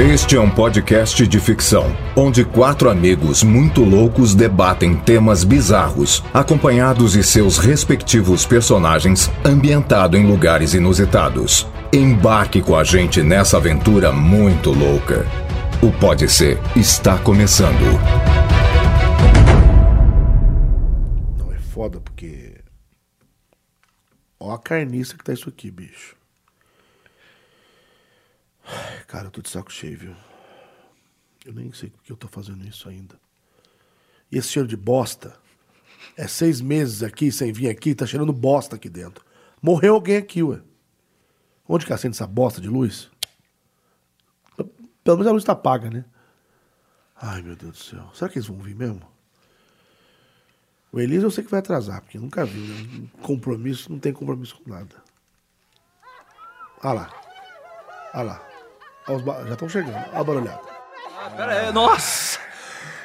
Este é um podcast de ficção, onde quatro amigos muito loucos debatem temas bizarros, acompanhados de seus respectivos personagens, ambientado em lugares inusitados. Embarque com a gente nessa aventura muito louca. O Pode Ser está começando. Não é foda porque. Ó a carniça que tá isso aqui, bicho. Ai, Cara, eu tô de saco cheio, viu? Eu nem sei porque eu tô fazendo isso ainda. E esse cheiro de bosta? É seis meses aqui sem vir aqui, tá cheirando bosta aqui dentro. Morreu alguém aqui, ué. Onde que acende essa bosta de luz? Pelo menos a luz tá apaga, né? Ai, meu Deus do céu. Será que eles vão vir mesmo? O Elisa eu sei que vai atrasar, porque nunca viu, né? Compromisso, não tem compromisso com nada. Ah lá. Ah lá. Ah, os ba- Já estão chegando. Olha a barulhada. Pera aí, é, nossa!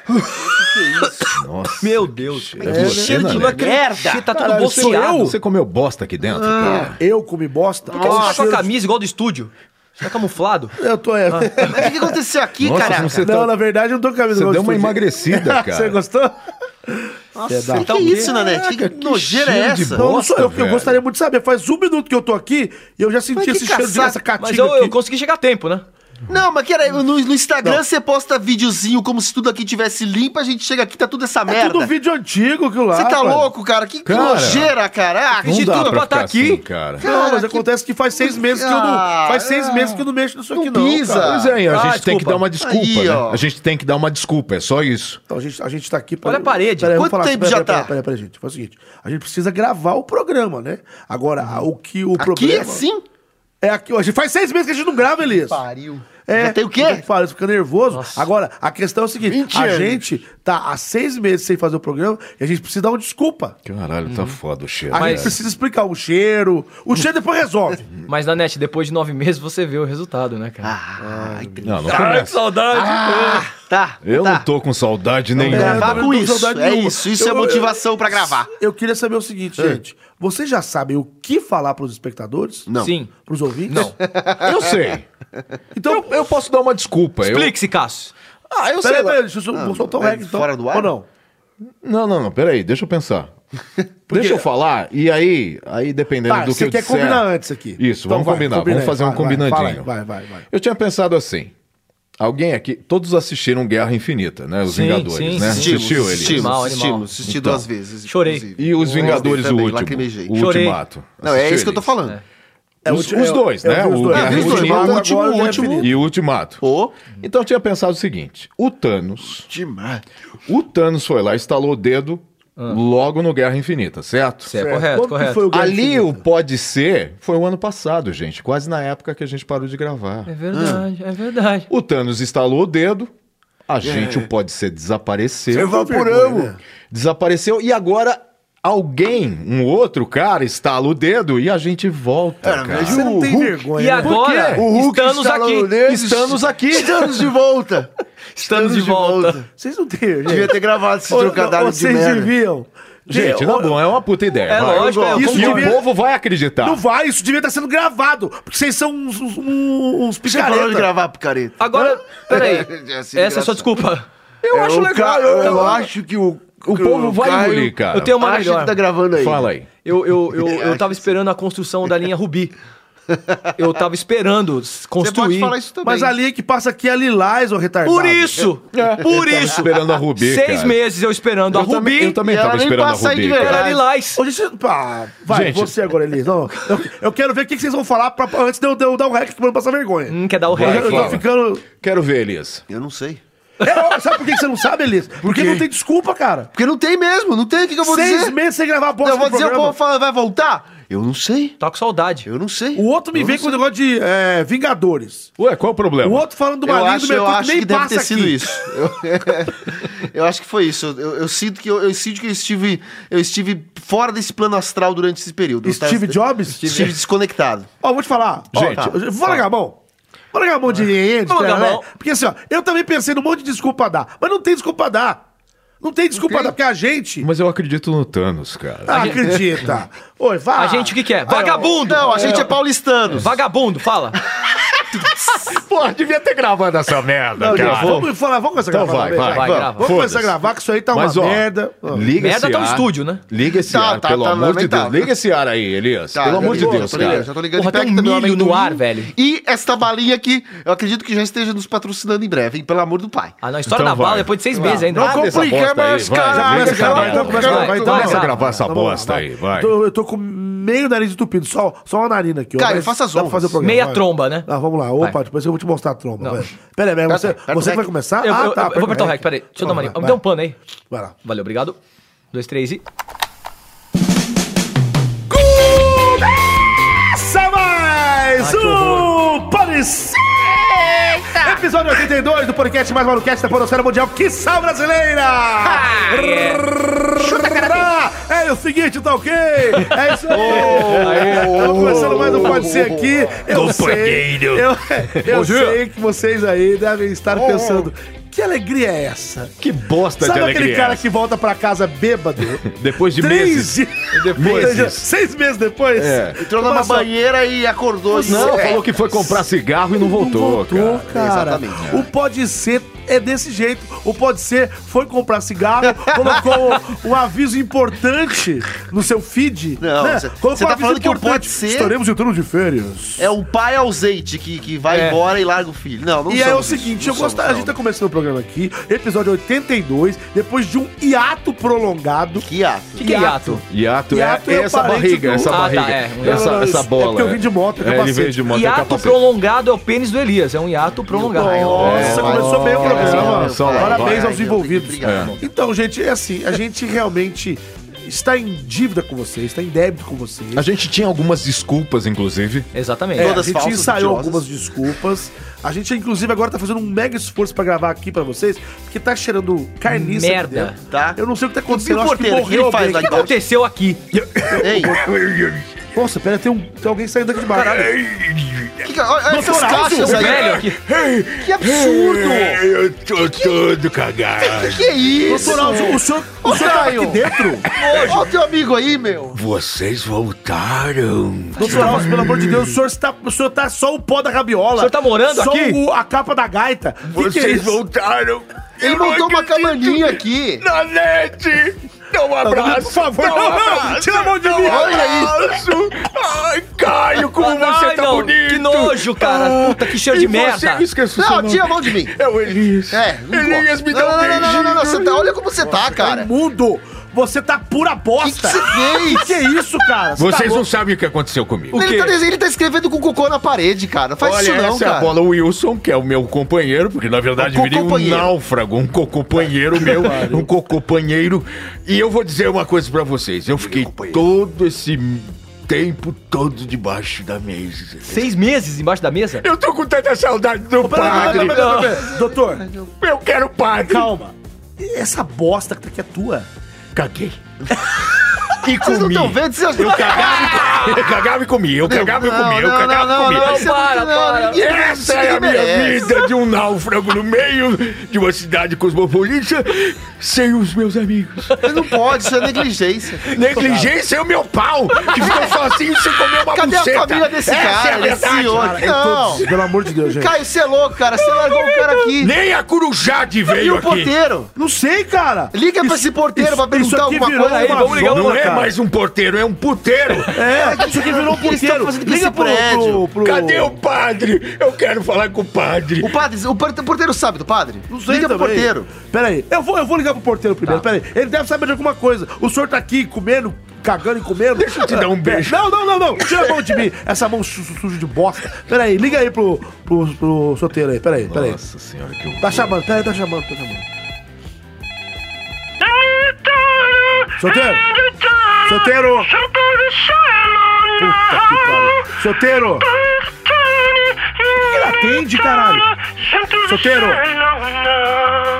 que que é isso? Meu Deus! É É, Mas que você, cheiro de Nanete? não acredito! Cheiro, tá tudo Caralho, sou bolseado! eu? Ah, Você Você comeu bosta aqui dentro, cara? É. Eu comi bosta. tá com a Cheiro sua de- camisa igual do estúdio? Você tá camuflado? Ah. Eu tô. é. Mas o que que aconteceu aqui, Nossa, caraca? como você Não, tá... na verdade eu não tô com a camisa Você igual deu de uma estúdio. emagrecida, cara. é Você gostou? Nossa, Você dá- que Que tá um- isso, Nanete? Que, que nojeira é cheiro de essa? Não, não sou Bosta, eu, porque eu velho. gostaria muito de saber. Faz um minuto que eu tô aqui e eu já senti Mas que esse cheiro de caçaca. essa catinga Mas eu, eu aqui. consegui chegar a tempo, né? Não, mas que era, no, no Instagram Não. você posta videozinho como se tudo aqui tivesse limpo, a gente chega aqui, tá tudo essa É merda. um tudo vídeo antigo que lá. Você tá mano. louco, cara? Que Cara, nojeira, cara. Ah, de Não dá tudo pra pra tá ficar aqui. assim, cara. Cara, Não, mas que- acontece que faz seis meses que eu não. Ah, Faz seis ah. meses que eu não mexo nisso aqui, não. pisa. cara. Pois é, e a Ah, gente tem desculpa. que dar uma desculpa, Aí, né? ó. A gente tem que dar uma desculpa, é só isso. Então a gente, a gente tá aqui pra. Olha a parede. eu vou Quanto tempo peraí, já peraí, tá? Peraí, peraí, gente. Faz o seguinte: a gente precisa gravar o programa, né? Agora, a- o que o Aqui problema. é sim? É aqui. A gente faz seis meses que a gente não grava, Elias. Pariu. É, Já tem o puta quê? que Fala, você fica nervoso. Agora, a questão é o seguinte: 20 a anos. gente tá há seis meses sem fazer o programa e a gente precisa dar uma desculpa. Caralho, Uhum. tá foda o cheiro. A Mas- gente precisa explicar o cheiro. O cheiro depois resolve. Mas, Nanete, depois de nove meses você vê o resultado, né, cara? Ah, entendi. Não, não Ai, que começa. saudade! Tá, Eu tá. não tô com saudade nenhuma. Gravar É, não com tô isso, saudade é nenhuma. isso. Isso Eu- é motivação pra gravar. Eu queria saber o seguinte, É. gente. Vocês já sabem o que falar pros espectadores? Não. Sim. Pros ouvintes? Não. Eu sei. Então, Eu, eu posso dar uma desculpa. eu- Explique-se, Cássio. Ah, eu sei. Peraí, lá. peraí, deixa eu sol- vou soltar o é rec, então. fora do ar? Ou não? Não, não, não, peraí, deixa eu pensar. Deixa eu falar, e aí, aí dependendo Tá, do que você eu quer disser... combinar antes aqui. Isso, Então vamos vai, combinar, combina vamos aí, fazer um vai, vai, combinadinho. fala aí, vai, vai, vai. Eu tinha pensado assim, alguém aqui, todos assistiram Guerra Infinita, né, os Sim, Vingadores, sim, né? sim. Assistiu, ele? Então. assistimos, Animal, animal. assistimos. Assisti duas vezes. Um Chorei. E os Vingadores, o Também, último, lacrimejei. o Chorei. Ultimato. Não, é Assistiu isso que eu tô eles? falando. É, Os- ulti- os é- dois, é né? os O dois. Guerra É, os dois. Infinita, Agora o último, já é o último. infinito. E o Ultimato. Ô, Então eu tinha pensado o seguinte, o Thanos, demais. o Thanos foi lá, estalou o dedo logo no Guerra Infinita, certo? Ah. Certo. Correto, Quando que correto. foi o Guerra Ali o Infinita? Pode Ser foi o ano passado, gente. Quase na época que a gente parou de gravar. É verdade, Ah. é verdade. O Thanos estalou o dedo, É. a gente, o Pode Ser, desapareceu. né? Evaporamos. Desapareceu e agora alguém, um outro cara, estala o dedo e a gente volta, cara. Você não tem vergonha. E né? agora, quê? O Hulk estamos estalou aqui. o dedo. Estamos aqui. Estamos de volta. Estamos de volta. Vocês não têm, gente. Devia ter gravado esse Ô, trocadalho de Vocês merda. deviam. Gente, não tá bom, é uma puta ideia. É vai. lógico, é, eu Isso concordo. que o povo vai acreditar. Tá. Não vai, isso devia estar sendo gravado. Porque vocês são uns, uns, uns Você parou de picareta. gravar picareta. Agora, peraí. É assim, Essa é a sua engraçado. desculpa. Eu É, acho o legal. Ca- eu- Eu, eu- acho que o. O povo vai engolir, cara. Eu tenho uma Acho melhor. que tá gravando aí. Fala aí. Eu, eu, eu, eu tava esperando a construção da linha Rubi. Eu tava esperando s- Você construir. pode falar isso também. Mas a linha que passa aqui é lilás, ô retardado. É. Por isso! Por Tava isso! esperando a Rubi, Seis cara. meses eu esperando a Eu também, Rubi. eu também E ela tava nem esperando a passa aí de Rubi. verdade. cara. Era lilás. Ô, gente, pá, vai, Gente. você agora, Elis. Não, eu, eu quero ver o que que vocês vão falar pra, pra- antes de eu, de eu dar o rec pra não passar vergonha. Hum, quer dar o eu, já- ré. eu tô fala. ficando. Quero ver, Elias. Eu não sei. É, sabe por que que você não sabe, Elis? Porque não tem desculpa, cara. Porque não tem mesmo, não tem. O que, que eu vou Seis dizer? meses sem gravar a bosta Eu vou do dizer, o programa. povo fala, vai voltar? Eu não sei. Tá com saudade. Eu não sei. O outro me Eu vem não com o negócio de é, Vingadores. Ué, qual o problema? O outro falando de uma eu linha acho, do metrô eu que acho nem que deve passa ter sido aqui. isso. Eu, eu acho que foi isso. Eu, eu- eu sinto que eu, eu sinto que eu estive eu estive fora desse plano astral durante esse período. Eu Steve tava- Jobs? Estive desconectado. Ó, vou te falar. Ó, Gente, tá. vou largar a mão. Vou largar a mão de engenheiro, de Vou largar a tereré, mão. Porque assim, ó, eu também pensei num monte de desculpa a dar. Mas não tem desculpa a dar. Não tem desculpa a dar, porque a gente. Mas eu acredito no Thanos, cara. Ah, acredita. Oi, vai. A gente o que que é? Aí, ó. Vagabundo! Não, a gente é paulistano. Vagabundo, fala. Porra, devia ter gravado essa merda, Não, cara. gente, vamos falar, vamos começar a Então gravar. vai, também, vai, vai, grava. Vamos começar a Foda-se. gravar, que isso aí tá Mas, uma ó, merda. Ó. Liga Merda esse tá no ar. estúdio, né? Liga esse Tá, ar, tá, pelo tá, amor mas de tá. Deus. Liga esse ar aí, Elias. Tá, pelo amor de eu tô Deus, ligando, cara. Já tô ligando Porra, de tem um também, milho homem no do ar, mundo. velho. E esta balinha que eu acredito que já esteja nos patrocinando em breve, hein? Pelo amor do pai. Ah, não, história Então da bala vai. depois de seis Vai. meses ainda. Não Abre essa complica bosta aí, mais, vai. Já caralho. Começa a Começa a gravar, gravar, então começa a gravar, então começa a vai. gravar essa Tá bom, bosta aí, vai. Tô- eu tô com meio nariz entupido, só, só uma narina aqui. ó, Caio, mas faça as dá pra honras. fazer o programa, Meia vai. tromba, né? Ah, vamos lá. Opa, Vai. depois eu vou te mostrar a tromba. Não. velho. Pera aí, Mega, você, aperta você o que rec. vai Tá, começar? ah, Ah, tá, Eu, eu- eu aperta vou apertar o rec, peraí. Deixa eu dar uma Vai, maninha. Me vai. dá um pano aí. Vai lá. Valeu, obrigado. Um, Dois, três e. Começa mais que um Paniceta! Episódio 82 do podcast mais maluquete da Podosfera Mundial, que sal brasileira! É o seguinte, tá ok? É isso Oh! aí! Estamos começando mais um Pode Ser aqui. Eu sei, eu, eu sei que vocês aí devem estar pensando, que alegria é essa? Oh. Que bosta Sabe de aquele alegria. é cara que volta pra casa bêbado? Depois de meses. dias. Meses. Seis meses depois? É. Entrou numa Nossa, banheira e acordou. e- Não, É. falou que foi comprar cigarro e não voltou, cara. cara. Exatamente. né? O pode ser é desse jeito. O pode ser foi comprar cigarro, colocou um aviso importante no seu feed. Não, né? cê- Colocou cê tá falando que o Pode Ser- Estaremos entrando de férias. É o pai ausente que, que vai É. embora e larga o filho. Não, não E aí é o somos seguinte, isso, eu não somos, gostaria, a não. gente tá começando o programa aqui, episódio 82, depois de um hiato prolongado. Que ato. O que, que é hiato? Hiato, Hiato é, é o essa parente barriga, do- essa Ah, tá, barriga. é. Essa, É essa porque bola. eu vim de moto, é é, ele capacete. veio de moto, é Hiato capacete. prolongado é o pênis do Elias, é um hiato prolongado. Nossa, É, começou bem o olha, um programa. olha só, Parabéns vai. aos envolvidos. Obrigado. É. Então, gente, é assim, a gente realmente está em dívida com vocês, está em débito com vocês. A gente tinha algumas desculpas, inclusive. Exatamente. É, Todas a gente falsas, ensaiou mentirosas. algumas desculpas. A gente, inclusive, agora tá fazendo um mega esforço pra gravar aqui pra vocês, porque tá cheirando carniça. aqui Merda. dentro. Tá. Eu não sei o que tá acontecendo. eu acho que porteiro, morreu o que ele faz alguém. O que aconteceu aqui? Ei, Nossa, pera, tem, um, tem alguém saindo daqui de baixo. que que- olha olha essas Doutor Alcio, caixas O aí. velho aqui. Que absurdo. Eu tô todo cagado. Que isso? Doutor Alves, o senhor, o senhor tá aqui Caio. dentro? Olha o teu amigo aí, meu. Vocês voltaram. Doutor Alves, pelo amor de Deus, o senhor, está, o senhor tá só o pó da rabiola. O senhor tá morando só aqui? o- a capa da gaita. Que que é isso? tá- voltaram. Ele montou uma cabaninha aqui. Tá Na net. Dá um abraço, por favor, dá um abraço, dá um isso. Ai, Caio, como tá Ai, não, Que nojo, Ah, cara. Puta, que cheiro de merda. esqueci Não, tira a mão de mim. É o Elias. É, não Elias, gosto. me dá não, um não, não, não, não, não, não, beijinho. você tá- olha como você tá, cara. Mundo, você tá pura O que bosta. você Que que fez? é isso, cara? Você tá Vocês louco? não sabem o que aconteceu comigo. Ele tá, desenhando- ele tá escrevendo com cocô na parede, cara. Faz Olha, isso não, essa é a cara. bola Wilson, que é o meu companheiro, porque na verdade Um virei um co-companheiro. náufrago, um co-companheiro meu, um co-companheiro. E eu vou dizer uma coisa pra vocês, eu fiquei todo esse tempo todo debaixo da mesa. Seis meses embaixo da mesa? Eu tô com tanta saudade do Pera, pera, padre. pera, pera, pera, pera. Doutor, Eu quero o padre. calma. Essa bosta que tá aqui é tua. Caguei. E Vocês não comi. estão vendo? Vocês Eu cagava, e co- eu cagava e comia, eu cagava e comia, eu cagava e comia. isso é Para, muito- não, para. ninguém- né? Essa é a ninguém minha merece. vida de um náufrago no meio de uma cidade cosmopolita sem os meus amigos. Você não pode, isso é negligência. Negligência é o meu pau, que ficou sozinho sem comer uma Cadê a buceta. família desse Essa é a cara, desse verdade. senhor? Não. Pelo amor de Deus, gente. Caio, você é louco, cara. Você largou o cara aqui. Nem a Corujade E veio o aqui. porteiro? Não sei, cara. Liga pra esse porteiro pra perguntar isso aqui alguma virou coisa aí, uma vamos ligar zona, Não é cara. mais um porteiro, é um puteiro. É, isso aqui virou um O que eles porteiro. tão fazendo com Liga esse pro, prédio? pro, pro... Cadê o padre? Eu quero falar com o padre. O padre, o por- o porteiro sabe do padre? Não sei Liga pro também. porteiro. Pera aí. Eu vou, eu vou ligar pro porteiro primeiro. Tá. Pera aí. Ele deve saber de alguma coisa. O senhor tá aqui comendo, cagando e comendo. É, Deixa eu te dar um beijo. Não, não, não, não. Tira a mão de mim. Essa mão su- su- suja de bosta. Pera aí. Liga aí pro, pro, pro sorteiro aí. Pera aí, pera aí. senhora, que Tá chamando. Pera aí, tá chamando, tá chamando. Solteiro! Solteiro! Puta que pariu. Solteiro! Atende, caralho! Solteiro!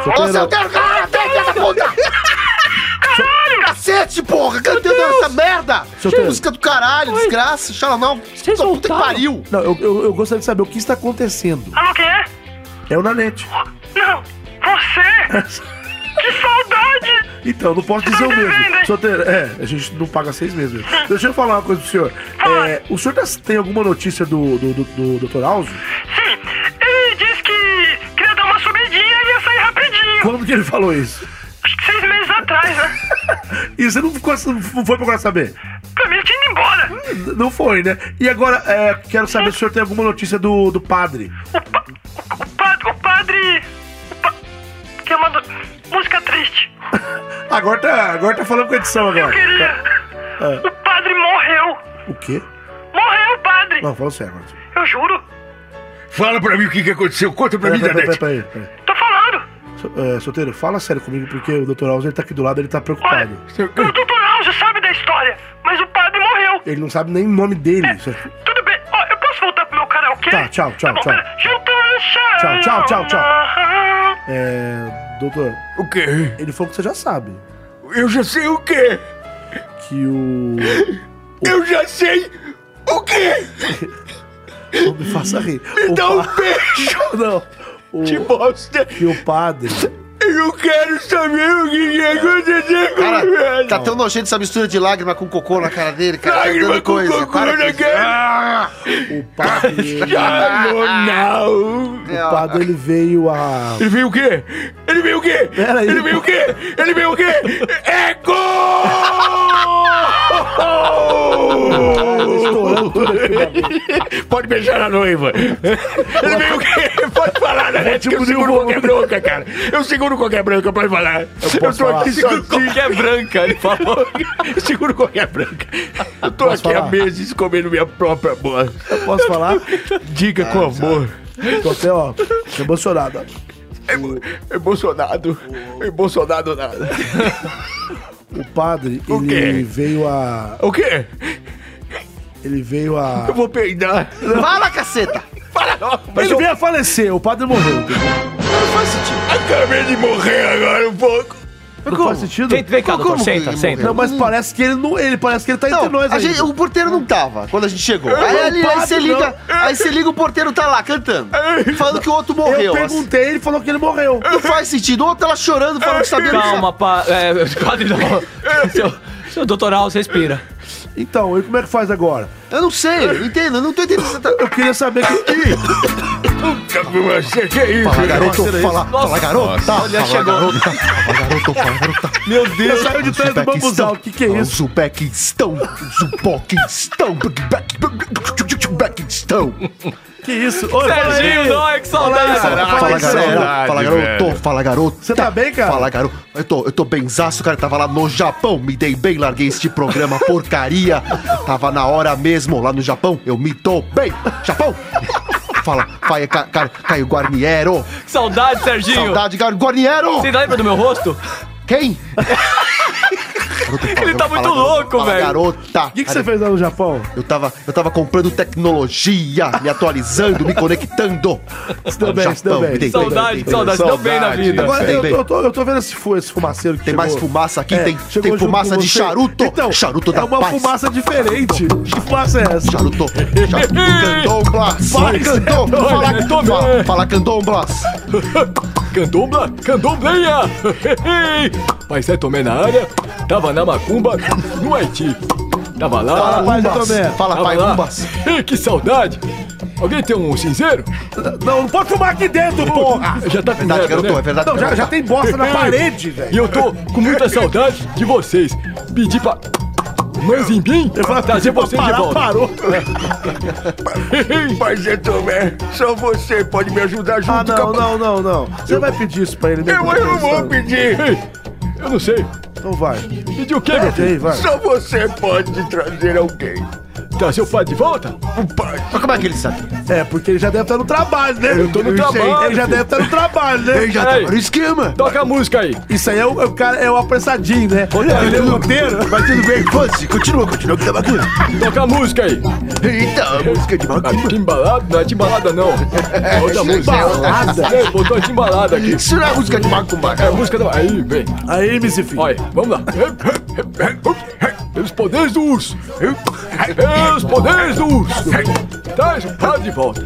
Ô, Solteiro! Santeiro, cara, vem essa puta! Caralho! Cacete, porra! Cantando essa Ah, merda! Seu Deus. Música do caralho, desgraça, xala não. Puta que voltaram? pariu! Não, eu, eu, eu gostaria de saber o que está acontecendo. Alô, quem é? É o Nanete. Não, é você! que saudade! Então, eu não posso dizer o mesmo. Solteiro, é, a gente não paga seis meses mesmo. Deixa eu falar uma coisa pro senhor. É, o senhor tá- tem alguma notícia do, do, do, do Dr. Alzo? Sim, e pouquinho. Quando que ele falou isso? Acho que seis meses atrás, né? E você não, ficou, assim, não foi procurar saber? Pra mim ele tinha ido embora. Não foi, né? E agora, é, quero saber se o senhor tem alguma notícia do, do padre. O, pa- o- o padre. O padre. O pa, que mandou. Música triste. Agora tá, agora tá falando com a edição Eu agora. Tá. É, queria. O padre morreu. O quê? Morreu o padre. Não, fala sério. Marcos. Eu juro. Fala pra mim o que, que aconteceu. Conta pra Peraí, mim, peraí, peraí, Danete. peraí. peraí. Tô falando. So- é, Solteiro, fala sério comigo, porque o Dr. Alves, ele tá aqui do lado, ele tá Olha, preocupado. o doutor Alves sabe da história, mas o padre morreu. Ele não sabe nem o nome dele. Isso é- Tudo bem. Ó, eu posso voltar pro meu É karaokê? Tá, tchau, tchau, bom, tchau. pera. Juntan- Tchau, tchau, tchau, tchau. Aham. É, doutor, O quê? ele falou que você já sabe Eu já sei o quê? que o... Eu já sei o quê? Não me faça rir. Me O dá um pa- beijo Não. O... de bosta. Que o padre... Eu não quero saber o que, que aconteceu com Cara, ele. tá tão nojento essa mistura de lágrima com cocô na cara dele, cara. tá Lágrima dando com coisa. cocô Para com na isso. cara. Ah, O padre... ele- Ah, não. O padre, ele veio a... Ele veio o quê? Ele veio o quê? Pera aí, ele pô. veio o quê? Ele veio o quê? Oh! Eco! Pode beijar a noiva. Ele veio o quê? Pode falar, É né? tipo Eu seguro qualquer bronca, cara. Eu seguro qualquer bronca, pode falar. Eu, posso tô aqui falar? sozinho. Qualquer branca, ele falou. Eu seguro qualquer branca. Eu tô Posso aqui há falar? meses comendo minha própria bola. Posso falar? Diga Ah, com amor. Ah, Tô até, ó, emocionado. ó. Emocionado. Emocionado nada. O padre, O ele quê? veio a... O quê? Ele veio a... Eu vou peidar. Fala, caceta! Para logo. Ele veio a falecer, o padre morreu. Não faz sentido. Acabei de morrer agora um pouco. Não faz sentido? Vem, vem cá, Como doutor. que Senta, ele senta. Não, mas parece que ele não. Ele parece que ele tá entre Não, nós a aí. gente- o porteiro não tava quando a gente chegou. Aí, não ali- aí paro, você não. liga, aí você liga, o porteiro tá lá cantando, falando que o outro Eu morreu. perguntei, ele falou que ele morreu. Não faz sentido. O outro tá lá chorando, falando que sabia Calma, pa, é, padre não. Seu, seu doutor Alves, respira. Então, e como é que faz agora? que Eu não sei, eu não entendo, eu não tô entendendo. Você tá... Eu queria saber que. Puta, você que é isso? falar, Nossa, garota, olha, chegou. Meu Deus, saiu de trás do bambuzal. O que, que é isso? Uzbequistão, Uzboquistão, Uzbequistão. Que isso? Ô, fala aí. Serginho, não, que Fala, saudade. Fala, isso, garoto, verdade, fala, velho. garoto, fala, garoto. Você tá bem, cara? Fala, garoto. Eu tô, eu tô benzaço, cara. Tava lá no Japão, me dei bem, larguei este programa porcaria. Tava na hora mesmo, lá no Japão, eu me tô bem. Japão! Fala, vai, ca, ca, Caio Guarniero. Que saudade, Serginho. Saudade, Caio Guarniero! Você lembra do meu rosto? Quem? Garoto, fala, Ele garoto, tá muito fala, garoto, louco, fala, velho. Garota. O que, que você fez lá no Japão? Eu tava, eu tava comprando tecnologia, me atualizando, me conectando. Se deu Lá no bem, se deu Japão, bem. me dei bem, Saudade, me dei saudade. Deu bem na Saudade. vida. Agora bem, eu, bem. eu tô, eu tô vendo esse, fu- esse fumaceiro que Tem chegou. mais fumaça aqui, É, tem, chegou tem junto fumaça com de você. charuto. Então, charuto da É uma paz. fumaça diferente. Que fumaça é essa? Charuto, charuto, candombla, fala candombla, fala candombla, fala candombla. Candombla, candombleia. Pai Zé é Tomé na área. Tava na Macumba, no Haiti. Tava Fala, Pai Zé Umbas, Tomé. fala, pai Umbas. Que saudade. Alguém tem um cinzeiro? Não, não pode fumar aqui dentro, porra! Já tá com Verdade, garoto, é verdade. Não, já, já garoto. tem bosta na parede, velho. E eu tô com muita saudade de vocês. Pedi pra. Manzimbim trazer vocês de Parar, volta. Parou. Mas é Tomé, só você pode me ajudar junto Ah, não, com a... não, não, não. Você vai pedir isso pra ele mesmo? Eu, eu não vou pedir. Ei, eu não sei. Então vai. Pediu o quê, meu Pede aí, filho? vai. Só você pode trazer alguém. Trazer o pai de volta? O pai. Mas como é que ele sabe? É, porque ele já deve estar no trabalho, né? Eu tô no Isso aí, trabalho, Ele já filho. deve tá estar no trabalho, né? já Peraí. no esquema. Toca a música aí. Isso aí é o, é o cara, é o apressadinho, né? Bota Ele é tudo. roteiro. Mas tudo bem, foda-se, continua, continua que tá bacana. Toca a música aí. Eita, a música de macumba. Timbalada? Não é timbalada, não. É outra música. Timbalada? É, botou a timbalada aqui. Isso não é música de macumba, É a cara. música da. Aí, vem. Aí, MC Filho. Olha, vamos lá. Pelos poderes do urso. Pelos poderes do urso. Traz o padre de volta.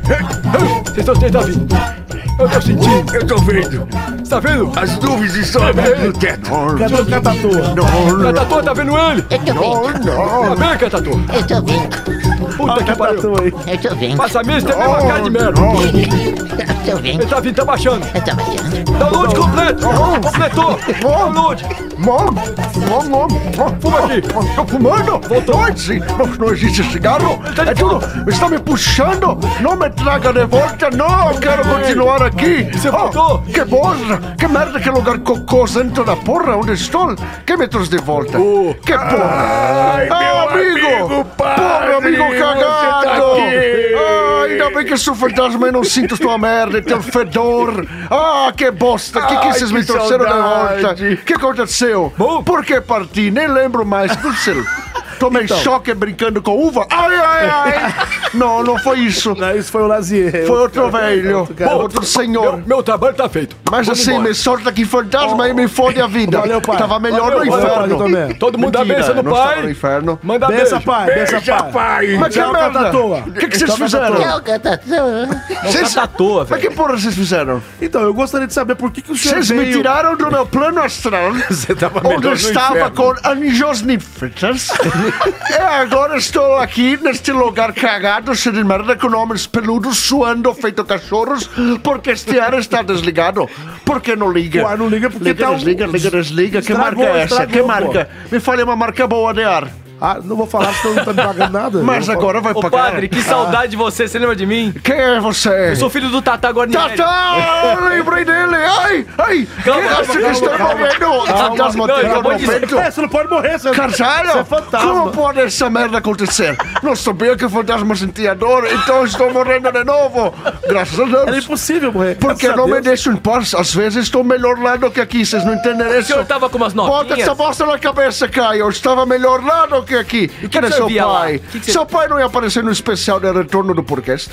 Vocês estão vocês estão vindo. Eu tô sentindo. Eu tô vendo. Você tá vendo? Tá As nuvens estão abrindo o teto. Cadê o catator? Catatô, tá vendo ele? Eu tô vendo, Tá vendo, Catatô? eu tô vendo, Olha Puta o que pariu. catator aí. eu tô vendo. Passa mesmo, tem a mesma cara de merda. Tô vendo, Ele tá vindo, tá baixando. eu tava olhando. Download completo. Completou. Download. Mom, mom, mom, mom, Fuma aqui. Tô fumando? Não, exi- não, não existe cigarro? É tudo. Está me puxando? Não me traga de volta, não! Eu quero continuar aqui! Você voltou? que bosta! Que merda, que lugar cocô, centro da porra, onde estou? Que me trouxe de volta? Que porra! Ah, Ai, meu amigo, padre, Pobre amigo você tá cagado! aqui. Ah, ainda bem que sou fantasma e não sinto tua merda e teu fedor! Ah, que bosta! O que, que Ai, vocês me que trouxeram de volta? saudade. O que aconteceu? Bom. Por que parti? Nem lembro mais. Do céu. Tomei Então. choque brincando com uva. Ah, Ai, ai, ai. não, não foi isso. Não, isso foi o Lazier. Foi outro velho. outro cara. Outro senhor. Meu, meu trabalho tá feito. Mas Vamos assim, embora. Oh. me solta aqui fantasma e me fode a vida. Valeu, pai. Tava melhor Valeu, no valeu, inferno. valeu, Tomé. Todo mundo dá Mentira, benção no não estava no pai. inferno. Manda Bença, beijo. pai, bença, Beija, pai. pai. Mas que Tchau, merda? Catatoa. O que, que vocês Tchau, fizeram? Catatoa. Tchau, Catatã. Vocês... Tá à toa, Mas velho. que porra vocês fizeram? Então, eu gostaria de saber por que, que o senhor Vocês me veio... É tiraram do meu plano astral. Você tava onde eu melhor no estava inferno. com anjos nífritas. e agora estou aqui neste lugar cagado, cheio de merda, com homens peludos suando, feito cachorros, porque este ar está desligado. Por que não liga? O ar não liga porque liga, tá um- Desliga, liga, desliga. Estragou, que marca é essa? estragou, Que marca? Me fale uma marca boa de ar. Ah, não vou falar, senão não tá me pagando nada. Mas Eu vou agora vai Ô pagar. Ah. padre, que saudade de você, você lembra de mim? Quem é você? Sou filho do Tata Guarnieri. Tata! eu Lembrei dele! Ai! Ai! Calma, que acho que calma, estou calma. morrendo? Fantasma Não, tem eu vou no dizer- peito. falar. É, você não pode morrer, você... Caralho! Você é fantasma. Como pode essa merda acontecer? Não sabia que o fantasma sentia dor, então estou morrendo de novo! Graças a Era Deus! impossível morrer. Porque Graças a não me Deus. deixam em paz, às vezes estou melhor lá do que aqui, vocês não entendem O senhor isso. tava com umas Bota essa novinhas. bosta na cabeça, Caio. Eu estava melhor lá do que aqui. E que Cadê você seu via lá? pai? O que que você- Seu pai não ia aparecer no especial de retorno do podcast?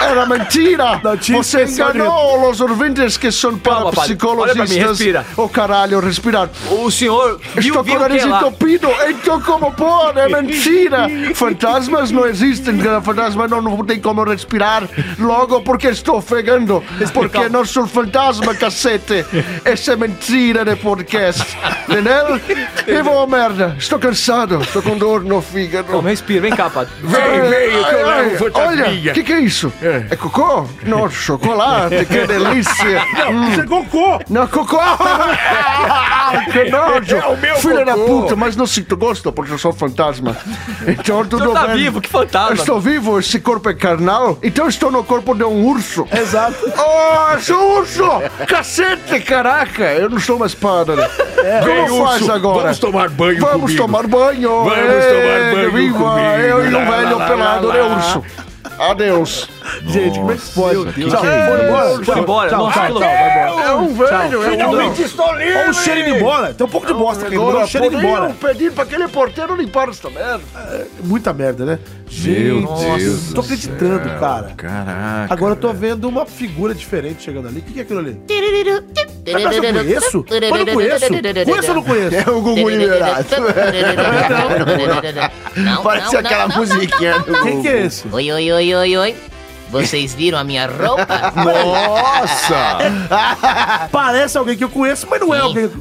Era mentira! Não tinha Você especial de- enganou os ouvintes que são Calma, para padre. Olha pra mim, psicologistas. respira. Ô Oh, caralho, respirar. O senhor viu, Estou com o viu o nariz que lá? entupido, então como pode? É mentira! Fantasmas não existem, cara. fantasma não, não tem como respirar logo porque estou fegando. Porque não sou fantasma, cacete! Essa é mentira de podcast, entendeu? E vou à merda, estou cansado, estou com dor no fígado. Calma, respira, vem cá, padre. Vem, vem, que eu Ai, levo ai, Olha, fantasminha. o que, que é isso? É. cocô? Não, chocolate, que delícia! é Hum. Chegou o cocô. Não, cocô! que nojo! É o meu Filha da cocô. puta, mas não sinto gosto porque eu sou fantasma. Então O tudo senhor tá bem. vivo, que Eu fantasma. estou vivo, esse corpo é carnal, então estou no corpo de um urso. Exato. Oh, sou urso! Cacete, caraca! Eu não sou uma espada. né? É. Vem, Como faz urso, agora? Vamos tomar banho Vamos comigo. tomar banho! Vamos tomar banho Viva! comigo. Eu e Lá, um velho lá, pelado lá, de lá. urso. Adeus. Gente, como é que pode? Tchau, foi embora. Foi embora, Tchau, não, tchau, não. tchau, vai embora. É um velho, é um Finalmente estou livre. Olha o cheiro indo embora. Tem um pouco de bosta aqui. Olha o cheiro indo embora. Eu pedi pra aquele porteiro limpar esta merda. Muita merda, né? Meu Gente, Deus. Tô acreditando, cara. Caraca. Agora eu tô vendo uma figura diferente chegando ali. O que, que é aquilo ali? Mas eu conheço? Conheço? Mas eu não conheço. Conheço ou não conheço? É o Gugu Liberato. Não, Parece não, aquela não, não, musiquinha do Quem que é esse? não. Oi, oi, oi, oi, oi. Vocês viram a minha roupa? Nossa! Parece alguém que eu conheço, mas não é alguém que eu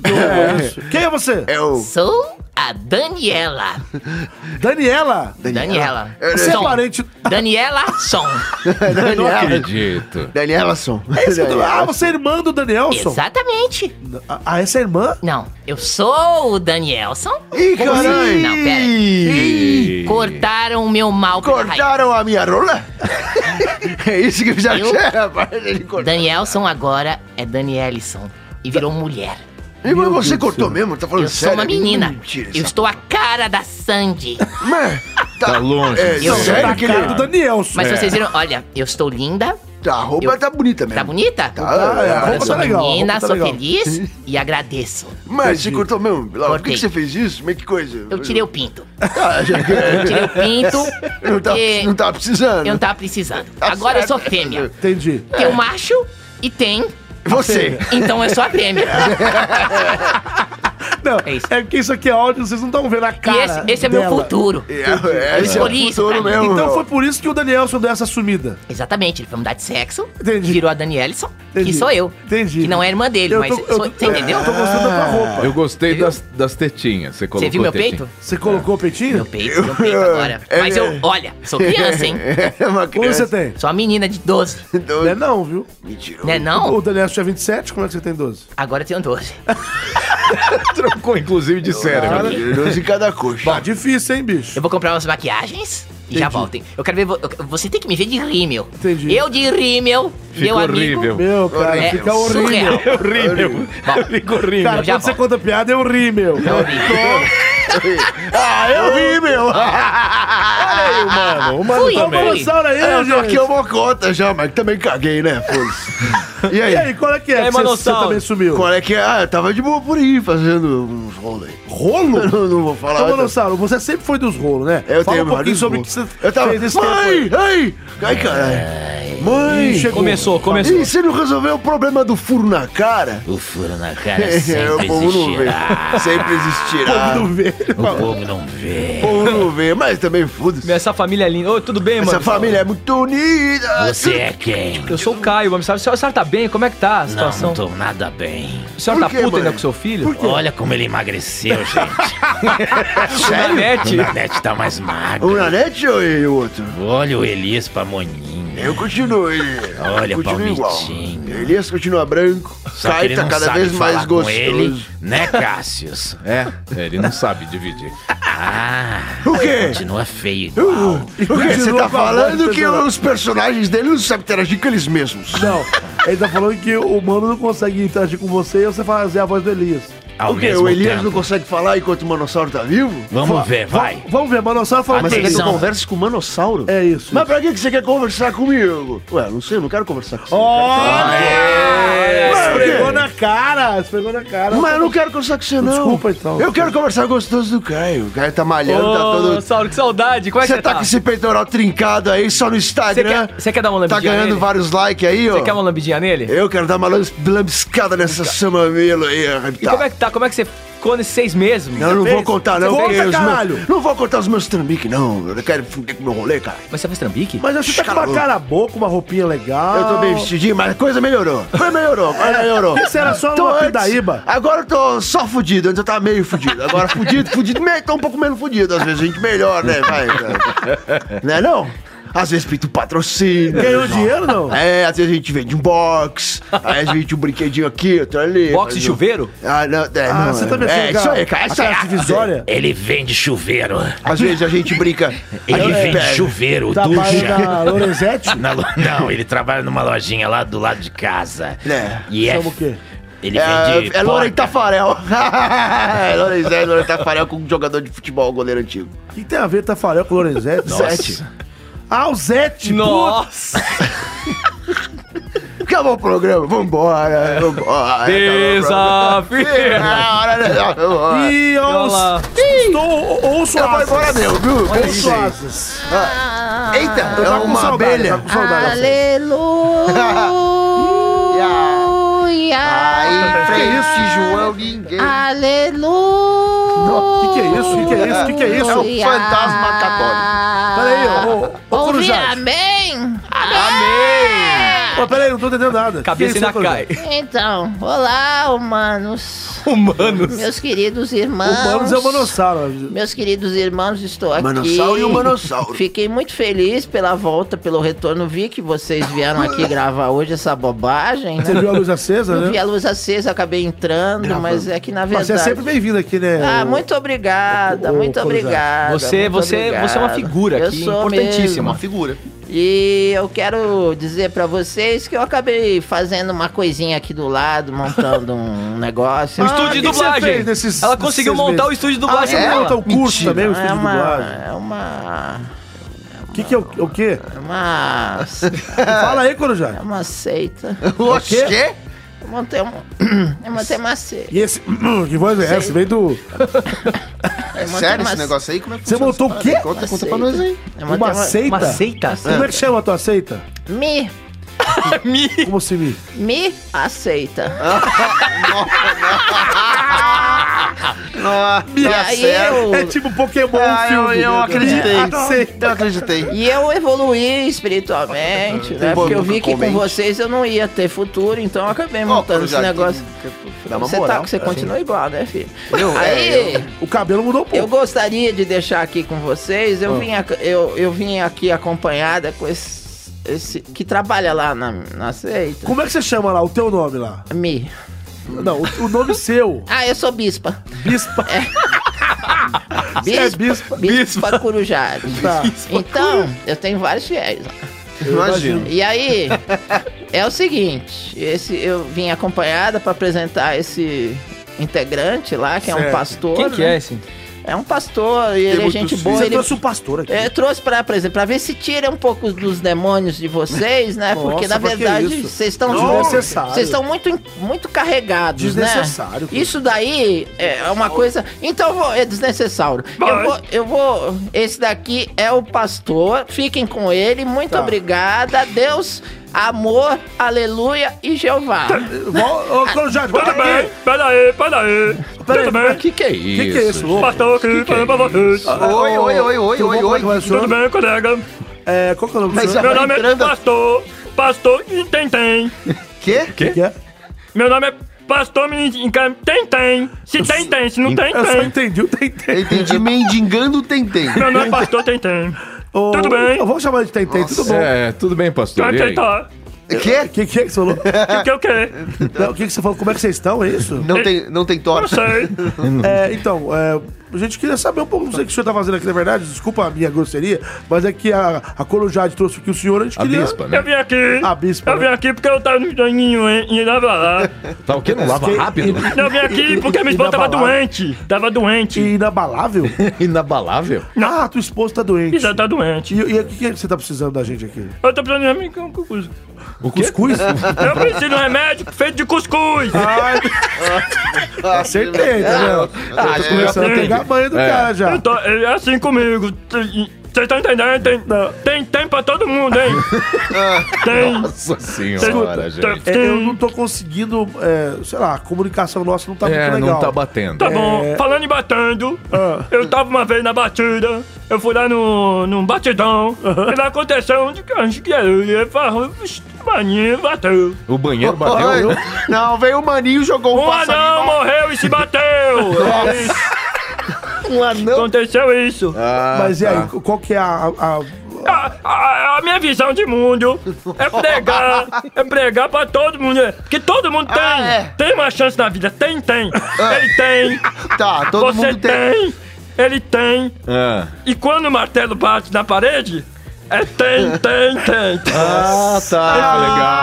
conheço. Quem é você? É o... Sou a Daniela. Daniela. Daniela. Você é Som. parente... Daniela Som. Não Daniela. acredito. é Danielson. Ah, você é irmã do Danielson? Exatamente. Ah, essa é irmã? Não, eu sou o Danielson. Ih, assim? caralho. Não, pera. Ih, Cortaram o meu mal pela raiz. Cortaram a minha rola? É isso que fizeram, Eu? rapaz. Ele cortou. Danielson agora é Danielison e virou mulher. E mas você cortou mesmo? Tá falando Eu sou sério? uma menina. Mentira. Eu essa- estou a cara da Sandy. Mas... Tá longe. É, Eu sou sério que Cara do ele... Danielson. tá Mas vocês viram, olha, eu estou linda, Tá, a roupa Eu- tá bonita mesmo. tá bonita? Tá, é, a Agora roupa eu sou tá legal, a menina, roupa tá sou legal. feliz e agradeço. Mas você cortou mesmo? Bilal? Por que Cortei. que você fez isso? Mas que coisa? Eu tirei o pinto. Ah, já- Eu tirei o pinto Não tá, porque não tá precisando. eu não tava precisando. Tá Agora eu sou certo. fêmea. Entendi. Tem o macho e tem, Você. então eu sou a fêmea. Não, É isso. é porque isso aqui é áudio, vocês não estão vendo a E cara. esse, esse é meu dela. futuro. É, Eu esse é o escolhi isso, futuro cara. mesmo. Então foi por isso que o Danielson deu essa sumida. Exatamente, ele foi mudar de sexo, Entendi. virou a Danielson, Entendi. que sou eu. Entendi. Que não é irmã dele, mas tô- sou- tô- é, você entendeu? Eu tô gostando da tua roupa. É, Eu gostei das, das tetinhas. Você colocou Você viu meu tetinha. peito? Você colocou o peitinho? Meu peito, meu peito agora. É, Mas eu, olha, sou criança, hein? É uma Quanto você criança. tem? Sou uma menina de 12, Não é não, viu? Mentira. né O não? Danielson tinha 27, como é que você tem 12? Agora eu tenho 12. Trocou, inclusive, de cérebro. Dois em cada coxa. Tá difícil, hein, bicho? Eu vou comprar umas maquiagens e já volto, hein? Eu quero ver... vo- eu- Você tem que me ver de rímel. Entendi. Eu de rímel, meu Ficou amigo... horrível. Meu, cara, É fica horrível. surreal. Horrível. Bom, Ficou horrível. Cara, Eu já quando você volto. conta piada, Ah, eu ri, meu. é horrível. é Eu vi, meu. Fui, eu fui. Dinossauro aí, Eu já gente. aqui é uma cota já, mas também caguei, né? Foda-se. E E aí? aí, qual é que é? aí, que você- você manossauro? também sumiu. Qual é que é? Ah, eu tava de boa por aí, fazendo uns rolê. Rolo? Eu não, não vou falar. Ô, Manossauro, você sempre foi dos rolos, né? É, Eu Fala tenho um pouquinho vários sobre o que gols. você Eu tava. fez nesse tempo. É. mãe! Ai! Ai, caralho! Mãe! Chegou. Começou, começou. Ih, você não resolveu o problema do furo na cara? O furo na cara É, o sempre povo não vê. existirá. Sempre existirá. Não vê. O povo não vê. O povo não vê, mas também foda-se. Essa família é linda. Ô, tudo bem, mano? Essa família é muito unida. Você é quem? Eu sou o Caio, mano. Sabe, a senhora- a senhora tá bem? Como é que tá a Não, situação? não tô nada bem. A senhora Por tá quê, puta mãe? ainda com seu filho? Olha como ele emagreceu, gente. Sério? O Nanete tá mais O magro. Nanete ou e o outro? Olha o Elias Pamoninho. Eu continuo, ele. Olha, eu continuo palmitinho. igual. Elias continua branco. Só que Cai ele tá não cada sabe vez falar mais com gostoso. ele, né, Cássius? É, ele não sabe dividir. Ah, O quê? continua feio igual. Uh, Ah, O quê? Você Continua tá falando falando, que continua. os personagens dele não sabem interagir com eles mesmos. Não, ele tá falando que o humano não consegue interagir com você e você fazer a voz do Elias. Ao o quê? mesmo O Elias tempo. não consegue falar enquanto o Manossauro tá vivo? Vamos ver, vai. Vamos ver, Manossauro falando Mas Atenção. você quer que eu Atenção. converse com o Manossauro? É isso. Mas pra que que você quer conversar comigo? Ué, não sei, eu não quero conversar com você. Ah, é. É, Mas esfregou na cara, esfregou na cara. Mas eu não quero conversar com você, não. Desculpa, então. Eu quero conversar gostoso do Caio. O Caio tá Ô, malhando, tá todo. Saulo, que saudade. Como é que Você tá com esse peitoral trincado aí só no Você Instagram. quer, você quer dar uma Tá lambidinha ganhando nele? vários likes aí, ó. Você quer uma lambidinha nele? Eu quero dar uma lams- lambiscada nessa samamelo aí, E como é que tá? Como é que você ficou nesses seis meses? mano? Não, eu não vou Fez? contar, não. Conta, porque os meus- caralho. Não vou contar os meus trambiques, não. Eu não quero fuder com o meu rolê, cara. Mas você fez trambique? Mas eu acho que tá com uma cara boa, com uma roupinha legal. Eu tô bem vestidinho, mas a coisa melhorou. Coisa melhorou, agora melhorou. Isso era só Então, uma antes- pindaíba. Agora eu tô só fudido, antes eu tava meio fudido. Agora fudido, fudido, meio, tô um pouco menos fudido. Às vezes a gente melhora, né? Vai. vai. Né não? Às vezes pinta um patrocínio. Ganhou dinheiro, não? É, às vezes a gente vende um box, aí a gente vende um brinquedinho aqui, outro ali. Boxe de Mas não- chuveiro? Ah, não, é, Ah, não, você é, tá mexendo É, com a- isso aí, cara, a isso aí. classe divisória? Ele vende chuveiro. Às vezes a gente brinca. a Ele gente vende pega- chuveiro, Trabalho ducha. na Lorenzetti? Na lo- Não, ele trabalha numa lojinha lá do lado de casa. É. E é. Chama o quê? Ele vende. É, é Loren porta. Tafarel. é Lorenzetti, Loren Tafarel com um jogador de futebol, goleiro antigo. O que tem a ver Tafarel com Lorenzetti? Zete. Ah, o Zete! Nossa! Acabou o programa, vambora, vambora. Desafio! É a hora, né? puta. Vambora. E Olha lá. aos... Estou... Ouço Eu vou embora asas. mesmo, viu? Ouço Pensei. asas. Eita, é Tá com uma saudade, abelha. tá com saudade, assim. Ah, Aí, frente, João, ninguém. O que, que é isso? O que, que é isso? O que, que é É isso? um fantasma católico. Peraí, ô, ô, ô Ouvi, Corujade. amém? Ô, Peraí, não tô entendendo nada. Cabeça Quem é ainda esse Corujade? cai. Então, olá, humanos. Humanos. Meus queridos irmãos. Humanos é o Manossauro. Meus queridos irmãos, estou aqui. Manossauro e humanossauro. Fiquei muito feliz pela volta, pelo retorno. Vi que vocês vieram Ah. aqui gravar hoje essa bobagem, Você né? viu a luz acesa, Eu vi né? a luz acesa, acabei entrando, mas é que na Mas verdade... você é sempre bem-vindo aqui, né? Ah, ô- muito obrigada, Ô, muito Corujade. obrigada. Você, muito você, você é uma obrigada. figura Eu aqui, sou mesmo. importantíssima. Figura. E eu quero dizer pra vocês que eu acabei fazendo uma coisinha aqui do lado, montando um negócio. O Ah, estúdio de o que que você dublagem. fez nesses- Ela conseguiu nesses montar meses? o estúdio de Ah, dublagem você dela. monta o curso Mentira. também, o é estúdio de uma, dublagem. é uma, O que que é o o quê? é uma, Fala aí, é Corujade. uma seita. É O quê? Eu montei, um, eu montei uma seita. E esse... Que voz é essa? Vem do... É Eu montei Sério uma esse negócio aí? Como é que Você funciona montou essa o quê? parada? Conta, conta pra nós aí. Eu montei É Uma seita? Uma seita? Como é que chama a tua seita? Me, Como se me... me aceita. E tá aí certo. eu- É tipo um Pokémon ah, filme, Eu, eu né? acreditei. Ah, não. Eu acreditei. E eu evoluí espiritualmente, né? Porque eu vi que com vocês eu não ia ter futuro, então eu acabei montando esse negócio. Você tá, você continua igual, né, filho? É. Eu- Aí, é, eu- o cabelo mudou um pouco. Eu gostaria de deixar aqui com vocês. Eu, Ah. vim, ac- eu, eu vim aqui acompanhada com esse, esse- que trabalha lá na, na seita. Como é que você chama lá? O teu nome lá? Mi. Não, o, o nome seu. Ah, eu sou bispa. Bispa. É. é Bispa, bispa, Corujade. Tá. Então, eu tenho vários fiéis. lá. Eu imagino. E aí, é o seguinte, esse eu vim acompanhada para apresentar esse integrante lá, que é um Certo. pastor. Quem que né? é esse? É um pastor e ele é gente boa. Você ele... trouxe um pastor aqui. É, trouxe pra, por exemplo, pra ver se tira um pouco dos demônios de vocês, né? Porque Nossa, na mas que verdade isso? vocês estão Desnecessário. vocês estão muito in- muito carregados, Desnecessário, né? Isso daí é uma coisa. Então eu vou, é desnecessário. Eu vou, eu vou. Esse daqui é o pastor. Fiquem com ele. Muito obrigada. Deus, amor, aleluia e Jeová. Ô, Corujade, volta aqui. Peraí, peraí. Peraí. O que que é isso? Que que é isso, louco? Pastor aqui falando pra vocês. Oi, oi, oi, oi, Tudo oi, bom? oi. Como é que vai, Tudo bem, colega? É, qual que é o nome Meu do senhor? nome é Pastor. Pastor Intentem. Quê? Quê? Que é? Meu nome é Pastor Intentem. Tem, tem. Se tem, tem. Se não tem, Eu só tem. entendi o Tentem. Entendi mendigando o Tentem. Meu nome é Pastor Tentem. Ô, Tudo bem. Eu vou chamar de Tentem, tudo bom. É, tudo bem, pastor. E aí? O quê? que, que é que você falou? que é o quê? O que, que você falou? Como é que vocês estão? É isso? Não tem, não tem Eu torta. É, então, é, a gente queria saber um pouco, não sei o que o senhor tá fazendo aqui, na verdade, desculpa a minha grosseria, mas é que a, a Corujade trouxe aqui o senhor, a gente queria... né? Eu vim aqui. né? A bispa, Eu vim né? aqui porque eu tava no daninho e lava lá. Tá o quê? É, Não lava Que- rápido? Eu vim aqui porque minha esposa tava Inabalável. doente. Tava doente. Inabalável? Inabalável? Ah, tua esposa tá doente. Já tá doente. E e o que, que você tá precisando da gente aqui? Eu tô precisando de um remédio com cuscuz. O cuscuz? Eu preciso de um remédio feito de cuscuz. Acertei, tá vendo? Ah, Eu tô é, começando a entendi. pegar banho do É. cara já. Eu tô- é assim comigo. Vocês estão entendendo? Tem, tem, tem pra todo mundo, hein? tem. Nossa Escuta, senhora, gente. é, eu não tô conseguindo, é, sei lá, a comunicação nossa não tá É, muito não legal. tá batendo. Tá bom, É, falando em batendo, Ah. eu tava uma vez na batida, eu fui lá no, num batidão, e lá aconteceu um de canjo que eu ia falar, maninho bateu. O banheiro Oi. bateu. Não, veio o maninho, jogou um, Um passarinho. anão morreu e se bateu! É um anão? Aconteceu isso. Ah. Mas e Tá. aí, qual que é a... a- a- A, a- a minha visão de mundo é pregar, é pregar pra todo mundo. é- Que todo mundo tem, Ah, é. tem uma chance na vida. Tem, tem. Ele tem. Tá, todo Você mundo tem. tem. Ele tem. É. Ah. E quando o martelo bate na parede, é tem, tem, tem. tem. Ah, tá,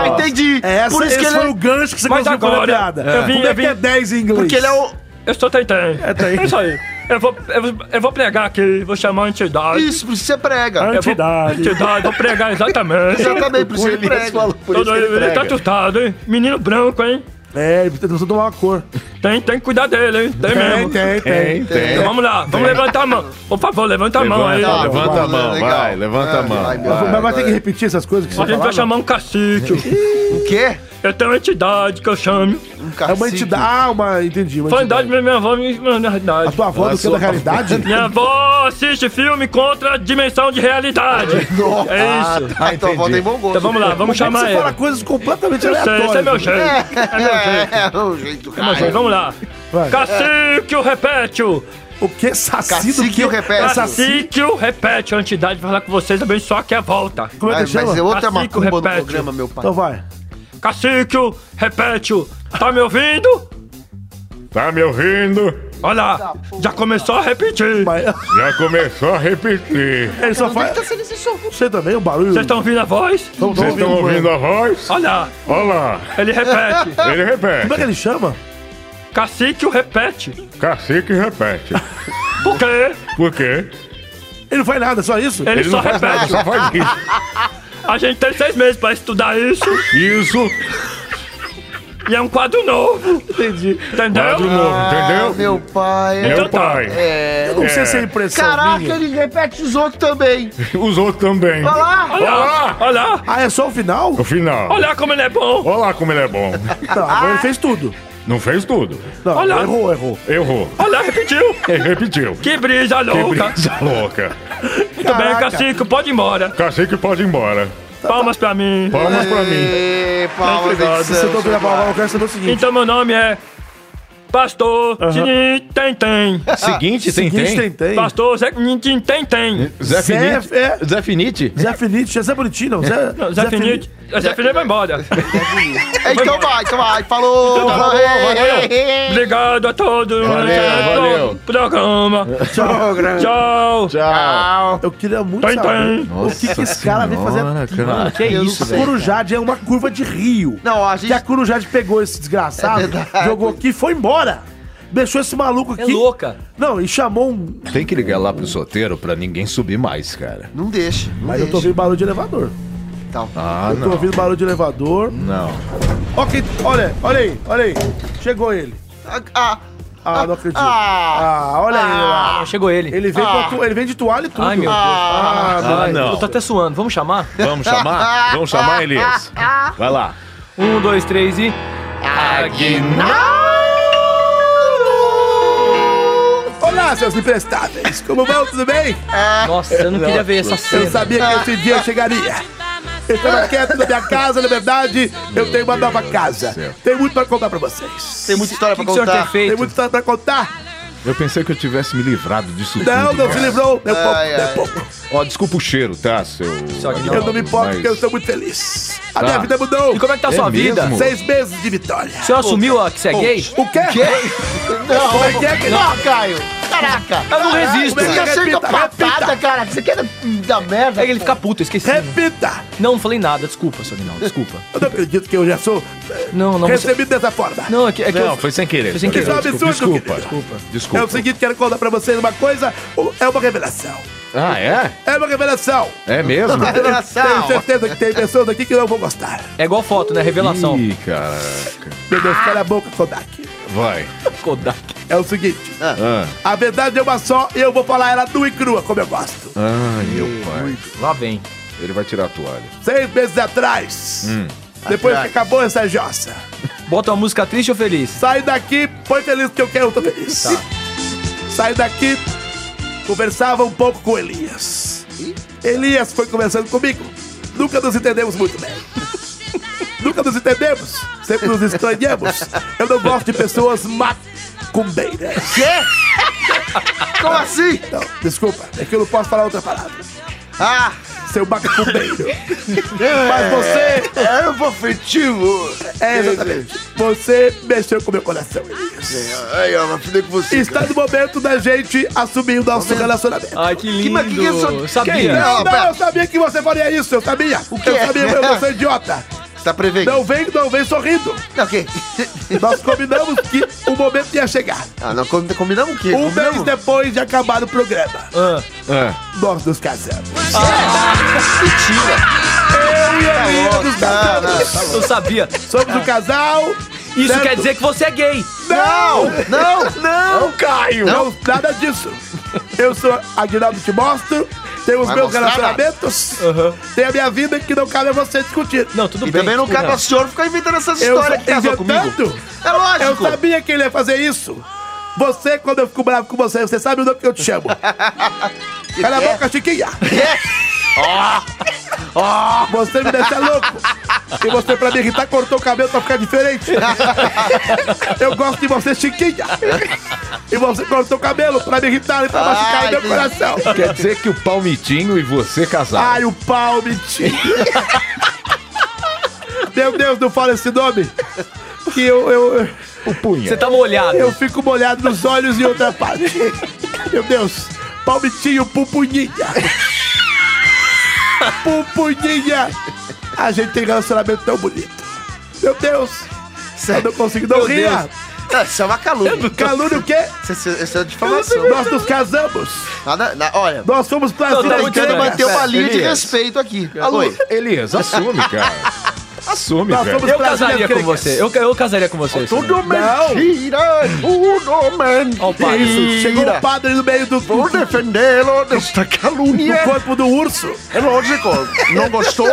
legal. Entendi. Essa, Por isso esse que ele foi é- o gancho que você Mas conseguiu com a agora, piada. eu vim- Como é eu vim- que é 10 em inglês? Porque ele é o... Eu sou tem, tem. É, tem. isso aí. Eu vou, eu, vou- eu vou pregar aqui, vou chamar a entidade. Isso, por isso você prega. Eu vou- Entidade. entidade, vou pregar exatamente. Exatamente, por isso que ele prega. Todo ele, tá assustado, hein? Menino branco, hein? É, ele precisa tomar uma cor. Tem, tem que cuidar dele, hein? Tem, mesmo. tem, tem. Então vamos lá, vamos levantar a mão. Por favor, levanta a mão aí. Levanta, levanta a mão, legal. Tá vai, levanta a mão. Ai, meu Mas vai. É, vai ter que repetir essas coisas que A você gente vai falou? chamar um cacique. O quê? Eu tenho uma entidade que eu chamo. É uma entidade... Ah, uma... Entendi, uma Foi a entidade. entidade da minha avó, minha irmã, na A realidade. tua avó do que da realidade? Minha avó assiste filme contra a dimensão de realidade. Ah, É isso. tá. Ah, então volta em bom gosto. Então vamos lá, Como é vamos que chamar você ela. fala coisas completamente Eu sei, esse é aleatórias. meu jeito. É meu jeito. É, é o jeito, É meu jeito. cara. Vamos lá. Vai. Cacique, o repete-o. O que? Saci do Cacique que? eu repete. É saci? Cacique, o repete. A entidade vai falar com vocês também, só que a volta. Como é Ai, que chama? mas é outra Cacique, macumba no repete. programa, meu pai. Então vai. Cacique, repete, tá me ouvindo? Tá me ouvindo? Olha lá, já começou a repetir. Mas- Já começou a repetir. Então Ele só faz... Você também, o barulho... Vocês estão ouvindo a voz? Tão- tão Vocês estão ouvindo a voz? Olha lá, Olha lá. ele repete. Ele repete. Como é que ele chama? Cacique, repete. Cacique repete. Por quê? Por quê? Ele não faz nada, só isso? Ele, Ele só não faz nada, repete. só faz isso. A gente tem seis meses pra estudar isso Isso, e é um quadro novo. Entendi. Entendeu? quadro Ah, novo, entendeu? meu pai. Meu Então tá. pai. É. Eu não sei É. se é impressão Caraca, minha. ele repete os outros também. Os outros também. Olha lá. Olha lá, olha lá, Ah, é só o final? O final. olha lá como ele é bom. Tá. Olha lá como ele é bom. Ah. Tá, agora ele fez tudo. Não fez tudo. Não, Olha, errou, errou. Errou. Olha, repetiu. Repetiu. Que brisa Que louca. brisa louca. Muito bem, cacique, pode ir embora. Cacique pode ir embora. Palmas pra mim. Palmas pra mim. Palmas, Se eu tô vendo a palavra, eu quero saber o seguinte. Então meu nome é Pastor Aham. Tinim Tem Tem. Seguinte, tem, Seguinte, tem, tem. Pastor Zé Tinim Tem Tem. Zé Zé- Finite. é. Zé Finite. Zé Finite, é Zé Bonitinho, não. Zé, Não, Zé Finite. Zé Finite vai embora. Então vai, então vai. Falou. Então tá bom, Obrigado a todos. Valeu, Até o valeu. Programa. Tchau, grande. Tchau. Tchau. Eu queria muito Tem, saber tem. o que, que esse cara veio fazer aqui. cara. Que isso, velho. Corujade é uma curva de rio. Não, a Que a gente... Corujade pegou esse desgraçado, É verdade. jogou aqui e foi embora. Deixou esse maluco aqui. É louca. Não, e chamou um. Tem que ligar lá pro soteiro pra ninguém subir mais, cara. Não deixa, não Mas eu tô deixa. ouvindo barulho de elevador. Então, Ah, eu tô não. ouvindo barulho de elevador. Não. Ó, quem- olha, olha aí, olha aí. Chegou ele. Ah, ah, Ah, não acredito. Ah. Ah, olha aí. ó. Ah, chegou ele. Ele vem, com a tu- ele vem de toalha e tudo. Ai, meu Ah, Ah, Deus. não. Eu tô até suando. Vamos chamar? Vamos chamar? Vamos chamar, Elias. Vai lá. Um, dois, três e... Olá, seus imprestáveis. Como vão? Tudo bem? Nossa, eu não queria ver essa Eu cena. sabia que esse Ah. dia chegaria. Eu estava quieto na minha casa, na verdade, eu tenho uma nova casa. Tem muito pra contar pra vocês. tem muita história O que, pra que o senhor tem contar. Tem feito? muita história pra contar. Eu pensei que eu tivesse me livrado disso Não, tudo. não se cara. livrou. Meu pouco, Ai, meu ai. pouco. Ó, desculpa o cheiro, tá, seu... Só que não. Eu não me importo Mas- porque eu estou muito feliz. A Tá. minha vida mudou. E como é que tá a É sua vida? mesmo? Seis meses de vitória. O senhor assumiu ó, que você é gay? O quê? Não, Como é que é que- não, Caio. Caraca. Eu não resisto. assim, Você já Repita, chega repita. patada, cara. Você quer da, da merda? É que ele fica puto, eu esqueci. Repita. Não, não falei nada, desculpa, senhor Guinaldo, desculpa. Eu não acredito que eu já sou Não, não, você... recebido dessa forma. Não, é que, é que Não, eu... foi sem querer. Foi sem foi sem querer, querer. Desculpa, desculpa, desculpa. É o Desculpa. seguinte, quero contar pra vocês uma coisa. É uma revelação. Ah, é? É uma revelação. É mesmo? Tenho certeza que tem pessoas aqui que não vão gostar. É igual foto, né? Revelação. Ih, caraca. Meu Deus, cala a boca, Kodak. Vai. Kodak. É o seguinte, Ah, a verdade é uma só e eu vou falar ela nua e crua, como eu gosto. ai, meu pai. Lá vem. Ele vai tirar a toalha. Hum. Seis meses atrás, depois que acabou essa jossa, Bota uma música triste ou feliz? saio daqui, foi feliz que eu quero, eu tô feliz. Saio daqui, conversava um pouco com Elias. Elias foi conversando comigo, nunca nos entendemos muito bem. Nunca nos entendemos, sempre nos estranhamos. Eu não gosto de pessoas macumbeiras. Como assim? Não, desculpa, é que eu não posso falar outra palavra. Ah, Seu macumbeiro. Mas você. era um profetivo. É, exatamente. Você mexeu com meu coração, Elias. É, Aí, ó, vai fuder com você. Está no momento da gente assumir o nosso relacionamento. Ai, que Que- lindo. mas que que é isso? Que Sabia. isso? Não, Não, pera. não, eu sabia que você faria isso, eu sabia. que eu é? sabia, eu eu sou idiota. Você tá prevendo? Tá, Não vem, não vem sorrindo. Não, o quê? Nós combinamos que o momento ia chegar. Ah, não, com- combinamos o quê? Um mês Combinamos? depois de acabar o programa, Ah, Ah, nós nos casamos. Mentira. Eu e Elias Não, nos casamos. não, eu sabia. Somos um casal. Isso Certo. quer dizer que você é gay. Não! não, não. Caio! Não, nada disso. Eu sou Aguinaldo Te Mostro, tenho os Vai meus mostrar relacionamentos, tenho a minha vida que não cabe a você discutir. Não, tudo E bem. também não cabe ao senhor ficar inventando essas Eu histórias que casou comigo. inventando? É Eu lógico. sabia que ele ia fazer isso. Você, quando eu fico bravo com você, você sabe o nome que eu te chamo. Cala É. a boca, Chiquinha. Ó, Você me deixa louco. E você, pra me irritar, cortou o cabelo pra ficar diferente. Eu gosto de você, Chiquinha. E você cortou o cabelo pra me irritar e pra machucar Ai, meu que- coração. quer dizer que o Palmitinho e você casaram. Ai, o pau, mentira. Meu Deus, não fala esse nome. Que eu, eu, o punha. Você tá molhado. eu fico molhado nos olhos e outra parte. Meu Deus. Palmitinho, pupunhinha. Pupunhinha. A gente tem relacionamento tão bonito. Meu Deus. é- Eu não consigo não Meu rir. um Deus. Ah, Isso é uma calúnia. Calúnia o quê? Isso, isso, isso é difamação. Nós nos casamos. Nada, na, olha, Nós né? fomos Não, pras tá eu muito é, quero gregas. bem. manter uma linha de Elias. respeito aqui. Alô, Oi. Elias, assume, cara. Assume, Nós velho. somos Eu casaria com você. Eu, eu casaria com você. Tudo Não. mentira, é tudo mentira. Ó o padre. Isso, Chegou um o padre no meio do... Vou defendê-lo desta calúnia. Do corpo do urso. É lógico, não gostou?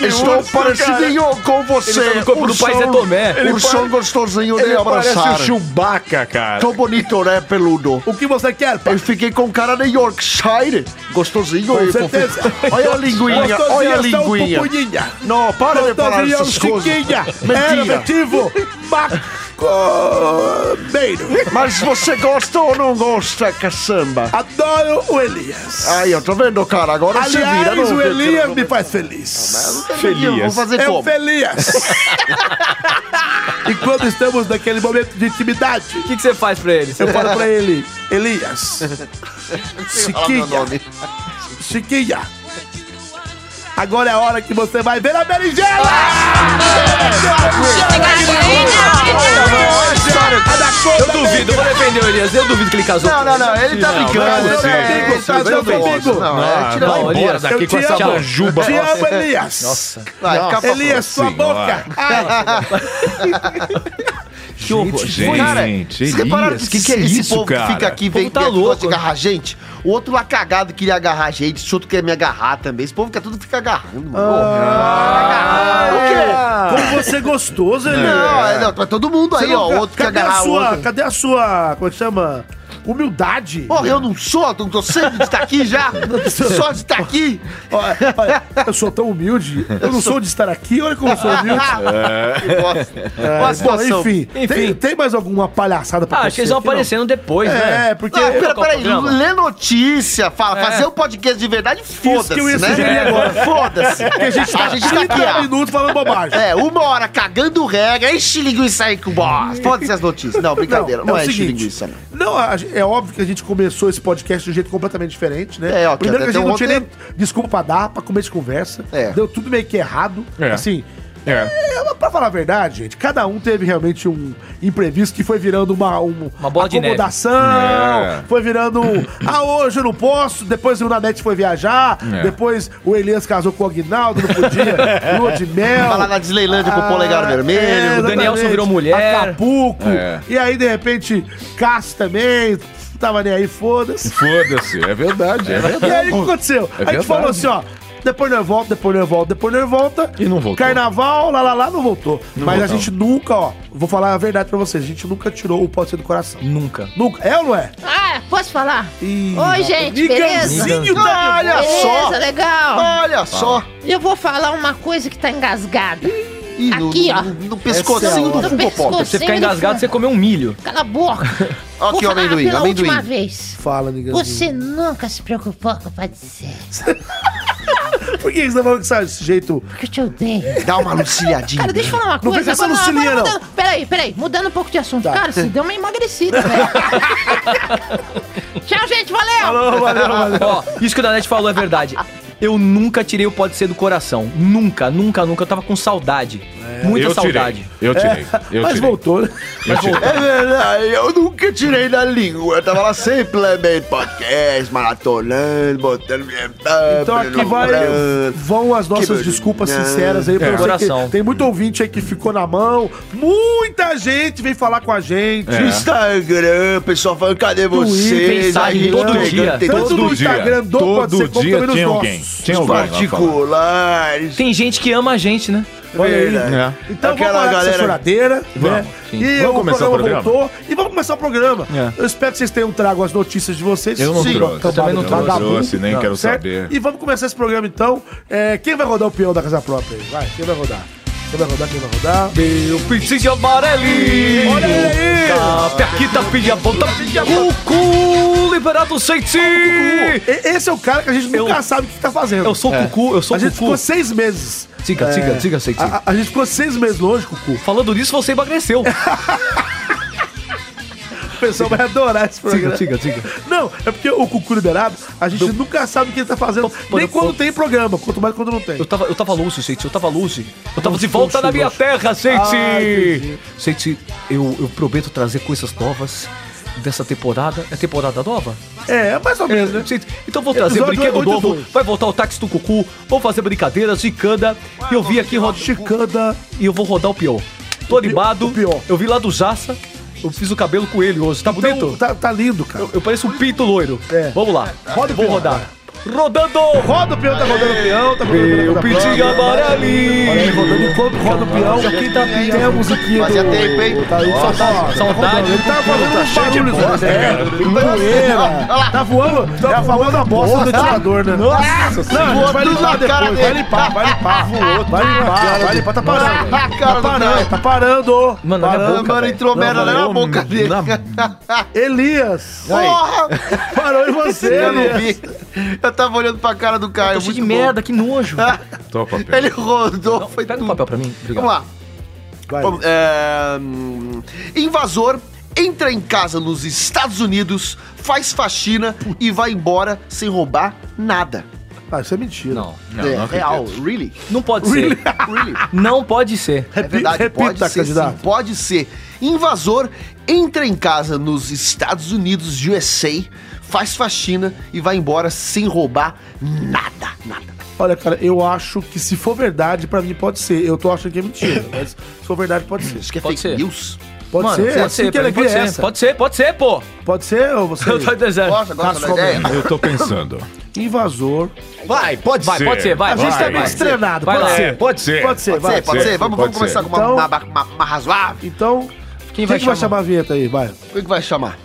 Estou urso, parecidinho cara. com Ele você. tá no corpo do pai Zé Tomé. Ele Ursão pare- gostosinho de ele parece abraçar. o Chewbacca, cara. Tô bonito, né, peludo? O que você quer, pai? Eu fiquei com cara de Yorkshire. Gostosinho. Com hein, certeza. fofinho? Olha a linguinha, Gostosinho, olha a só um linguinha. pupunhinha. Não, para de falar Gostosinho, essas coisas. chiquinha. Era Mentira. efetivo. Macobeiro. Mas você gosta ou não gosta, caçamba? Adoro o Elias. Aí, eu tô vendo, cara. Agora você Aliás, vira. o Elias me faz feliz. Felias. Vou fazer É o como? Felias. e quando estamos naquele momento de intimidade... O que, você faz pra ele? Eu falo pra ele, Elias, Chiquinha, Chiquinha, agora é a hora que você vai ver a berinjela! Ah! Eu duvido, eu vou defender o Elias. Eu duvido que ele casou Não, não, não, ele tá brincando, não, Zé. não, Ele tá não, dando não, bico. não, Não, é, Ah, é, tira não, ele Elias, embora daqui eu com te essa amo. manjuba. Te Nossa. amo, Elias. Nossa. Vai, Nossa. capa- Elias, sua Senhora. boca! Ai. Que horror. gente, cara, gente, vocês repararam Elias, que, que que é esse isso, povo cara? que fica aqui O povo vem tá vem- louco, gosta de agarrar gente? O outro lá cagado queria agarrar gente, esse outro quer me agarrar também. Esse povo que tudo fica agarrando, mano. Ah, Como você é gostoso, Elias. Não, é, não, pra todo mundo aí, Você não ó, ca- outro que cadê agarrar a o sua, outro. Cadê a sua, como é que chama? Humildade. Porra, eu não sou, não tô sempre de estar aqui já. Só de estar aqui. Olha, olha, eu sou tão humilde, eu não sou de estar aqui, olha como eu sou humilde. É. É, Uma bom, situação. enfim, Enfim. Tem, tem mais alguma palhaçada pra Ah, acho que eles vão aqui, não? aparecendo depois, é, né? É, porque... Ah, pera, qual é peraí, o programa? lê notícia, fala, É. fazer um podcast de verdade, foda-se, que eu ia né? sugerir agora. Foda-se. Porque a gente tá 30 minutos falando bobagem. É, uma hora cagando regra, enche linguiça aí com bosta. Foda-se as notícias. Não, brincadeira, não, é, é o enche seguinte, linguiça, não. Não, a- é óbvio que a gente começou esse podcast de um jeito completamente diferente, né? É, ó, Primeiro que a até gente não ontem- tinha nem desculpa pra dar, pra comer de conversa. Deu tudo meio que errado. É. Assim, É. é, mas pra falar a verdade, gente, cada um teve realmente um imprevisto que foi virando uma, um- Uma bola de neve. acomodação, É. foi virando um, ah, hoje eu não posso, depois o Nanete foi viajar, É. depois o Elias casou com o Aguinaldo, não podia, lua de mel. Vai lá na Disleilândia com o né, tipo, polegar vermelho. é, O Danielson exatamente. virou mulher. Acapulco. É. E aí, de repente, Cássio também, tava nem aí, foda-se. Foda-se, é verdade, é E verdade. aí, o que aconteceu? É a gente falou assim, verdade. ó. Depois nós volta, depois nós volta, depois nós volta. E não voltou. Carnaval, lá, lá, lá, não voltou. Não Mas a voltou. gente nunca, ó, vou falar a verdade pra vocês, a gente nunca tirou o pode ser do coração. Nunca. Nunca. É ou não é? Ah, posso falar? Oi, rapaz. gente, Miguelzinho beleza? da- Ah, Olha beleza, só. legal. Olha só. Eu vou falar uma coisa que tá engasgada. Aqui, ó. No pescocinho do No Funko Pop. Se você ficar pescocinho do engasgado, você comeu um milho. Cala a boca. Ó Vou aqui, ó, falar amendoim, pela amendoim. última vez. Fala, Miguelzinho. Você nunca se preocupou com o Padre é Sérgio. Por que você tá falando que sabe desse jeito? Porque eu te odeio. Dá uma lucilhadinha. Cara, deixa eu falar uma Não coisa. fica essa agora- agora Lucilinha, não. Tá. mudando- Peraí, peraí. Mudando um pouco de assunto. Cara, você deu uma emagrecida, velho. Tchau, gente. Valeu. Ó, isso que o Danete falou é verdade. Eu nunca tirei o pode ser do coração. Nunca, nunca, nunca. Eu tava com saudade. Muita Eu tirei, saudade. É, eu tirei, eu mas tirei. voltou, né? Eu tirei. É verdade, eu nunca tirei da língua. Eu tava lá simplesmente podcast, maratonando, botando minha Então aqui vai, vão as nossas desculpas sinceras aí pra você. Que tem muito ouvinte aí que ficou na mão. Muita gente vem falar com a gente. No Instagram, o pessoal falando, cadê Twitter, vocês? mensagem Aí, todo pegando, dia, tem- todo no dia, Instagram do todo Pode Ser, como dia também nos tinha nossos. alguém, tinha Os alguém lá particulares. Tem gente que ama a gente, né? Olha aí. É. Então Aquela vamos parar com essa galera- choradeira, né? Vamos, sim. E Vamos o, começar programa o programa? voltou. E vamos começar o programa. É. Eu espero que vocês tenham trago as notícias de vocês. Eu não trouxe. acabado Eu também não de trouxe. vagabundo. Não trouxe, nem Não, quero saber. E vamos começar esse programa então. É, quem vai rodar o peão da casa própria aí? Vai, quem vai rodar? Quem vai rodar, quem vai rodar? Meu pintinho amarelinho. Olha aí. Tá Capiquita, pilha, ponta, pilha, Cucu, liberado sem ti. Esse é o cara que a gente nunca sabe o que tá fazendo. Eu sou o Cucu, eu sou A o gente Cucu. ficou seis meses. É. Siga, siga, siga, siga, A, a gente ficou seis meses longe, Cucu. Falando nisso, você emagreceu. O pessoal vai adorar esse programa. siga, siga. Não, é porque o Cucu Liberado, a gente nunca sabe o que ele tá fazendo, nem quando tem programa, quanto mais quando não tem. Eu tava, eu tava longe, Seitsi, eu tava longe. Eu tava de Longe, volta na longe, minha longe. terra, Ah, Seitsi. entendi. Seitsi, eu, eu prometo trazer coisas novas. dessa temporada. É temporada nova? É, mais ou menos, né? Então vou trazer Episódio brinquedo novo, 82. vai voltar o táxi do cucu, vou fazer brincadeiras, chicanda. E eu vi aqui rodar. Chicanda. E eu vou rodar o pior. Tô animado. Eu vi lá do Jaça. Eu fiz o cabelo com ele hoje. Tá bonito? Tá, lindo, cara. É. Eu, eu pareço um pinto loiro. Vamos lá. Roda o Vou peão. rodar. Rodando! Roda o peão, tá rodando o peão, tá Meu rodando o peão. pintinho amarelinho. Olha aí, rodando enquanto roda o peão, aqui tá temos aqui. Fazia tempo, hein? Tá aí, Nossa, saudade. saudade. Ele tá fazendo Tá uns cheio de barulhos, bosta, né? cara. Poeira. Tá É voando, tá voando a bosta do tirador, né? Nossa, não, a gente vai limpar depois, vai limpar, vai limpar. Vai limpar, vai limpar, tá parando. Tá parando, tá parando. Mano, Parando, mano, entrou merda lá na boca dele. Elias! Porra! Parou em você, Eu não Elias. vi. Eu tava olhando pra cara do Caio. Muito de merda, que nojo. Topa, Ele rodou, foi Pega o papel pra mim, obrigado. Vamos lá. Vamos, é, hum, invasor entra em casa nos Estados Unidos, faz faxina e vai embora sem roubar nada. Ah, isso é mentira. Não, é real, really. Não pode Really? ser. Não pode ser. É verdade, pode ser, sim, pode ser. Invasor entra em casa nos Estados Unidos, USA, faz faxina e vai embora sem roubar nada, nada. Olha, cara, eu acho que se for verdade, pra mim pode ser. Eu tô achando que é mentira, mas se for verdade, pode ser. Isso que é Pode ser. news. Pode Mano, ser, pode assim ser, que pra mim alegria pode é ser. essa. Pode ser, pode ser, pô. Pode ser ou você? Eu tô desenhando. Gosta, gosta Cássio da ideia? Roberto. Eu tô pensando. Invasor. Vai, É, pode Vai, ser. pode ser, vai, A gente vai, tá vai. bem estrenado, Vai pode lá. ser. Pode ser. Pode ser, Pode vai. ser, pode ser. Vamos, vamos começar com uma, Então- uma, uma, uma razoável. Então, quem Quem vai que vai chamar a vinheta aí? Vai. Quem que vai chamar?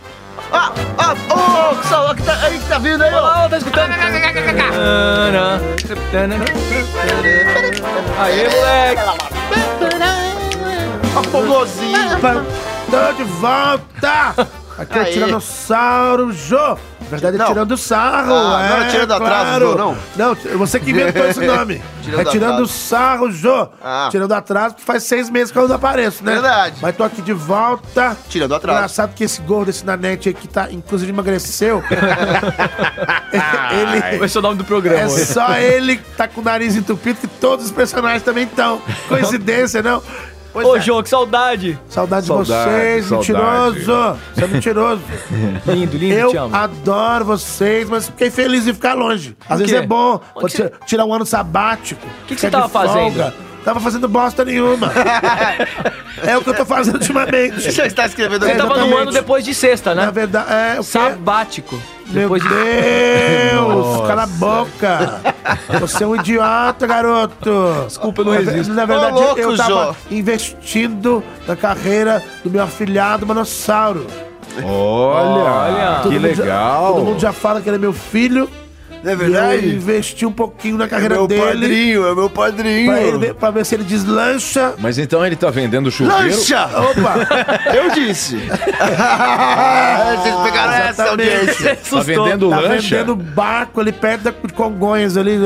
Ah, ah, ô, que saudade que tá, aí que tá vindo aí, ó. tá escutando? Aê, moleque. Tá Afogozinho. Tô de volta. Aqui é Aê. Tiranossauro Jô. Na verdade, é Não. tirando sarro. Ah, não é é, tirando atraso, Jô, não? Não, t- você que inventou esse nome. Tirando é tirando atraso. sarro, Jô. Ah. Tirando atraso, porque faz seis meses que eu não apareço, né? Verdade. Mas tô aqui de volta. Tirando atraso. Engraçado que esse gordo, esse nanete aí que tá, inclusive, emagreceu. Ele- Vai ser o nome do programa. É só ele que tá com o nariz entupido, que todos os personagens também estão. Coincidência, não? é. Ô, Jô, que saudade. Saudade, Saudade, de vocês, saudade. mentiroso! Você é mentiroso. Lindo, lindo, Eu te amo. adoro vocês, mas fiquei feliz em ficar longe. Às vezes quê? é bom. Onde Pode você- ser- tirar um ano sabático. O que você tava fazendo? Tava fazendo bosta nenhuma. é o que eu tô fazendo ultimamente. É, Você está escrevendo Você tava no ano depois de sexta, né? Na verdade, é. O Sabático. Meu depois de- Deus! Nossa. Cala a boca! Você é um idiota, garoto! Desculpa, eu não resisto. Na verdade, Ô, louco, eu tava Jô. investindo na carreira do meu afilhado Manossauro. Olha, que mundo já- legal. todo mundo já fala que ele é meu filho. É verdade? Eu investi um pouquinho na carreira meu dele. padrinho, é meu padrinho. Pra, ele ver, pra ver se ele deslancha. Mas então ele tá vendendo chuveiro? Lancha! Opa! Eu disse! Vocês Ah, pegaram essa audiência. Tá vendendo tá lancha? vendendo barco ali perto da- de Congonhas, ali no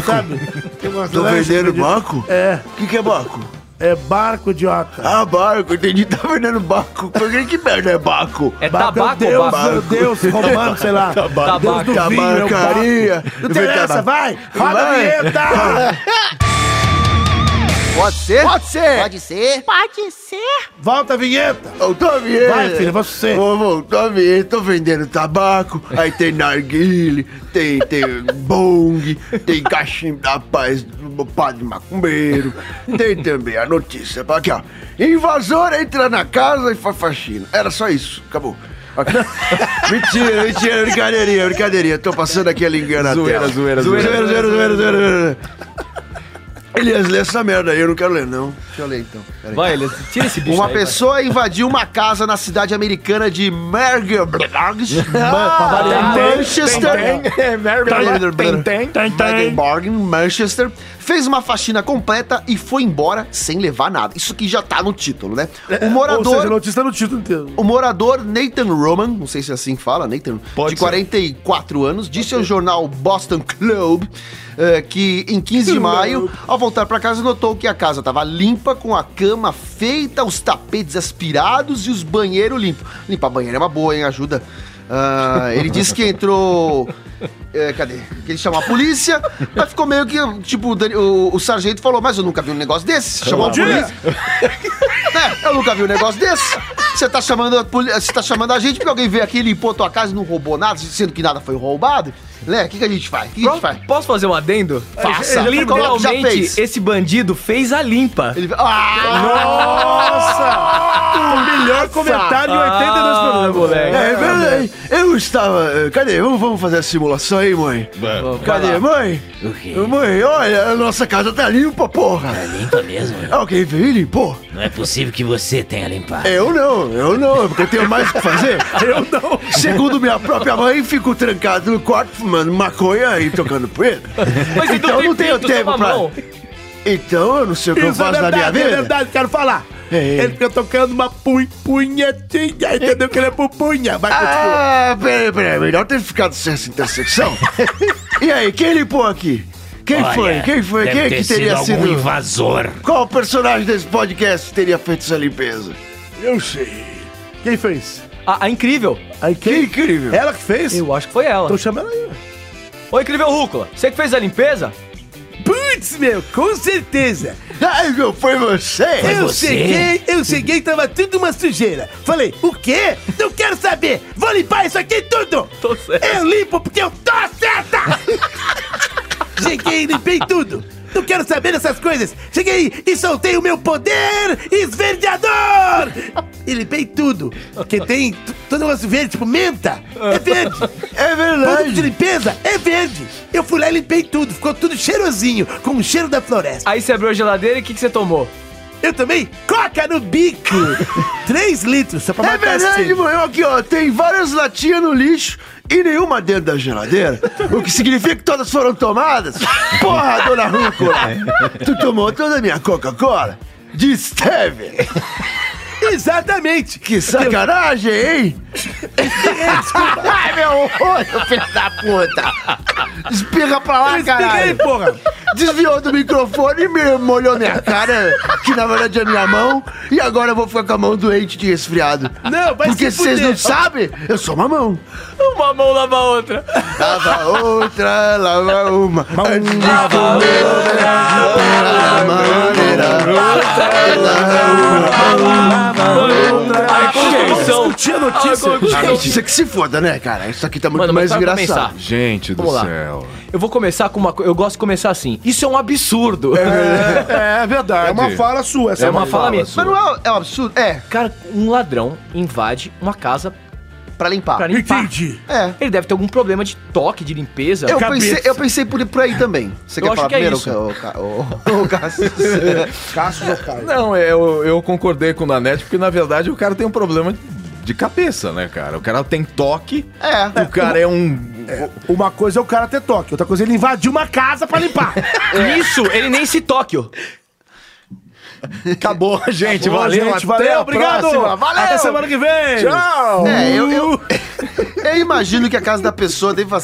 sabe? Tem umas Tô lanchas vendendo de- barco? É. O que, que é barco? É barco, idiota. Ah, barco, entendi. Tá vendendo barco. Porque que merda é barco? É Barco é o é Deus, meu Deus, romano, sei lá. Tabaco. Deus do vinho, é o barco. Tabacaria. Não interessa, vai! Roda a vinheta! Pode ser? Pode ser. Pode ser? Pode ser. Volta a vinheta! Voltou a vinheta. Vai, filho, você. Ô, voltou a vinheta. Tô vendendo tabaco, aí tem narguile, tem, tem bong, tem cachimbo da paz do padre macumbeiro. Tem também a notícia. Aqui, ó. Invasor entra na casa e faz faxina. Era só isso. Acabou. Aqui. mentira, mentira, brincadeirinha, brincadeirinha. Tô passando aqui a linguinha na Zoeira, tela. zoeira, zoeira, zoeira. zoeira, zoeira, zoeira, zoeira, zoeira. Elias, lê essa merda aí, eu não quero ler, não. Deixa eu ler então. Peraí. Vai, Elias, tira esse bicho Uma aí, vai. pessoa invadiu uma casa na cidade americana de Merger. Manchester. é, Mecklenburg, Manchester. Fez uma faxina completa e foi embora sem levar nada. Isso que já tá no título, né? O É, Ou seja, morador. notícia tá no título inteiro. O morador Nathan Roman, não sei se é assim que fala, Nathan, de 44 anos, disse ao jornal Boston Globe eh, que em 15 de maio, ao voltar para casa, notou que a casa estava limpa, com a cama feita, os tapetes aspirados e os banheiros limpos. Limpar banheiro é uma boa, hein? Ajuda. Ah, ele disse que entrou. eh, cadê? Que ele chamou a polícia, mas ficou meio que. Tipo, o, Dani- o- o sargento falou: Mas eu nunca vi um negócio desse. Chamou a Bom dia. polícia. É, eu nunca vi um negócio desse. Você tá chamando a poli- você tá chamando a gente porque alguém veio aqui, limpou tua casa e não roubou nada, sendo que nada foi roubado? Né? O que, que a gente faz? O que a gente faz? Posso fazer um adendo? Faça. Já fez. Literalmente, esse bandido fez a limpa. Ah! Nossa! o melhor comentário de 82 programas. um, moleque. É, peraí. Eu estava. eh, Cadê? Vamos, vamos fazer a simulação aí, mãe? Cadê, vai lá. mãe? O quê? Mãe, olha, a nossa casa tá limpa, porra. Tá limpa mesmo? Alguém veio e limpou? Não é possível que você tenha limpado. Eu não, eu não, é porque eu tenho mais o que fazer. Eu não. Segundo minha própria mãe, fico trancado no quarto fumando maconha e tocando poeira. Mas então tem pinto, só uma mão. Então eu não sei o que eu Isso é faço na minha verdade, é vida. verdade, quero falar. É Ele fica tocando uma pui, punhetinha, entendeu? Que ele é pupunha. Vai Ah, peraí, peraí, melhor ter ficado sem essa intersecção. e aí, quem limpou aqui? Quem Olha, foi? Quem foi? deve Quem é ter que teria sido sido? algum invasor. Qual personagem desse podcast teria feito essa limpeza? Eu sei. Quem fez? A, a incrível. A incrível. Ela que fez? Eu acho que foi ela. Então chama ela aí. Ô, incrível Rúcula, você que fez a limpeza? Putz, meu, com certeza. Ai, meu, foi você? Foi eu você? cheguei, eu cheguei e tava tudo uma sujeira. Falei, o quê? Não quero saber. Vou limpar isso aqui tudo. Tô certo. Eu limpo porque eu tô certa. cheguei e limpei tudo. Não quero saber dessas coisas. Cheguei e soltei o meu poder esverdeador. E limpei tudo. Porque tem t- todo negócio verde, tipo menta. É verde. É verdade. Produto de limpeza é verde. Eu fui lá e limpei tudo. Ficou tudo cheirosinho, com o cheiro da floresta. Aí você abriu a geladeira e o que, que você tomou? Eu também? Coca no bico! 3 litros, só pra É matar a verdade, sede. mano. Aqui, ó, tem várias latinhas no lixo e nenhuma dentro da geladeira. o que significa que todas foram tomadas. Porra, dona Rúcula. tu tomou toda a minha Coca-Cola? De Steve. Exatamente. Que sacanagem, hein? Ai, meu olho, filho da puta! Espirra pra lá, Espirra aí, caralho! porra! Desviou do microfone e me molhou minha cara, que na verdade é minha mão, e agora eu vou ficar com a mão doente de resfriado. Não, vai Porque se vocês fuder. não sabem, eu sou uma mão. Uma mão lava a outra. Lava outra, lava uma. Lava Ah, A conclusão. Tinha notícia. A notícia que se foda, né, cara? Isso aqui tá muito Mano, mais mas para engraçado. começar, Gente do Vamos lá. céu. Eu vou começar com uma coisa. Eu gosto de começar assim. Isso é um absurdo. É, é verdade. É uma fala sua, essa é uma fala minha. Mas não é, é um absurdo? É. Cara, um ladrão invade uma casa Pra limpar. pra limpar. Entendi. É. Ele deve ter algum problema de toque, de limpeza. Eu pensei, eu pensei por, por aí também. Você Eu quer acho falar que é primeiro, isso. ô, Ca- ô, ô, Cassius? Cassius ou Caio? Não, é, eu, eu concordei com o Nanete, porque na verdade o cara tem um problema de cabeça, né, cara? O cara tem toque, É. o cara é um. Uma coisa é o cara ter toque, outra coisa é ele invadir uma casa pra limpar. É. Isso, ele nem se toque. ó. Acabou, gente. Acabou, valeu, gente, até valeu, a obrigado. próxima. Valeu! Até semana que vem. Uh. Tchau! É, eu, eu, eu imagino que a casa da pessoa deva,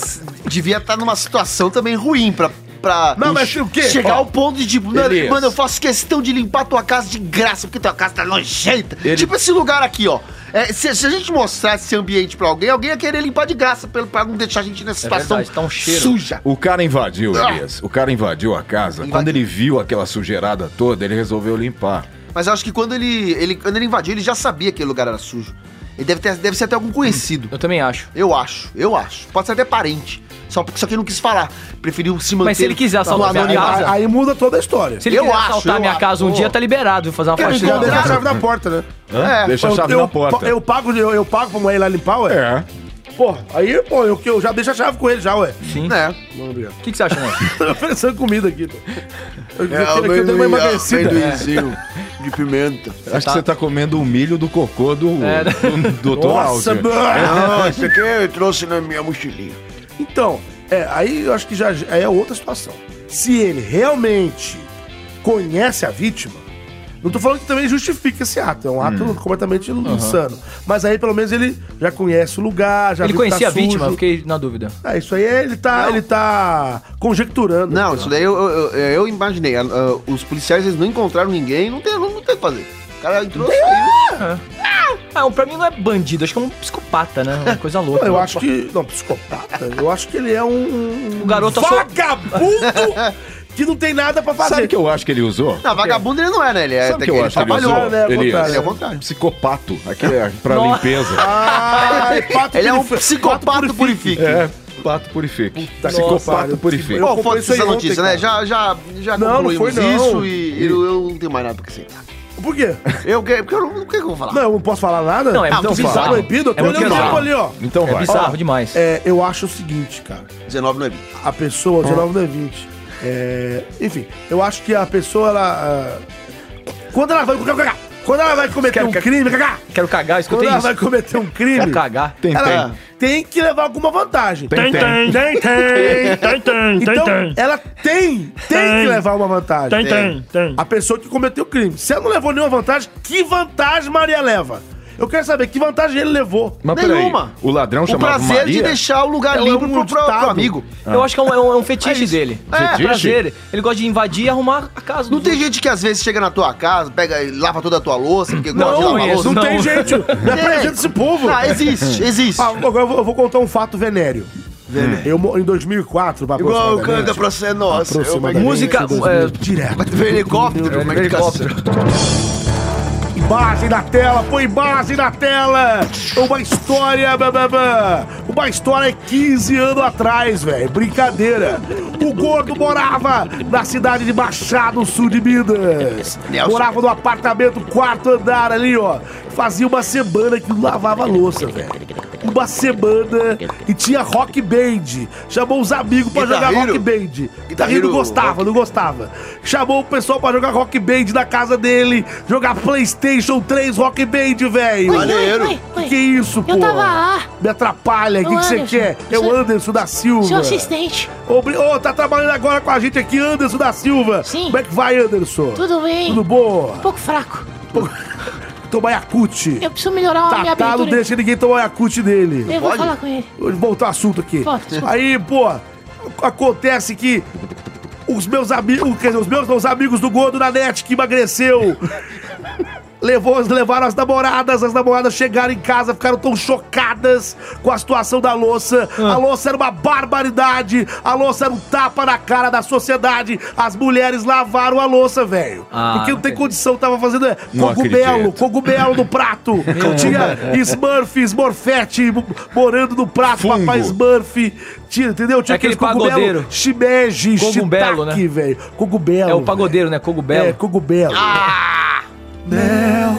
devia estar numa situação também ruim pra. pra Não, mas o quê? Chegar Ó, ao ponto de tipo, mano, Elias. mano, eu faço questão de limpar tua casa de graça, porque tua casa tá nojenta. Tipo esse lugar aqui, ó. É, se, se a gente mostrar esse ambiente pra alguém, alguém ia querer limpar de graça pra, pra não deixar a gente É nessa situação verdade, tá um cheiro. suja. O cara invadiu, Ah. Elias. O cara invadiu a casa. Quando ele viu aquela sujeirada toda, ele resolveu limpar. Mas eu acho que quando ele, ele, quando ele invadiu, ele já sabia que aquele lugar era sujo. Ele deve, ter, deve ser até algum conhecido. Eu também acho. Eu acho, eu acho. Pode ser até parente. Só porque só que ele não quis falar. Preferiu se manter. Mas se ele quiser no assaltar minha anonimato. casa. Aí muda toda a história. Se ele Eu quiser acho, assaltar eu minha acho. casa um dia, tá liberado, viu? Fazer uma Porque ele deixa a faxina. chave na porta, né? Hã? É, Deixa a Eu- chave eu, na porta. Eu pago, eu, eu pago pra mulher ir lá limpar, ué? É. Pô, aí, pô, eu, eu já deixo a chave com ele já, ué. Sim. É. Mano, obrigado. O que, que você acha, mano? Tô oferecendo comida É, aqui. pô. Eu, É, eu, eu, eu dei uma amendoim, emagrecida. amendoinzinho de pimenta. Acho que você tá comendo o milho do cocô do, É. do, do Dr. Nossa, Alves. mano. Ah, isso aqui eu trouxe na minha mochilinha. Então, é, aí eu acho que já já é outra situação. Se ele realmente conhece a vítima, não tô falando que também justifica esse ato, é um ato Hum. completamente insano. Mas aí pelo menos ele já conhece o lugar, já Ele viu que tá conhecia a vítima, eu sujo. fiquei na dúvida. Ah, isso aí é- ele tá, ele tá conjecturando. Não, isso daí eu, eu, eu- eu imaginei. Ah, ah, os policiais eles não encontraram ninguém, não tem, não tem o que fazer. O cara entrou saiu. Ah, um- pra mim não é bandido, acho que é um psicopata, né? Uma coisa Não, louca. eu acho que. Não, psicopata. Eu acho que ele é um. O garoto assol- Vagabundo que não tem nada pra fazer. É. Sabe o que eu acho que ele usou? Não, vagabundo ele não é, né? Ele é Sabe o que eu ele acho que ele trabalhou. usou? Ele é ao contrário. psicopato. Aqui é pra Nossa. limpeza. contrário. Ele é um purifi- psicopato purifique. É, pato purifique. Psicopata purifique. Qual foi essa notícia, né? Já, já, já Não, não foi, concluímos não. isso e eu, eu não tenho mais nada pra acrescentar. Por quê? Eu, porque eu não, o que eu vou falar? Não, eu não posso falar nada? Não, é ah, muito bizarro. bizarro. proibido? Eu tô É muito olhando o bizarro. tempo ali, ó. Então É vai. bizarro demais. É, eu acho o seguinte, cara. 19 não é 20. A pessoa, 19 não é 20. É, enfim, eu acho que a pessoa, ela... ah, Quando ela vai... Quando ela vai cometer um crime... Cagar, Quero cagar, escutei quando ela isso. vai cometer um crime... Quero cagar. Tem, ela tem que levar alguma vantagem. Tem, tem. Tem, tem. Tem, tem, tem, Então, tem. ela tem, tem, Tem. que levar uma vantagem. Tem, tem, tem. A pessoa que cometeu o crime. Se ela não levou nenhuma vantagem, que vantagem Maria leva? Eu quero saber que vantagem ele levou. Mas peraí, o ladrão chamava Maria? É um ditado. Ah. Eu acho que é um, é um- é um fetiche dele. É, Fetiche? prazer. Ele gosta de invadir e arrumar a casa. Não tem gente que às vezes chega na tua casa, pega e lava toda a tua louça, porque Não, gosta de lavar isso, louça. não. Não apresenta esse povo. É. Ah, existe, existe. Ah, agora eu vou, eu vou contar um fato venéreo. Eu, mo- em 2004, pra Igual o aproximadamente- canta pra você é nosso. Aproximadamente Música, 2000, é, direto. Vai ver helicóptero, como é que tá? Imagem na tela, põe imagem na tela! É Uma história, bá, bá, bá. uma história 15 anos atrás, velho. Brincadeira. O gordo morava na cidade de Machado, sul de Minas. Morava no apartamento, quarto andar ali, ó. Fazia uma semana que não lavava louça, velho. Uma semana e tinha rock band. Chamou os amigos pra jogar rock Guitarreiro? band. Guitarreiro Guitarreiro gostava gostava, não gostava. Chamou o pessoal pra jogar Rock Band na casa dele, jogar PlayStation 3 Rock Band, velho. Oi, Maneiro. oi, oi, oi. Que isso, pô? Eu tava lá. Me atrapalha, o que que você Anderson, quer? É o seu- Anderson da Silva. Seu assistente. Obri- Ô, tá trabalhando agora com a gente aqui, Anderson da Silva. Sim. Como é que vai, Anderson? Tudo bem. Tudo bom? Um pouco fraco. Tomar Yakut. Eu preciso melhorar a minha Tatá não abertura. deixa ninguém tomar Yakut dele. Eu vou falar com ele. Voltar ao assunto aqui. Volta, desculpa. Aí, pô, acontece que os meus amigos, quer dizer, os meus não, os amigos do gordo na net que emagreceu. Levou, levaram as namoradas, as namoradas chegaram em casa, ficaram tão chocadas com a situação da louça. Ah. A louça era uma barbaridade, a louça era um tapa na cara da sociedade. As mulheres lavaram a louça, velho. Ah, Porque não tem condição, tava fazendo é, Não cogumelo, acredito. cogumelo no prato. É. Tinha Smurf, Smurfette mo- morando no prato, papai Smurf. Tinha, entendeu? Tinha Aquele aqueles cogumelo pagodeiro. né? Shimeji, Cogumelo, shiitake, velho. Cogumelo. É o pagodeiro, né? Ah! Cogumelo. É, cogumelo. Mel,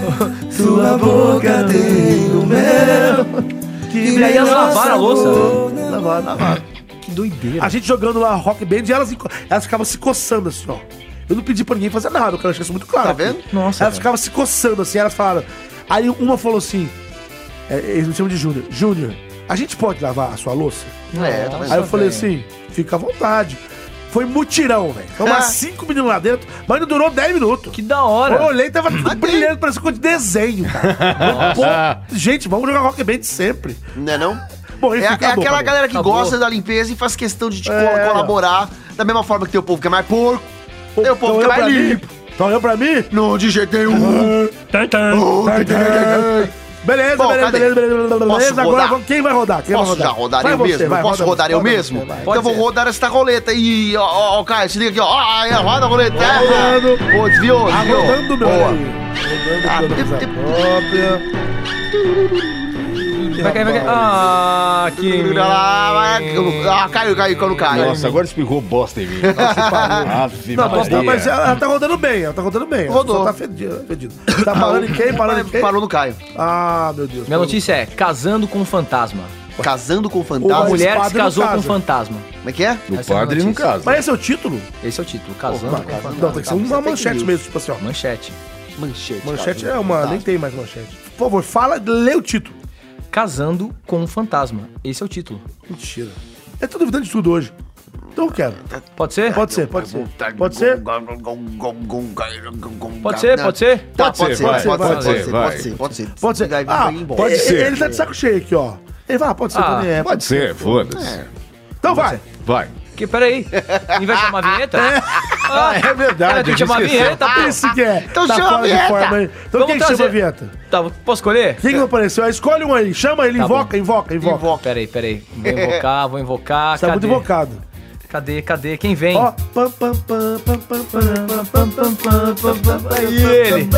sua boca tem o mel. E daí elas lavaram a louça. Lavaram, lavaram. Que doideira. A gente jogando lá rock band e elas, enco- elas ficavam se coçando assim, ó. Eu não pedi pra ninguém fazer nada, eu quero deixar isso muito claro. Tá vendo? Nossa. Elas ficavam se coçando assim, elas falaram. Aí uma falou assim: é, eles me chamam de Júnior. Júnior, a gente pode lavar a sua louça? É, talvez Aí eu não falei tenha. assim: fica à vontade. Foi mutirão, velho. Foi umas Ah. cinco meninos lá dentro, mas não durou 10 minutos. Que da hora. Eu olhei, tava tudo brilhando, parecia coisa de desenho, cara. Pô, gente, vamos jogar rock band sempre. Não é não? Bom, é, enfim, é acabou, aquela acabou. galera que Acabou. gosta da limpeza e faz questão de tipo, É. colaborar da mesma forma que tem o povo que é mais porco. Tem o povo Então que é eu pra mais mim? limpo. Então eu pra mim? Não, de jeito nenhum. Tem, tem. Beleza, Bom, beleza, cadê? beleza, beleza, beleza, Posso beleza. Agora rodar? vamos- quem vai rodar? Quem Posso vai já rodar? rodar Vai eu você, mesmo? vai, Posso roda rodar você, eu roda mesmo? você, vai. então eu vou rodar esta roleta e ó, ó, ó, Caio, se liga aqui, ó. Ah, é, roda a roleta. Tá É, rodando. Pô, desviou, Tá desviou. rodando, meu Boa. amigo. Rodando pela mesa própria. Vai cair, vai cair. Ah, que. Ah, caiu, caiu, quando caiu. Nossa, agora espirrou bosta em mim. Ave Não, mas, tá- Maria. mas ela tá rodando bem, ela tá rodando bem. Ela Rodou. Só tá fedida. fedida. Tá parando em quem? Parando em quem? Parou no Caio. Ah, meu Deus. Minha notícia é casando com um fantasma. Casando com um A fantasma? mulher que se casou com um um fantasma. Como é que é? O Essa é a padre não notícia. casa. Mas esse é o título? Esse é o título, casando Porra, com cara, um fantasma. não, tem que ser uma Isso é fake manchete news. mesmo, tipo assim, ó. Manchete. Manchete. Manchete é Tá. uma, nem tem mais manchete. Por favor, fala, lê o título. Casando com um fantasma. Esse é o título. Mentira. Eu tô duvidando de tudo hoje. Então eu quero. Pode ser? Ah, Pode ser, pode ser. Tá Pode ser? Pode ser, pode ser? Tá, pode ser, pode ser, pode vai, ser, vai. pode ser, pode ser. Pode ser. Vai, vai, Ah, vai embora. pode É, ser. é, Ele tá de saco cheio aqui, ó. Ele fala, ah, pode ser Ah, também. É, Pode ser, foda-se. Então vai. Vai. Que, peraí. Não vai chamar a vinheta? Ah, é verdade, eu Tem que chamar a esqueci. vinheta, pô. Esse que é. Então tá chama a fora de vinheta. forma aí. Então Vamos quem que trazer. chama a vinheta? Tá, posso escolher? Quem que não apareceu? Ah, Escolhe um aí. Chama ele, Tá invoca, invoca, invoca. Peraí, peraí. Vou invocar, vou invocar. Você tá muito invocado. Cadê, cadê? Quem vem? Ó. E ele?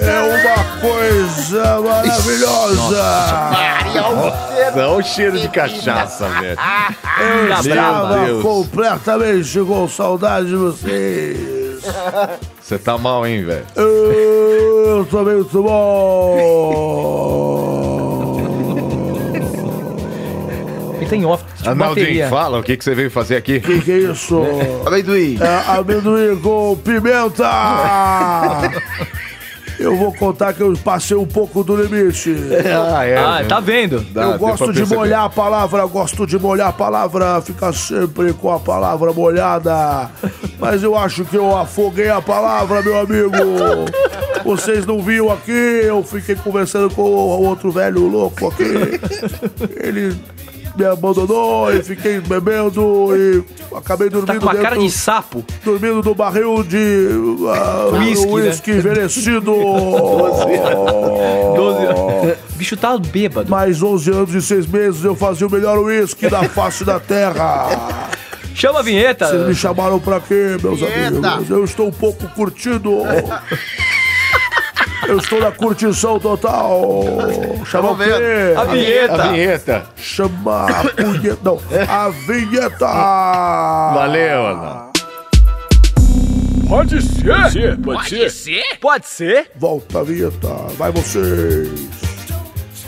É uma coisa maravilhosa. Olha o cheiro de cachaça, velho. Eu Tá brava. estava Deus. completamente com saudade de vocês. Você tá mal, hein, velho? Eu sou muito bom. Ele tem off. Tipo Arnaldinho, bateria. fala o que, que você veio fazer aqui. Que que é isso? Amendoim. É, amendoim com pimenta. Eu vou contar que eu passei um pouco do limite. Ah, é, Ah, né? tá vendo? Dá, eu deu gosto pra de perceber. molhar a palavra, gosto de molhar a palavra, ficar sempre com a palavra molhada. Mas eu acho que eu afoguei a palavra, meu amigo. Vocês não viram aqui, eu fiquei conversando com o outro velho louco aqui. Ele me abandonou e fiquei bebendo e acabei dormindo Tá com uma dentro- cara de sapo. dormindo no barril de ah, Whisky, né? é whisky envelhecido. Doze anos. O bicho tá bêbado. Mais 11 anos e 6 meses eu fazia o melhor uísque da face da terra. Chama a vinheta. Vocês me chamaram pra quê, meus amigos? Eu estou um pouco curtido. Eu estou na curtição total. Tá Chama o quê? A vinheta. A vinheta. Chama a punheta. Não, a vinheta. Valeu, Ana. Pode ser. Pode ser. Pode ser. Pode ser? Volta a vinheta. Vai vocês.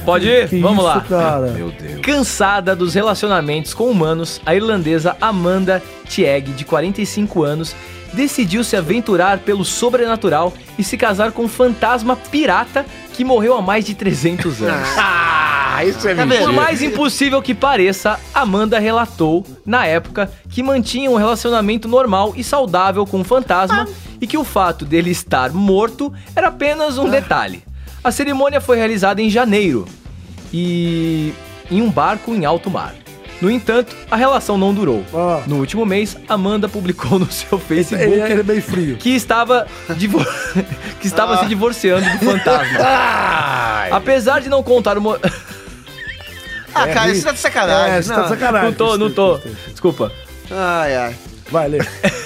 Pode ir? Que Vamos isso, lá. cara? Meu Deus. Cansada dos relacionamentos com humanos, a irlandesa Amanda Tieg, de 45 anos, decidiu se aventurar pelo sobrenatural e se casar com um fantasma pirata que morreu há mais de 300 anos. Ah, isso é Por mentira. mais impossível que pareça, Amanda relatou, na época, que mantinha um relacionamento normal e saudável com o fantasma e que o fato dele estar morto era apenas um detalhe. A cerimônia foi realizada em janeiro e em um barco em alto mar. No entanto, a relação não durou. Ah. No último mês, Amanda publicou no seu Facebook Ele, ele é bem frio. Ah. que estava, divor- que estava se divorciando do fantasma. Apesar de não contar o, mo- Ah, cara, isso tá de sacanagem. É, você tá de não. sacanagem. não tô, não tô. Desculpa, Ai, ai. Vai, Lê.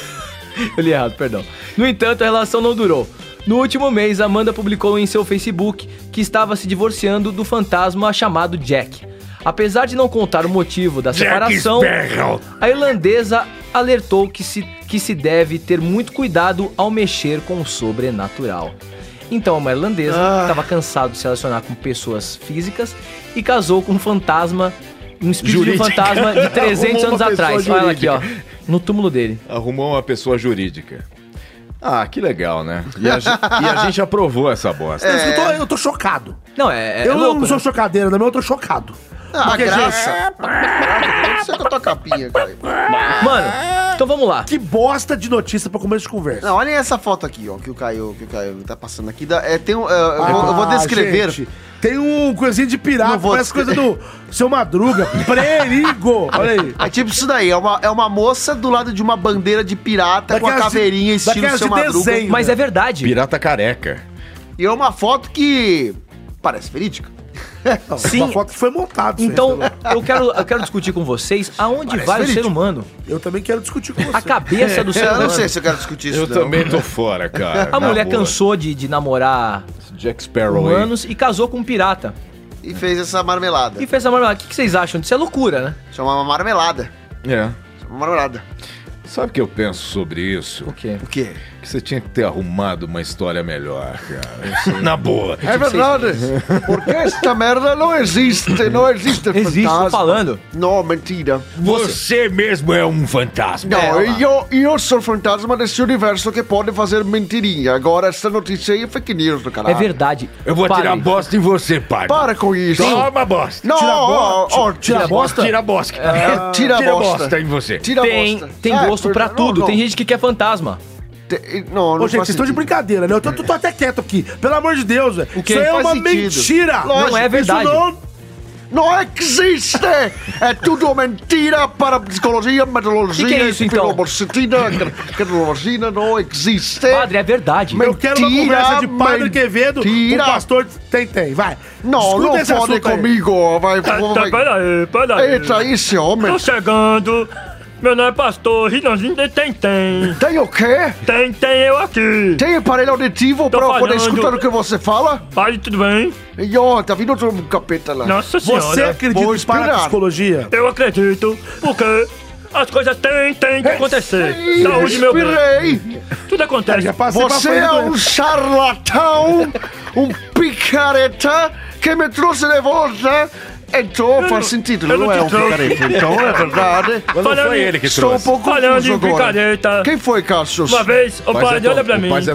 eu li errado, perdão. No entanto, a relação não durou. No último mês, Amanda publicou em seu Facebook que estava se divorciando do fantasma chamado Jack. Apesar de não contar o motivo da separação, a irlandesa alertou que se, que se deve ter muito cuidado ao mexer com o sobrenatural. Então, uma irlandesa Ah. estava cansada de se relacionar com pessoas físicas e casou com um fantasma, um espírito Jurídica. de um fantasma de 300 Arrumou anos uma pessoa atrás. Olha ela aqui, ó. jurídica. No túmulo dele. Arrumou uma pessoa jurídica. Ah, que legal, né? E a, gente, e a gente aprovou essa bosta. Não, tá Eu, tô, É. eu tô chocado. Não, é, é eu louco, não sou né? chocadeira, não, mas eu tô chocado. Ah, Porque, graça. gente, Não sei que eu tô capinha, cara. Mano, então vamos lá. que bosta de notícia pra começo de conversa. Não, olhem essa foto aqui, ó, que o Caio, que o Caio tá passando aqui. Dá- É, tem um, é, eu, vou, eu vou Ah, descrever. gente, tem um coisinho de pirata, Não vou parece coisa do seu Madruga. Perigo! Olha aí. É tipo isso daí, é uma, é uma moça do lado de uma bandeira de pirata tá com a Daquelas de- caveirinha estilo daquelas seu de madruga. desenho. Mas é verdade. Pirata careca. E é uma foto que parece verídica. Não, Sim. Uma foto que foi montada. isso aí, Então, sei lá. eu quero, eu quero discutir com vocês aonde vai o ser humano. Eu também quero discutir com você. A cabeça do ser É, eu humano. não sei se eu quero discutir isso. Eu não. também tô fora, cara. A Na mulher boa. cansou de, de namorar Jack Sparrow aí. humanos e casou com um pirata. E fez essa Tá marmelada. E fez a marmelada. O que que vocês acham disso? É loucura, né? Chama uma marmelada. É. Chama uma marmelada. Sabe o que eu penso sobre isso? O quê? O quê? Que você tinha que ter arrumado uma história melhor, cara. Na boa. Tipo assim, É verdade. Porque esta merda não existe. Não existe Existe, tô falando. Não, mentira. Você mesmo é um fantasma. Não, Eh, Ela. eu, eu sou fantasma desse universo que pode fazer mentirinha. Agora, essa notícia aí é fake news do caralho. É verdade. Eu vou tirar Parem. bosta em você, pai. Para com isso. Toma bosta. Não, Tira a ó, bosta. ó, Tira a bosta. Tira bosta. É, tira a Tira bosta. bosta em você. Tira a Tem, bosta. tem É, gosto pra não, tudo. não. Tem gente que quer fantasma. Te- Não, não Ô, gente, vocês faz estão de sentido. brincadeira, né? Eu tô, tô até quieto aqui. Pelo amor de Deus, velho. quê? Isso aí é Faz uma sentido. é mentira. Lógico, um Não é verdade. Isso não Não existe! É tudo mentira para psicologia, metodologia, Que que é isso, então? filobocetina, criminologia, não existe. Padre, é verdade. Mentira, Eu quero uma conversa de Padre Quevedo mentira. com o pastor Tem Tem. Vai. Não, Escuta não esse fode assunto aí. comigo. Vai, Tá, tá, vai. peraí, peraí. Eita, esse homem. Tô chegando. Meu nome é Pastor Rinanzinho de Tentem. Tem o quê? Tem, tem eu aqui. Tem aparelho auditivo Tô para eu poder falhando. escutar o que você fala? Pai, tudo bem? E ó, tá vindo outro capeta lá. Nossa Senhora. Você acredita Vou em parapsicologia? Eu acredito, porque as coisas têm, têm É, que acontecer. Ih, Saúde, meu respirei. bem. Tudo acontece. Você é um charlatão, um picareta que me trouxe de volta. Então faz sentido, ele eu não, não é te um trouxe. picareta, então é verdade. Mas não Falando foi em- ele que Estou trouxe. um pouco Falando confuso em agora. picareta. Quem foi, Cassius? Uma vez, é ô Pai padre, Zé olha Tom- pra o mim. Pai Zé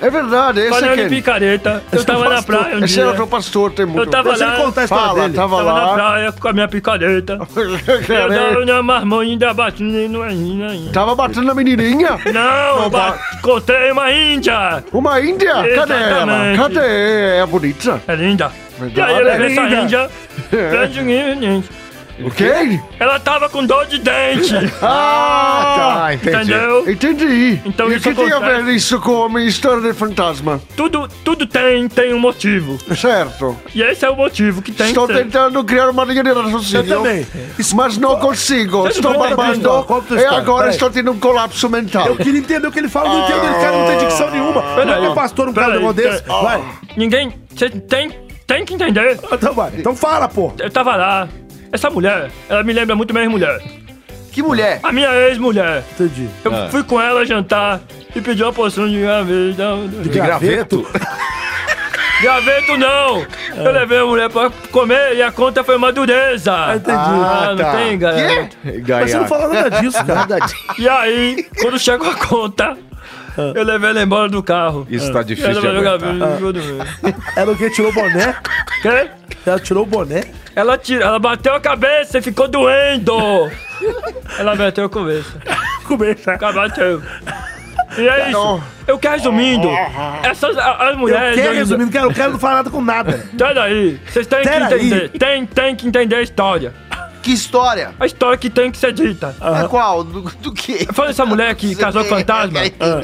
É verdade, esse Falando é em quem? picareta, eu Esse é o tava na pastor. praia um Esse dia. era o pastor, tem muito. Eu tava lá, Fala, tava na lá. praia com a minha picareta. eu tava na marmanha ainda batendo na índia. Tava batendo na menininha? Não, Não, tá. ba- encontrei uma índia. Uma índia? Cadê ela? Exatamente. Cadê? É bonita. É linda. E aí eu levei essa índia. Grande índia. é O quê? Ela tava com dor de dente. Ah, tá, entendi. Entendeu? Entendi. Então e o isso que tem a acontece. ver isso com a minha história de fantasma? Tudo, tudo tem, tem um motivo. Certo. E esse é o motivo que tem Estou que ser. tentando criar uma linha de raciocínio. Eu também. Mas não consigo. Você Estou não pode babando. acreditar. Qual a tua E história? agora Peraí. estou tendo um colapso mental. Eu queria entender o que ele fala, não entendo. Ele cara não tem dicção nenhuma. Peraí, Como é que é pastor um cara Ah. peraí, negócio desse? peraí. Vai. Ninguém. Você tem, tem que entender. Então vai. Então fala, pô. Eu tava lá. Essa mulher, ela me lembra muito minha ex-mulher. Que mulher? A minha ex-mulher. Entendi. Eu Ah. fui com ela jantar e pedi uma porção de graveta. De graveto? Ah. Graveto não! Eu levei a mulher pra comer e a conta foi madureza. entendi. Ah, não tá. tem, galera. Mas você não fala nada disso, cara. E aí, quando chegou a conta, eu levei ela embora do carro. Isso Ah. tá difícil Ela de levou aguentar. graveta, tudo bem. Ela o quê? Tirou o boné? Quê? Ela tirou o boné? Ela, tira, ela bateu a cabeça e ficou doendo. ela bateu a cabeça. Cabeça. Tá Bateu. E é isso. Eu quero resumindo. Essas a- as é mulheres... Ah, eu quero, resumindo, quero, eu quero não falar nada com nada. Peraí, vocês têm que Peraí. entender. Tem, tem que entender a história. Que história? A história que tem que ser dita. É qual? Do, do quê? Falando essa mulher que casou com fantasma, Ah.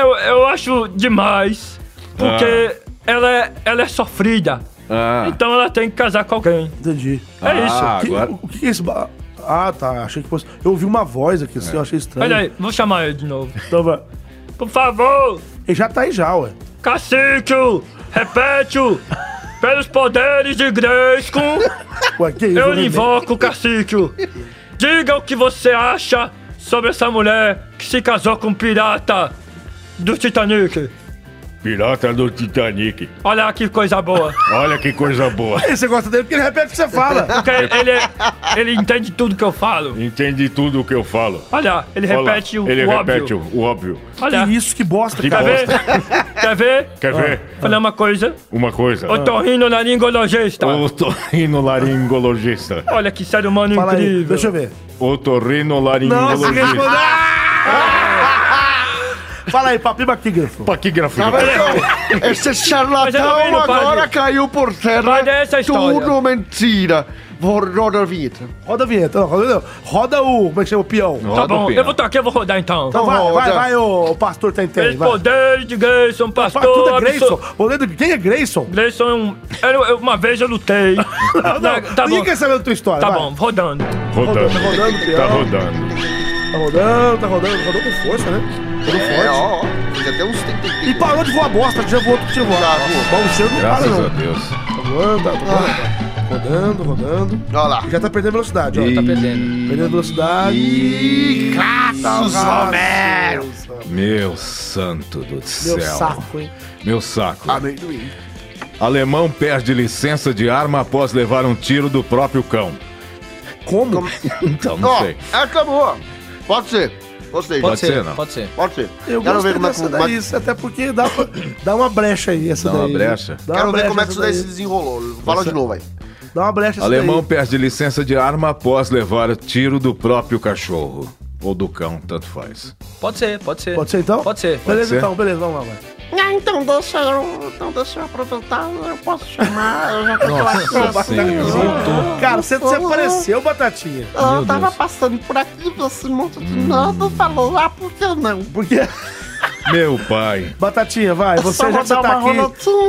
eu, eu acho demais. Porque Ah. ela, é, ela é sofrida. Ah, Então ela tem que casar com alguém. Entendi. É isso. Que- O que é esse... ba- Ah, tá. Achei que fosse... Eu ouvi uma voz aqui, assim, eu achei estranho. Olha aí, vou chamar ele de novo. Então vai. Por favor, Ele já tá aí já, ué. cacique, repete pelos poderes de Gresco, Ué, que isso? né, eu nem- lhe invoco, cacique. Diga o que você acha sobre essa mulher que se casou com um pirata do Titanic. Pirata do Titanic. Olha que coisa boa. Olha que coisa boa. Aí Você gosta dele porque ele repete o que você fala. Porque ele, ele entende tudo que eu falo. Entende tudo o que eu falo. Olha, ele Olha lá, repete o, Ele o repete óbvio. o- o óbvio. Olha, Que isso, que bosta, Que cara. quer bosta. ver? Quer ver? Quer ver? Falar uma coisa. Uma coisa. Eu tô rindo na laringologista. Otorrinolaringologista. Olha que ser humano Fala incrível. aí, deixa eu ver. Não, você respondeu. Otorrinolaringologista. Fala aí, papi baquígrafo. Paquígrafo. Tá vendo? Mas Esse eu charlatão não vi, não, agora é padre. caiu por terra. Mas é essa a história. Tudo mentira. Vou rodar a vinheta. Roda a vinheta, não, roda, não. Roda o. Como é que chama? O peão. Tá bom, eu vou tocar, eu vou rodar então. Então vai, roda. vai, vai, o pastor tá Pelos entendendo. Vai. poderes de Grayson, Fala, tudo pastor. é Grayson. absol- O Leandro- Quem é Grayson? Grayson é um. era- eu- uma vez eu lutei. Não, não, tá ninguém bom. quer saber da tua história. Tá vai. bom, rodando. Rodando. Tá rodando, peão. Tá rodando. Tá rodando, tá rodando, rodou com força, né? Rodou É, forte. ó. ó. Fez até uns 30 E parou de voar bosta, já voou outro que voou. Já voou. Bom, o cheiro não para, graças a não. Deus. Tá voando, tá tá rodando, rodando, rodando. Olha lá. Já tá perdendo velocidade, ó. Tá perdendo. perdendo velocidade. Ih, Caços Romero! Meu santo do céu. Meu saco, hein? Meu saco. Amendoim. Alemão perde licença de arma após levar um tiro do próprio cão. Como? Então, não Ó, sei. acabou. Pode ser. Gostei. Pode ser, não? Pode ser. Pode ser. Eu Quero gosto ver como é que dessa daí, isso, até porque dá, pra- dá uma brecha aí essa Dá uma daí. brecha? Dá uma Quero ver brecha como é que essa isso daí se desenrolou. Fala de novo aí. Dá uma brecha essa Alemão daí. perde licença de arma após levar o tiro do próprio cachorro. Ou do cão, tanto faz. Pode ser, pode ser. Pode ser então? Pode ser. Beleza ser? então, beleza, vamos lá, vai. Ah, então deixa eu, então deixa eu aproveitar, eu posso chamar, eu já tô Nossa Senhora, voltou. Cara, você desapareceu, Batatinha. Ah, Ah, Eu tava passando por aqui, vi esse Hum. monte de nada falou, ah, por que não? Porque... Meu pai. Batatinha, vai, você já que você tá aqui.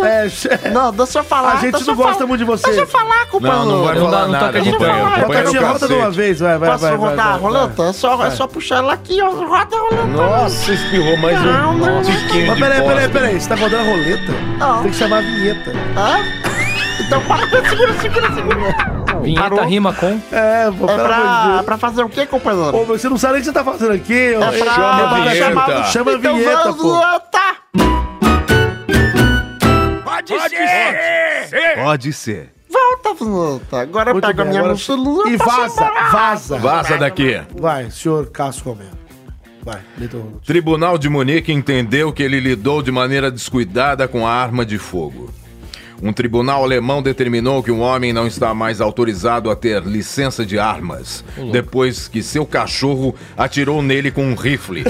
É, Não, deixa eu falar. A gente deixa não eu falar. gosta muito de você. Deixa eu falar, companheiro. Não, não vai falar nada, companheiro. Companheiro Batatinha, é o roda de cacete. uma vez, vai, vai, Posso vai. vai, rodar a vai, roleta? É, só, é só puxar ela aqui, ó. Roda a roleta. Nossa, espirrou mais Não, não, um não. tiquinho Mas de peraí, bosta. peraí, peraí, você tá rodando a roleta? Você Tem que chamar a vinheta. Hã? Então para, segura, segura, segura. Vinheta Parou. rima com. É, pô, É pelo amor de pra, Deus. pra fazer o quê, companheiro? Ô, você não sabe nem o que você tá fazendo aqui. ô. É pra- Chama a vinheta. vinheta. Chama a então vinheta, vamos, pô. vinheta. Pode, ser! Pode ser. Volta, vinheta. Agora eu Muito pego bem, a minha agora- mochilinha E posso ir vaza, embora. vaza. Vaza daqui. Vai, senhor Cássio Romero. Vai, um. Leito Ronald. Tribunal de Munique entendeu que ele lidou de maneira descuidada com a arma de fogo. Um tribunal alemão determinou que um homem não está mais autorizado a ter licença de armas, depois que seu cachorro atirou nele com um rifle.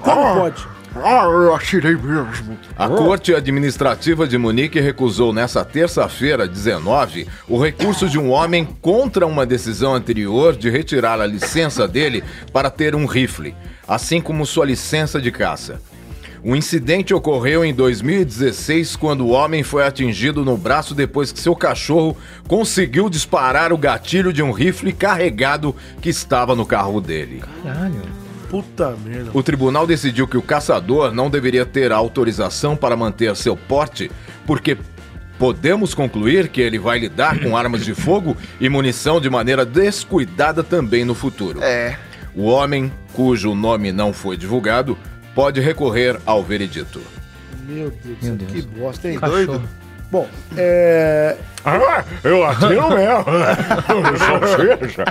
Como pode? Ah, eu atirei mesmo. A Corte Administrativa de Munique recusou nessa terça-feira, 19, o recurso de um homem contra uma decisão anterior de retirar a licença dele para ter um rifle, assim como sua licença de caça. O incidente ocorreu em 2016, quando o homem foi atingido no braço depois que seu cachorro conseguiu disparar o gatilho de um rifle carregado que estava no carro dele. Puta merda. O tribunal decidiu que o caçador não deveria ter autorização para manter seu porte, porque podemos concluir que ele vai lidar com armas de fogo e munição de maneira descuidada também no futuro. É. O homem, cujo nome não foi divulgado, pode recorrer ao veredito. Meu Deus, do céu, que bosta, hein? Cachorro. Bom, é. Eu atiro mesmo. Salsicha.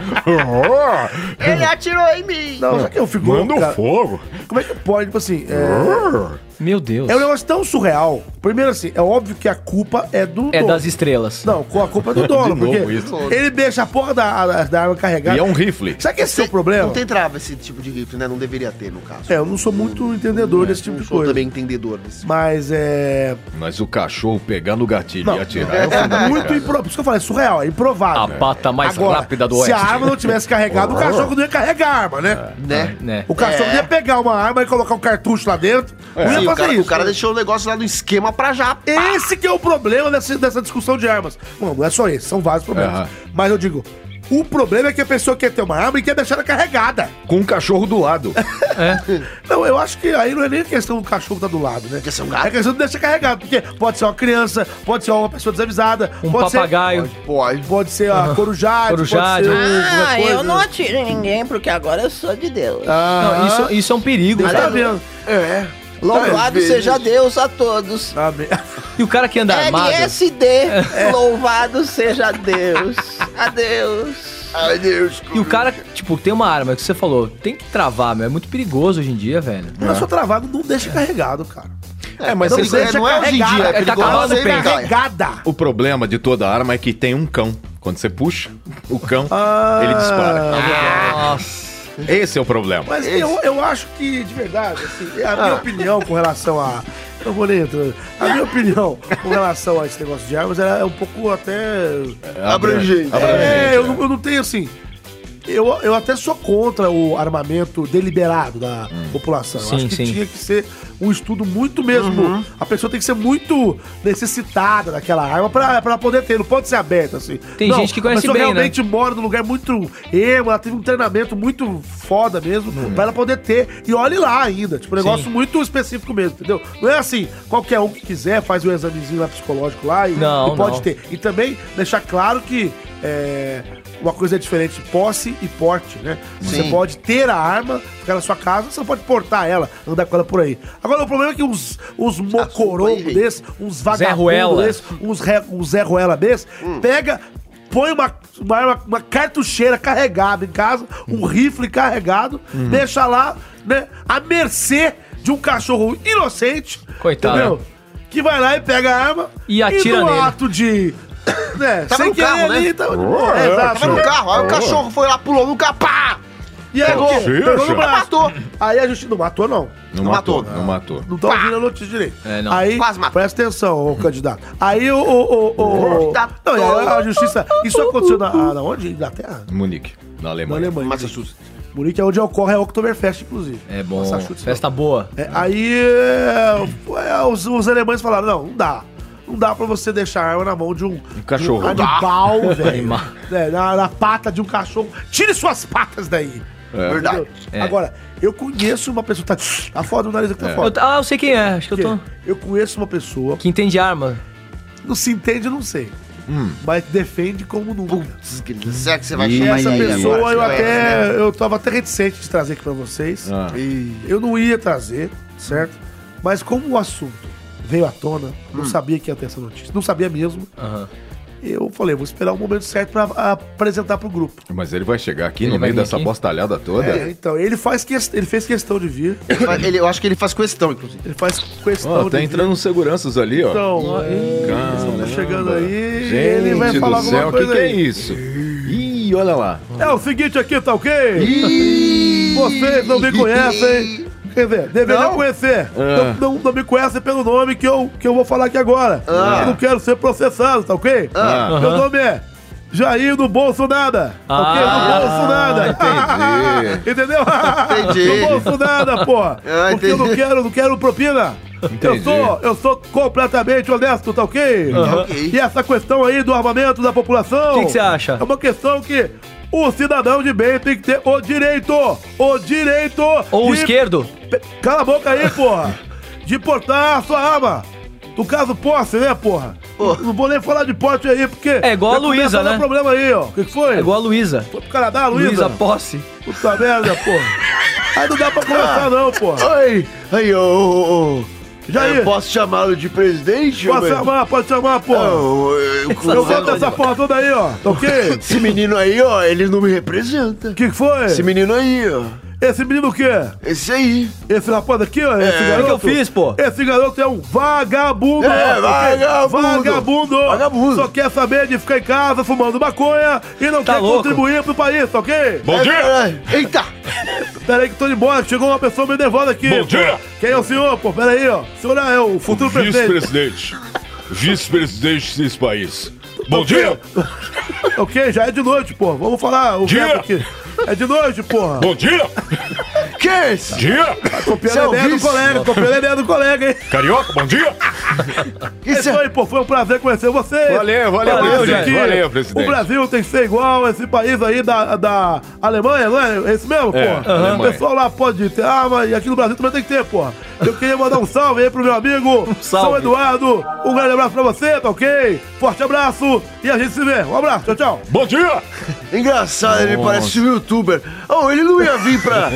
Ele atirou em mim. Não, já é que eu fico. louco, Manda o cara, fogo. Como é que pode, tipo assim. É, Meu Deus. é um negócio tão surreal. Primeiro, assim, é óbvio que a culpa é do. É dono. das estrelas. Não, com a culpa é do dono, De novo porque isso. ele deixa a porra da, da- da arma carregada. E é um rifle. Sabe que esse é o Cê- problema? Não tem trava esse tipo de rifle, né? Não deveria ter, no caso. É, eu não sou muito entendedor desse tipo não de sou coisa. também entendedor desse tipo. Mas é. Mas o cachorro pegar no gatilho Não, e atirar. é, é o fim da muito picada. improvável. Por isso que eu falei, é surreal, é improvável. A pata mais Agora, rápida do Se oeste. a arma não tivesse carregado, o cachorro não ia carregar a arma, né? Ah, Né? Né? O cachorro É. não ia pegar uma arma e colocar um cartucho lá dentro. Não ia Sim, o, fazer cara, isso. o cara deixou o negócio lá no esquema pra já. Esse que é o problema dessa, dessa discussão de armas. Bom, não é só esse, são vários problemas. Aham. Mas eu digo, o problema é que a pessoa quer ter uma arma e quer deixar ela carregada. É. Com o cachorro do lado. Não, eu acho que aí não é nem questão do cachorro estar do lado, né? Quer ser um É gato? questão de deixar carregado, porque pode ser uma criança, pode ser uma pessoa desavisada, Um pode papagaio. Pode. ser pode ser a corujade, Corujade. pode ser um- Ah, qualquer eu coisa. não atiro em ninguém porque agora eu sou de Deus. Ah, Não, isso, isso é um perigo. Deus tá cara. vendo. É. Tá Louvado Talvez. seja Deus a todos. Amém. E o cara que anda armado. LSD, louvado seja Deus. Adeus. Ai, Deus. E o cara, tipo, tem uma arma que você falou, tem que travar, meu. É muito perigoso hoje em dia, velho. Não é só travado, não deixa carregado, cara. É, mas Não, você isso é, não é hoje em dia. É, tá perigoso, acabado você o peito. vai- Carregada! O problema de toda arma é que tem um cão. Quando você puxa o cão, Ah. ele dispara. Esse é o problema. Mas eu, eu acho que, de verdade, assim, a Ah, Ah. minha opinião com relação a. Eu vou nem entrar. A minha opinião com relação a esse negócio de armas ela é um pouco até. Abrangente. É, né? eu, não- eu não tenho assim. Eu, eu até sou contra o armamento deliberado da população. Eu Hum. Sim, acho que sim. Uhum. tinha que ser um estudo muito mesmo. A pessoa tem que ser muito necessitada daquela arma pra, pra poder ter. Não pode ser aberta assim. Tem Não, gente que a conhece pessoa bem, né? realmente mora num lugar muito ermo, ela teve um treinamento muito foda mesmo Uhum. pra ela poder ter. E olhe lá ainda. Tipo, um negócio muito específico mesmo, entendeu? Não é assim, qualquer um que quiser faz um examezinho lá psicológico lá e, Não, e pode não. ter. E também deixar claro que é, uma coisa é diferente, posse e porte, né? Você Sim. pode ter a arma, ficar na sua casa, você não pode portar ela, andar com ela por aí. Agora, o problema é que uns, uns mocorongos Henrique. desses, uns vagabundos Ruela. desses, uns, re, uns Zé Ruela desses, Hum. pega, põe uma, uma, arma- uma cartucheira carregada em casa, um Hum. rifle carregado, deixa lá, né, à mercê de um cachorro inocente, Coitado. que vai lá e pega a arma E atira no nele. ato de. Né, Tava sem no querer carro, ali, né? tava de boa. É, exato. Tava no carro, aí o cachorro foi lá, pulou no carro, pá! E aí, Pô, pegou, pegou fecha. no braço. Matou. Aí a justiça não matou, não. Não matou, não matou. Não tá ouvindo a notícia direito. É, não. Aí, presta atenção, ô candidato. Aí o. o, o, o- não, e aí a justiça. Isso aconteceu na, ah, na onde? Inglaterra? Munique, na Alemanha. Na Alemanha. Massachusetts. Munique é onde ocorre a Oktoberfest, inclusive. É bom. Massachusetts, Festa boa. É, aí é, é, os, os alemães falaram: não, não dá. Não dá pra você deixar a arma na mão de um, cachorro. de um animal, Dá. velho. Animal. É, na, na pata de um cachorro. Tire suas patas daí. É. Entendeu? Verdade. É. Agora, eu conheço uma pessoa. Tá, tá foda o nariz aqui, tá É. foda. Eu tá- ah, eu sei quem é, acho que eu tô- Eu conheço uma pessoa. Que entende arma. Não se entende, eu não sei. Hum. Mas defende como nunca. Será é que você vai E chamar essa ele agora? pessoa eu Você vai- até eu tava até reticente de trazer aqui pra vocês. Ah. E Eu não ia trazer, certo? Mas como o assunto veio à tona, Hum. não sabia que ia ter essa notícia, não sabia mesmo. Eu falei, vou esperar o momento certo pra apresentar pro grupo. Mas ele vai chegar aqui Ele no vai meio vir dessa aqui? bostalhada toda? É, então, ele faz que, ele fez questão de vir. Ele- eu acho que ele faz questão, inclusive. Ele faz questão Ó, tá de entrando uns seguranças ali, ó. Então, ó, ih, Caramba. tá chegando aí, Gente ele vai do falar alguma céu, coisa que que é aí. isso? Ih, olha lá. vir. É o seguinte aqui, tá ok? Vocês não me conhecem, hein? Quer ver? Deveria conhecer. Ah. Não, não- não me conhecem pelo nome que eu, que eu vou falar aqui agora. Ah. Eu não quero ser processado, tá ok? Ah. Meu Aham. nome é Jair do Bolsonaro. Tá ok? Ah, Do Bolsonaro. entendi. Ah, Entendeu? Entendi. Do Bolsonaro, porra. Ah, Porque eu não entendi. quero, não quero propina. Eu Entendi. sou, eu sou completamente honesto, tá ok? Aham. E essa questão aí do armamento da população? Que que você acha? É uma questão que o cidadão de bem tem que ter o direito, o direito... Ou o de- esquerdo? Pe- Cala a boca aí, porra! De portar a sua arma! No caso, posse, né, porra? Não vou nem falar de porte aí, porque... É igual a já começa Luísa, dar né? problema aí, ó. O que, que foi? É igual a Luísa. Foi pro Canadá, Luísa? Luísa Posse. Puta merda, porra. Aí não dá pra conversar, não, porra. Oi, aí, ô, ô, ô. Jair. Eu posso chamá-lo de presidente? Pode ô, meu? chamar, pode chamar, porra. Não, eu, Eu vou dessa porra toda aí, ó. Tá ok? Esse menino aí, ó, ele não me representa. O que foi? Esse menino aí, ó. Esse menino o quê? Esse aí. Esse rapaz aqui, ó. Esse É. garoto. O que eu fiz, pô? Esse garoto é um vagabundo. É, ok? vagabundo. Vagabundo. Vagabundo. Só quer saber de ficar em casa fumando maconha e não Tá quer louco. contribuir pro país, tá ok? Bom dia. Eita. Pera aí que tô de embora. Chegou uma pessoa meio nervosa aqui. Bom pô. dia. Quem é o senhor, pô? Pera aí, ó. O senhor é o futuro presidente. Tá Vice-presidente. Vice-presidente desse país. Bom dia! ok, já é de noite, pô. Vamos falar o Dia. tempo aqui. É de noite, porra. Bom dia! Que é isso? Dia! é Copiando a ideia do colega, copiando a ideia do colega, hein? Carioca, bom dia! Isso aí, pô. Foi um prazer conhecer vocês. Valeu, valeu, presidente, gente. valeu, presidente. O Brasil tem que ser igual esse país aí da, da Alemanha, não é? É Esse mesmo, É, pô? Aham. O pessoal lá pode ter arma e aqui no Brasil também tem que ter, pô. Eu queria mandar um salve aí pro meu Um amigo São salve. Eduardo. Um grande abraço pra você, tá ok? Forte abraço e a gente se vê. Um abraço, tchau, tchau. Bom dia! Engraçado, ele Nossa. parece um youtuber. Oh, ele não ia vir pra.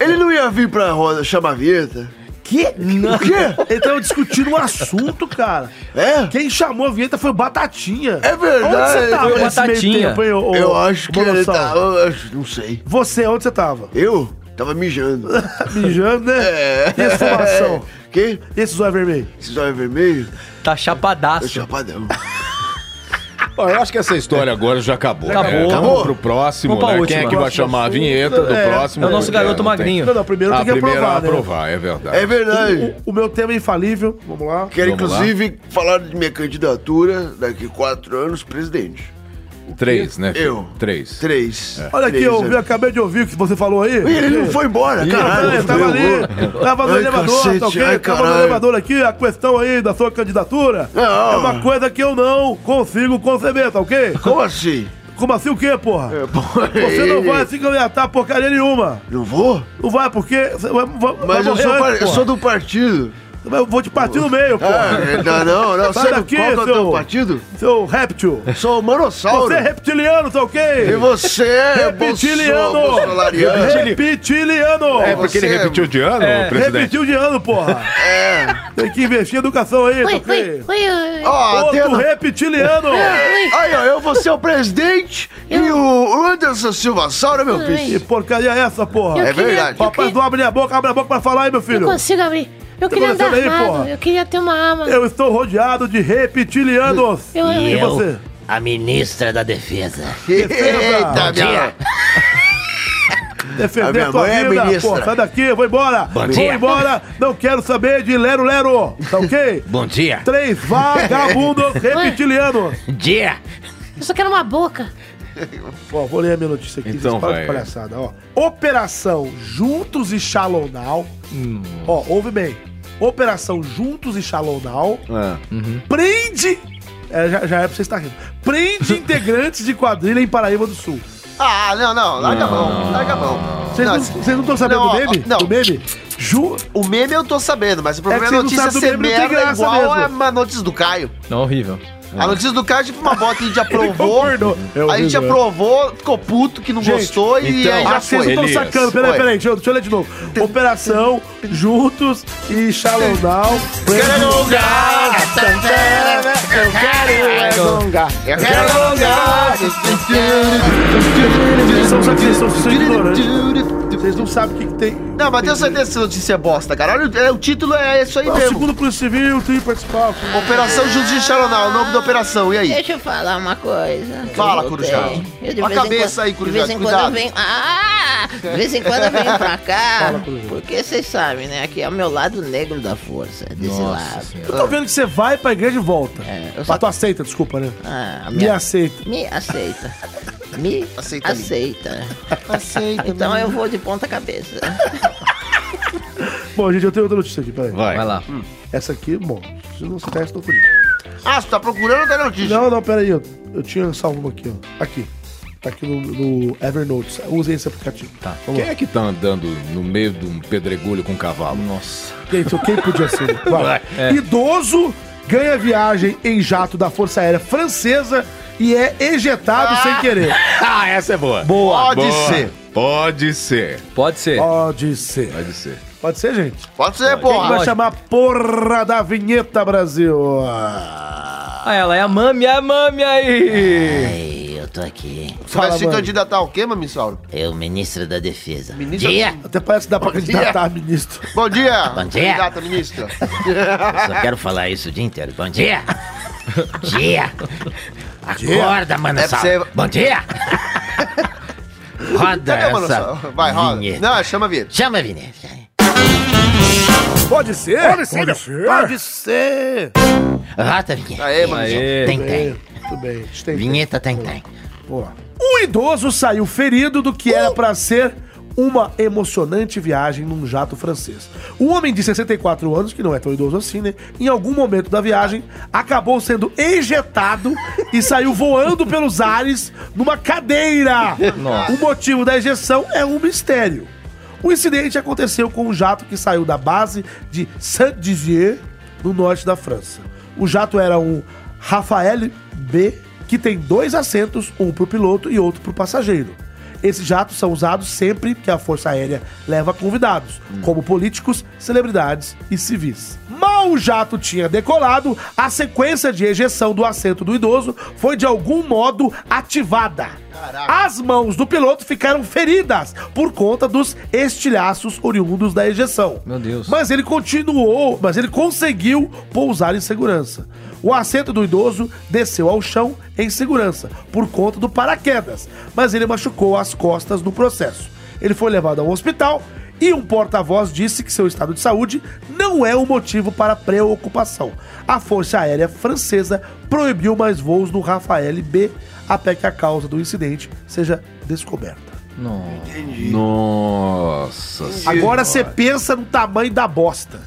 ele não ia vir pra roda chamar a vinheta. Que? Não. Eles tá estavam discutindo um assunto, cara. É? Quem chamou a vinheta foi o Batatinha. É verdade. Onde você tava tá Foi nesse meio Batatinha. tempo, hein, ô- ô- Eu acho que ele Bonossal? tava- eu acho- não sei. Você, onde você tava? Eu? Tava mijando. mijando, né? É. E esse fumação? Que? E esse zóio vermelho? Esse zóio vermelho? Tá Tá chapadaço. chapadão. Ó, eu acho que essa história agora já acabou. Acabou. né? Acabou. Vamos pro próximo, Vamos pra né? última. Quem é que vai Próximo chamar a assunto. vinheta do É, próximo? é o nosso Porque garoto não tem. magrinho. Não, não, primeiro Ah, tem que primeiro aprovar, né? aprovar, é verdade. É verdade. O, o- o meu tema é infalível, vamos lá. Quero, Vamos lá. inclusive, falar de minha candidatura daqui quatro anos, presidente. Três, né? filho? Eu. Três. Três. É É. Olha aqui, Três, eu, né? eu acabei de ouvir o que você falou aí. Ih, ele não foi embora, Ih, caralho. eu Tava ali, Meu. tava no Ai, elevador, tá cacete, ok? ai, tava no caralho. elevador aqui, a questão aí da sua candidatura é uma coisa que eu não consigo conceber, tá ok? Como assim? É, Como assim o quê, porra? porra, Você não ele- vai assim se candidatar a porcaria nenhuma. Não vou? Não vai, porque... você vai- vai- vai Mas eu morrer sou, antes, par- eu porra. sou do partido. Mas Eu vou te partir no meio, pô. Ah, não, não, não. Sai Sabe daqui, qual que é o seu- teu partido? Seu réptil. Sou um manossauro. Você é reptiliano, tá ok? E você é reptiliano. bolso- bolsolariano. Reptiliano. É porque ele Você é- repetiu de ano, É, presidente? repetiu de ano, porra. É. Tem que investir em educação aí, tá Ui, ok? ui, ui, ui. Ó, Outro atendo- reptiliano. É. Aí, ó, eu vou ser o presidente e o Anderson Silva Sauro é meu Que filho. porcaria é essa, porra? Eu É queria- verdade. eu Rapaz, não abre a boca, abre a boca pra falar aí, meu filho. Não consigo abrir. Eu Tá queria andar acontecendo aí, armado. porra? Eu queria ter uma arma. Eu estou rodeado de reptilianos. Eu- eu- e eu- você? A ministra da Defesa. Eita, Bom dia. minha... defender A minha tua mãe é vida, ministra. pô. Sai daqui, eu vou embora. Bom vou dia. embora, não quero saber de Lero Lero. Tá ok? Bom dia. Três vagabundos reptilianos. Dia. Eu só quero uma boca. Ó, vou ler a minha notícia aqui. Então vocês param de vai. palhaçada, ó. Operação Juntos e Shalom Now. Hum. Ó, ouve bem. Operação Juntos e Shalom Now Uhum. prende... É, já, já é pra você estar rindo. Prende integrantes de quadrilha em Paraíba do Sul. Ah, não, não, larga a mão, larga a mão. Vocês não- vocês não tão sabendo não, do ó, meme? Não. Do meme? Ju... O meme eu tô sabendo, mas o problema é, É que a vocês não notícia sabem ser do meme, não tem merda graça igual a mesmo. uma notícia do Caio. Não, horrível. Ah. A notícia do Caio, tipo, uma bota que a gente aprovou. concordou. É a gente horrível, é. aprovou, ficou puto que não gostou e então, aí já ah, vocês foi. não estão sacando. Peraí, Foi. peraí, deixa eu, deixa eu ler de novo. Operação Juntos e Shalom Now. Quero lugar. Eu quero é longa. Eu quero longa. São os aqui, são os ignorantes. Vocês não sabem o que, que tem. Não, mas tenho certeza que essa notícia é bosta, cara. Olha, o- é, o título é isso aí Ah, mesmo. segundo Polícia Civil, tem que participar. Operação Juntos de Charonal, o nome da operação, e aí? Deixa eu falar uma coisa. que Fala, eu voltei. Corujá. Eu de A vez em cabeça quando- aí, Corujá, De vez em cuidado. quando eu venho... Ah! De vez em quando eu venho pra cá. Fala, porque vocês sabem, né? Aqui é o meu lado negro da força. Desse lado. Eu tô vendo que você vai pra igreja e volta. É, só- tu aceita, desculpa, né? Ah, Me minha- aceita. Me aceita. Me aceita. Aceita. Então eu vou de ponta cabeça. Bom, gente, eu tenho outra notícia aqui, peraí. Hum. Vai. Vai lá. Essa aqui, bom, se não se testa, não podia. Ah, você tá procurando outra notícia? Não, não, peraí, eu, eu tinha salvo uma aqui, ó. Aqui. Tá aqui no, no Evernote. Usem esse aplicativo. Tá. Vamos Quem lá. é que tá andando no meio de um pedregulho com um cavalo? Nossa. Gente, quem podia ser? Vai. Vai. É. Idoso ganha viagem em jato da Força Aérea Francesa e é ejetado sem querer. Ah, essa é boa. Boa. Pode Boa. ser. Pode ser. Pode ser. Pode ser. Pode ser. Pode ser, gente? Pode ser, Quem que porra. vai chamar a porra da vinheta, Brasil? Ah, ela é a mami, é a mami aí. Ei, eu tô aqui. Você vai Fala, se mano. candidatar ao quê, Mamissauro? Eu, ministro da defesa. Ministro- Dia! Até parece que dá pra Bom dia. candidatar, ministro. Bom dia, Bom dia. Ah, candidata Tá. ministra. Só quero falar isso o dia inteiro. Bom dia! dia! Acorda, mano. É pra você- Ah, Bom dia! roda Cadê, mano? essa Vai, roda. vinheta. Não, chama a vinheta. Chama a vinheta. Pode ser? Pode ser, Pode ser. Pode ser. Rota a vinheta. Aê, mano. Tem, Tudo tem. bem, tudo bem. A gente tem Vinheta tem, tem. Boa. Um idoso saiu ferido do que era pra ser uma emocionante viagem num jato francês. Um homem de 64 anos, que não é tão idoso assim, né? Em algum momento da viagem, acabou sendo ejetado e saiu voando pelos ares numa cadeira. Nossa. O motivo da ejeção é um mistério. O incidente aconteceu com um jato que saiu da base de Saint-Dizier, no norte da França. O jato era um Rafael B, que tem dois assentos, um para o piloto e outro para o passageiro. Esses jatos são usados sempre que a Força Aérea leva convidados, como políticos, celebridades e civis. Mal o jato tinha decolado, a sequência de ejeção do assento do idoso foi de algum modo ativada. As mãos do piloto ficaram feridas por conta dos estilhaços oriundos da ejeção. Meu Deus. Mas ele continuou, mas ele conseguiu pousar em segurança. O assento do idoso desceu ao chão em segurança por conta do paraquedas, mas ele machucou as costas no processo. Ele foi levado ao hospital e um porta-voz disse que seu estado de saúde não é um motivo para preocupação. A Força Aérea Francesa proibiu mais voos no Rafael B até que a causa do incidente seja descoberta. Nossa senhora. Agora você pensa no tamanho da bosta.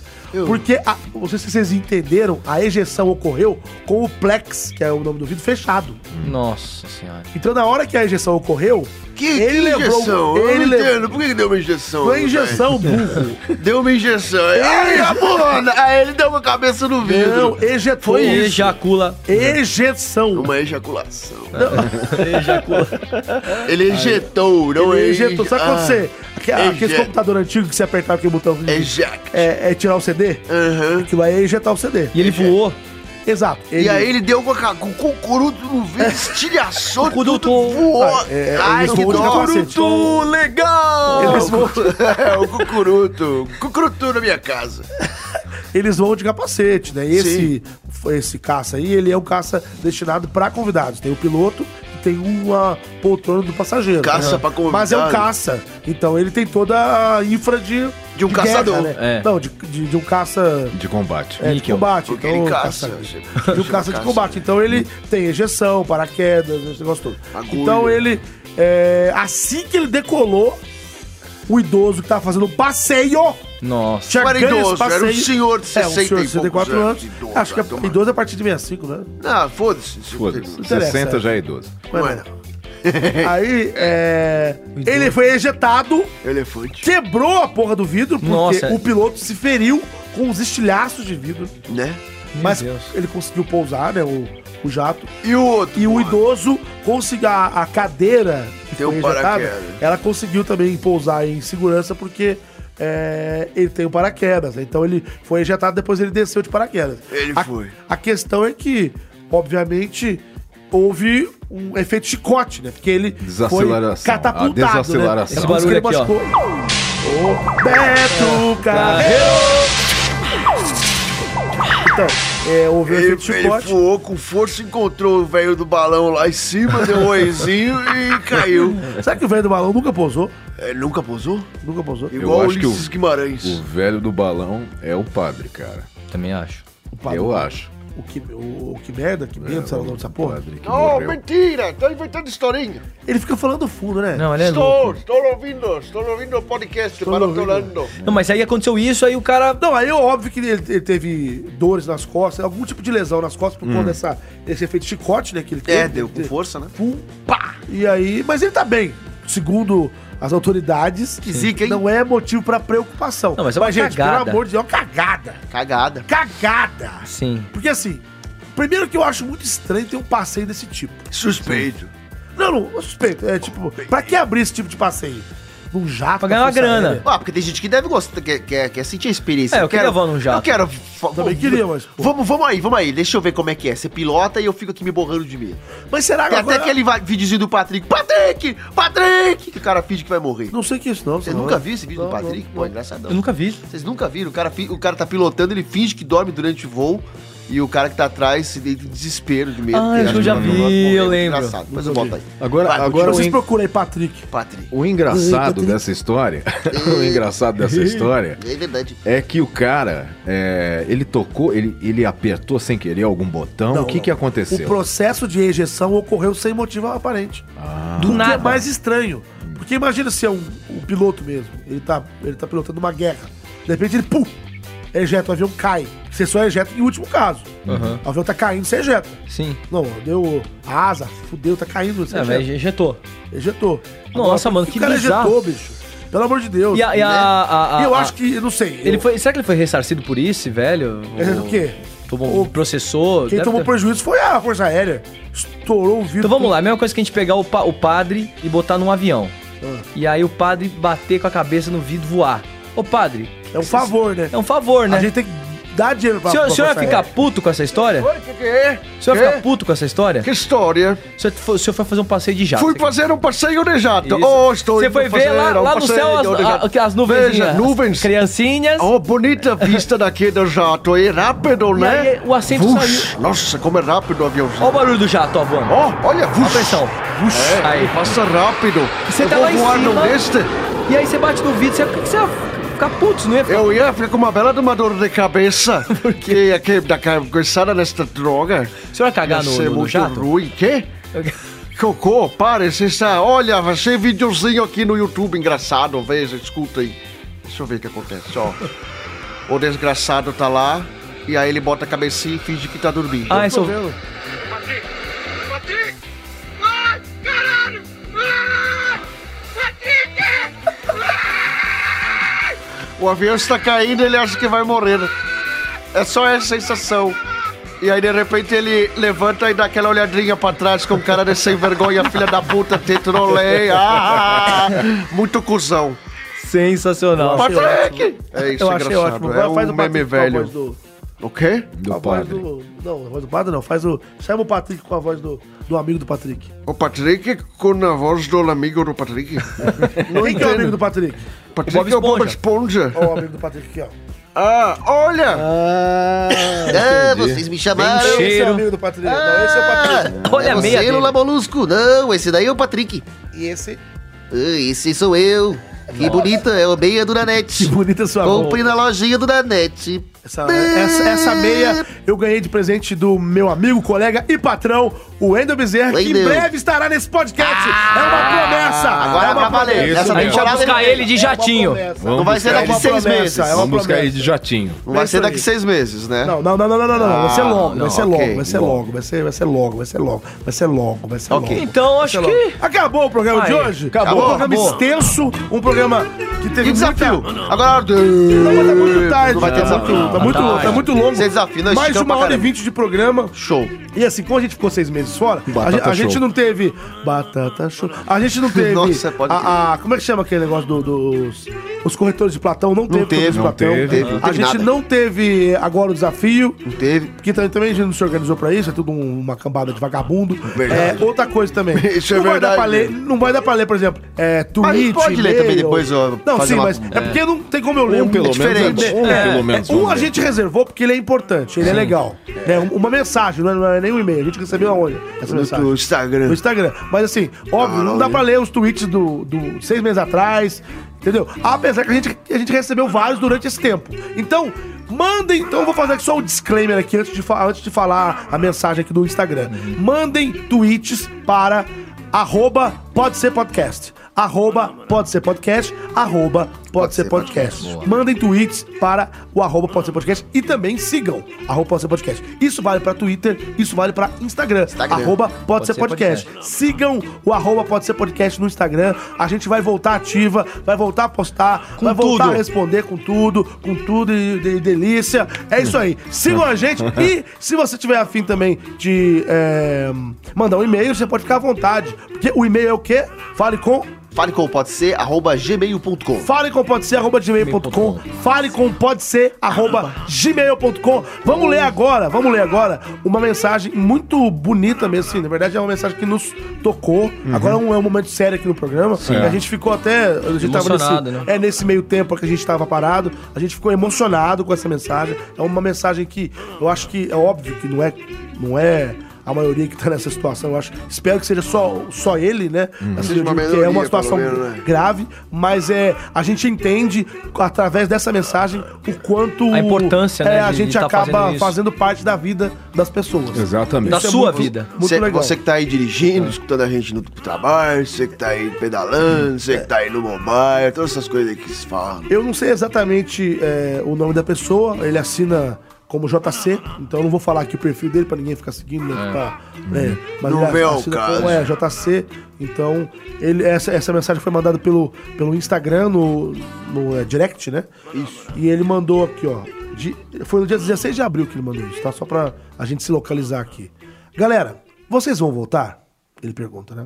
Porque, a, não sei se vocês entenderam, a ejeção ocorreu com o plex, que é o nome do vidro, fechado. Nossa senhora. Então, na hora que a ejeção ocorreu, Que, ele que levou- injeção? ele eu não levou- entendo. Por que que deu uma injeção? foi injeção, burro. velho? Deu uma injeção. Ai, a bunda! né? Aí ele deu uma cabeça no vidro. Não, ejetou. Foi Ejacula. É. Ejeção. Uma ejaculação. Ejacula. Ele ejetou, não Ele é ejetou. Sabe quando ah, você. aque- Aquele ejeto. computador antigo que você apertava aquele botão de- Ejac. é, é tirar o CD? Aham. Aquilo aí é ejetar o CD. E ele voou. Exato. E aí ele deu com a ca- com com o cocuruto no vidro, estilhaçou, Curutu. tudo voou. É, é, Ai, isso que voou de dó. capacete. legal! É Eles o, voam, cu- é, o cucuruto. Cucurutu na minha casa. eles voam de capacete, né? E Esse, esse caça aí, ele é um caça destinado para convidados. Tem o piloto tem uma poltrona do passageiro. Caça Aham. pra convidado. Mas é um caça. Então ele tem toda a infra de. né? De um caçador. É. Não, de, de- de um caça. De combate. É, de Níquel. combate. Porque ele caça. né, De um caça de combate. Então ele tem ejeção, paraquedas, esse negócio todo. Agulha. Então ele. é, assim que ele decolou, o idoso que tava fazendo o passeio. Nossa. Tinha Não era ganho esse idoso, era um senhor de É, um senhor 60 de e poucos 64 anos, anos. idoso, Acho que é vai tomar. idoso a partir de 65, né? Não, foda-se. Foda-se. interessa, 60 é. já é idoso. Mano. Aí, é, ele foi ejetado. Elefante. Quebrou a porra do vidro, porque Nossa. o piloto se feriu com os estilhaços de vidro. Né? Mas ele conseguiu pousar, né? O, o jato. E o outro? E o idoso conseguiu. A, a cadeira que Tem um paraquedas. ela conseguiu também pousar em segurança, porque. é, ele tem o paraquedas, né? então ele foi ejetado, depois ele desceu de paraquedas. Ele a, foi. A questão é que, obviamente, houve um efeito chicote, né? Porque ele Desaceleração. foi catapultado, A desaceleração. Né? Esse barulho aqui, ó. O Beto Carreiro! Então, é, houve um Ele, efeito ele chicote. voou com força, encontrou o velho do balão lá em cima, deu um oizinho e caiu. Será que o velho do balão nunca pousou? Ele nunca pousou? Nunca pousou. Igual Eu o acho que Ulisses o- Guimarães. O velho do balão é o padre, cara. Também acho. padre. Eu acho. O que, o, o que merda, que medo, sabe o nome dessa porra? Não, mentira! Tô inventando historinha. Ele fica falando fundo, né? Não, ele é estou, louco. estou ouvindo, estou ouvindo o podcast, maratonando. Não, mas aí aconteceu isso, aí o cara. Não, aí é óbvio que ele, ele teve dores nas costas, algum tipo de lesão nas costas por Hum. conta dessa, desse efeito chicote, né? Que ele É, teve. deu com força, né? Pum, pá! E aí, mas ele tá bem, segundo as autoridades. Que zica, hein? Não é motivo pra preocupação. Não, mas é uma gente, cagada. pelo amor de Deus, é uma cagada. Cagada. Cagada! Sim. Porque assim, primeiro que eu acho muito estranho ter um passeio desse tipo. Suspeito. Não, não, eu suspeito. É tipo, pra que abrir esse tipo de passeio? Num jato? Pra ganhar uma força grana. aérea? Ah, porque tem gente que deve gostar, quer, quer, quer sentir a experiência. É, eu queria voar num jato. Eu quero. fa- Também queria, mas, pô. Vamos, vamos aí, vamos aí. Deixa eu ver como é que é. Você pilota e eu fico aqui me borrando de medo. Mas será que Tem agora- até aquele va- videozinho do Patrick. Patrick! Patrick! Que o cara finge que vai morrer. Não sei que é isso não. Você senão- nunca viu esse vídeo Não, do Patrick? não, Pô, não. engraçadão. Eu nunca vi. Vocês nunca viram? O cara, fi- o cara tá pilotando, ele finge que dorme durante o voo. E o cara que tá atrás se deita em desespero de medo. Ah, porque acho acha que eu já vai vi, morrer. eu lembro. Engraçado. Depois eu volto aí. Agora, Vai, agora o, Tipo, Vocês en- procuram aí, Patrick. Patrick. o engraçado dessa história. o engraçado dessa história É verdade. é que o cara, é, ele tocou, ele, ele apertou sem querer algum botão. Não, o que não. que aconteceu? O processo de ejeção ocorreu sem motivo aparente. Ah, O Do que é nada. mais estranho. Porque imagina se é um, um piloto mesmo. Ele tá, ele tá pilotando uma guerra. De repente ele, pum, ejeta, o avião cai. Você só ejeta em último caso. Aham. O avião tá caindo, você ejeta. Sim. Não, deu asa, fudeu, tá caindo, você É, ejeta. mas injetou. Ejetou. Nossa, mano, que O cara bizarro. ejetou, bicho. Pelo amor de Deus. E a- e a- a- a- E né? eu a- acho que, eu não sei. Ele eu- foi, será que ele foi ressarcido por isso, velho? É, o quê? Tomou, o processou. Quem deve tomou ter- prejuízo foi a Força Aérea. Estourou o vidro. Então vamos lá, a mesma coisa que a gente pegar o, pa- o padre e botar num avião. Ah. E aí o padre bater com a cabeça no vidro e voar. Ô padre, É um favor, né? é um favor, né? A gente tem que dar dinheiro pra O senhor, o pra senhor Força vai ficar Aérea. puto com essa história? Oi, que que é? O senhor vai ficar puto com essa história? Que história? O senhor, foi- o senhor foi fazer um passeio de jato. Fui fazer um passeio de jato. Isso. Oh, estou Você indo foi ver fazer lá, um lá no passeio céu as, de jato. a- as nuvenzinhas, Veja, as nuvens. criancinhas. Oh, bonita vista daqui do jato. É rápido, E né? aí, o assento saiu. Nossa, como é rápido o aviãozinho. Olha o barulho do jato, ó, voando. Oh, olha, Olha a vux. pressão. É, Aí. passa rápido. Você Eu tá vou lá em voar num cima. deste. E aí você bate no vidro, você, por que você ia ficar puto, você não ia ficar... Eu ia ficar com uma bela de uma dor de cabeça. Por quê? Que, da cabeçada nesta droga. O senhor ia cagar Ia no, ser no, no muito jato? ruim. Quê? Cocô, pare, você está... Olha, vai ser videozinho aqui no YouTube engraçado. Veja, escuta aí. Deixa eu ver o que acontece, ó. O desgraçado tá lá, e aí ele bota a cabecinha e finge que tá dormindo. Ah, esse é o- O avião está caindo ele acha que vai morrer. É só essa sensação. E aí, de repente, ele levanta e dá aquela olhadinha pra trás com cara de sem vergonha, filha da puta, te trolei. Ah, muito cuzão. Sensacional. Achei Patrick! É isso, Eu é achei engraçado. É ótimo. Agora um faz o meme Patrick com a velho. voz do- O quê? Do Voz padre. do, não, a voz do padre não, faz o. Chama o Patrick com a voz do, do amigo do Patrick. O Patrick com a voz do amigo do Patrick. Quem que é o amigo do Patrick? Patrick Bob é o Bob Esponja. Olha o amigo do Patrick aqui, ó. Ah, olha! É, Ah, vocês me chamaram. Esse é o amigo do Patrick. Não, esse é o Patrick. Ah, Olha é a meia Lula Molusco. Não, esse daí é o Patrick. E esse? Ah, Esse sou eu. Que Nossa. bonita, é a meia do Nanete. Que bonita sua Compre mão. na lojinha do Nanete. Essa, é- essa, essa meia eu ganhei de presente do meu amigo, colega e patrão, o Wendel Bezerra, que em Wendel. breve estará nesse podcast. é Ah, uma promessa. agora é uma vai valer. promessa. Essa É uma temporada promessa. buscar ele de É uma jatinho. promessa. Não vai ser buscar daqui ele. seis É uma promessa, meses. É uma Vamos buscar promessa. ele de jatinho. Não vai É Isso ser aí. daqui seis meses, né? Não, não, não, não, não, não, não, vai ser Ah, logo, vai não, ser ok, logo, vai ser bom. logo, vai ser, vai ser logo, vai ser logo, vai ser logo, vai ser Ok. logo. Então, vai acho ser logo. que- Acabou o programa de Aí, hoje. acabou, um programa acabou. extenso, um programa que teve E desafio? Muita... Agora. Não, mas tá muito tarde. Não é, vai ter Tá desafio. muito- Tá muito, longo. tá muito longo. Sem desafio, nós Mais de esticamos pra uma hora e caramba. vinte de programa. Show. E assim, como a gente ficou seis meses fora, a, Batata gente- a gente show. não teve. Batata show. A gente não teve. Nossa, pode a- crer. a- Como é que chama aquele negócio do- dos. Os corretores de Platão não teve, corretores de teve, não Platão. teve, não a teve gente nada. não teve agora o desafio. Não teve. Porque tam- também a gente não se organizou pra isso, é tudo um- uma cambada de vagabundo. Verdade. É, outra coisa também. Isso é não vai dar verdade pra ler, mesmo. não vai dar pra ler, por exemplo, é, Mas tweet. pode ler também e-mail. depois, ó, Não, fazer sim, uma- mas é é. porque não tem como eu ler Um pelo é menos, diferente. um É, pelo é, menos, Um vamos a ler. gente reservou porque ele é importante, ele é Sim. legal. né? Um- uma mensagem, não é, não é nem um e-mail. A gente recebeu aonde? Essa No mensagem. teu Instagram. No Instagram. Mas assim, óbvio, não dá pra ler os tweets do, do seis meses atrás, entendeu? Apesar que a gente, a gente recebeu vários durante esse tempo. Então, mandem. Então, eu vou fazer aqui só um disclaimer aqui antes de, fa- antes de falar a mensagem aqui do Instagram. Mandem tweets para arroba pode ser podcast. Arroba pode ser podcast, arroba pode, ser, podcast. Mandem tweets para o arroba pode ser podcast e também sigam arroba pode ser podcast. Isso vale para Twitter, isso vale para Instagram. Arroba pode, ser, podcast. Sigam o arroba pode ser podcast no Instagram. A gente vai voltar ativa, vai voltar a postar, vai voltar tudo. a responder com tudo, com tudo e, de- delícia. É isso aí. Sigam a gente e se você tiver afim também de é, mandar um e-mail, você pode ficar à vontade. Porque o e-mail é o quê? Fale com Fale com pode ser, arroba gmail.com. Fale com pode ser, arroba gmail.com. Fale com pode ser, arroba gmail.com. Vamos ler agora, vamos ler agora uma mensagem muito bonita mesmo, assim. Na verdade, é uma mensagem que nos tocou. Agora é um, é um momento sério aqui no programa. Uhum. Sim. A gente ficou até. A gente tava Emocionado, nesse, né? É nesse meio tempo que a gente tava parado. A gente ficou emocionado com essa mensagem. É uma mensagem que eu acho que é óbvio que não é. Não é a maioria que tá nessa situação, eu acho. Espero que seja só, só ele, né? Assim, eu Hum. Uma digo que é melhoria, uma pelo situação menos, né? grave, mas é a gente entende através dessa mensagem o quanto A importância, né, é, a de- gente de tá acaba fazendo fazendo, isso. parte da vida das pessoas. Exatamente. Isso é muito- Muito Cê- legal. Você que tá aí dirigindo, escutando a gente no trabalho, você que tá aí É. pedalando, você que tá aí no mobile, todas essas coisas aí que se falam. Eu não sei exatamente é, o nome da pessoa, ele assina como JC, então eu não vou falar aqui o perfil dele pra ninguém ficar seguindo, né? pra- né, mas Não ele vem ao assina caso. como, é, JC, então ele, essa, essa mensagem foi mandada pelo, pelo Instagram, no, no é, direct, né? Isso. E ele mandou aqui, ó, de- foi no dia 16 de abril que ele mandou isso, tá? Só pra a gente se localizar aqui. Galera, vocês vão voltar? Ele pergunta, né?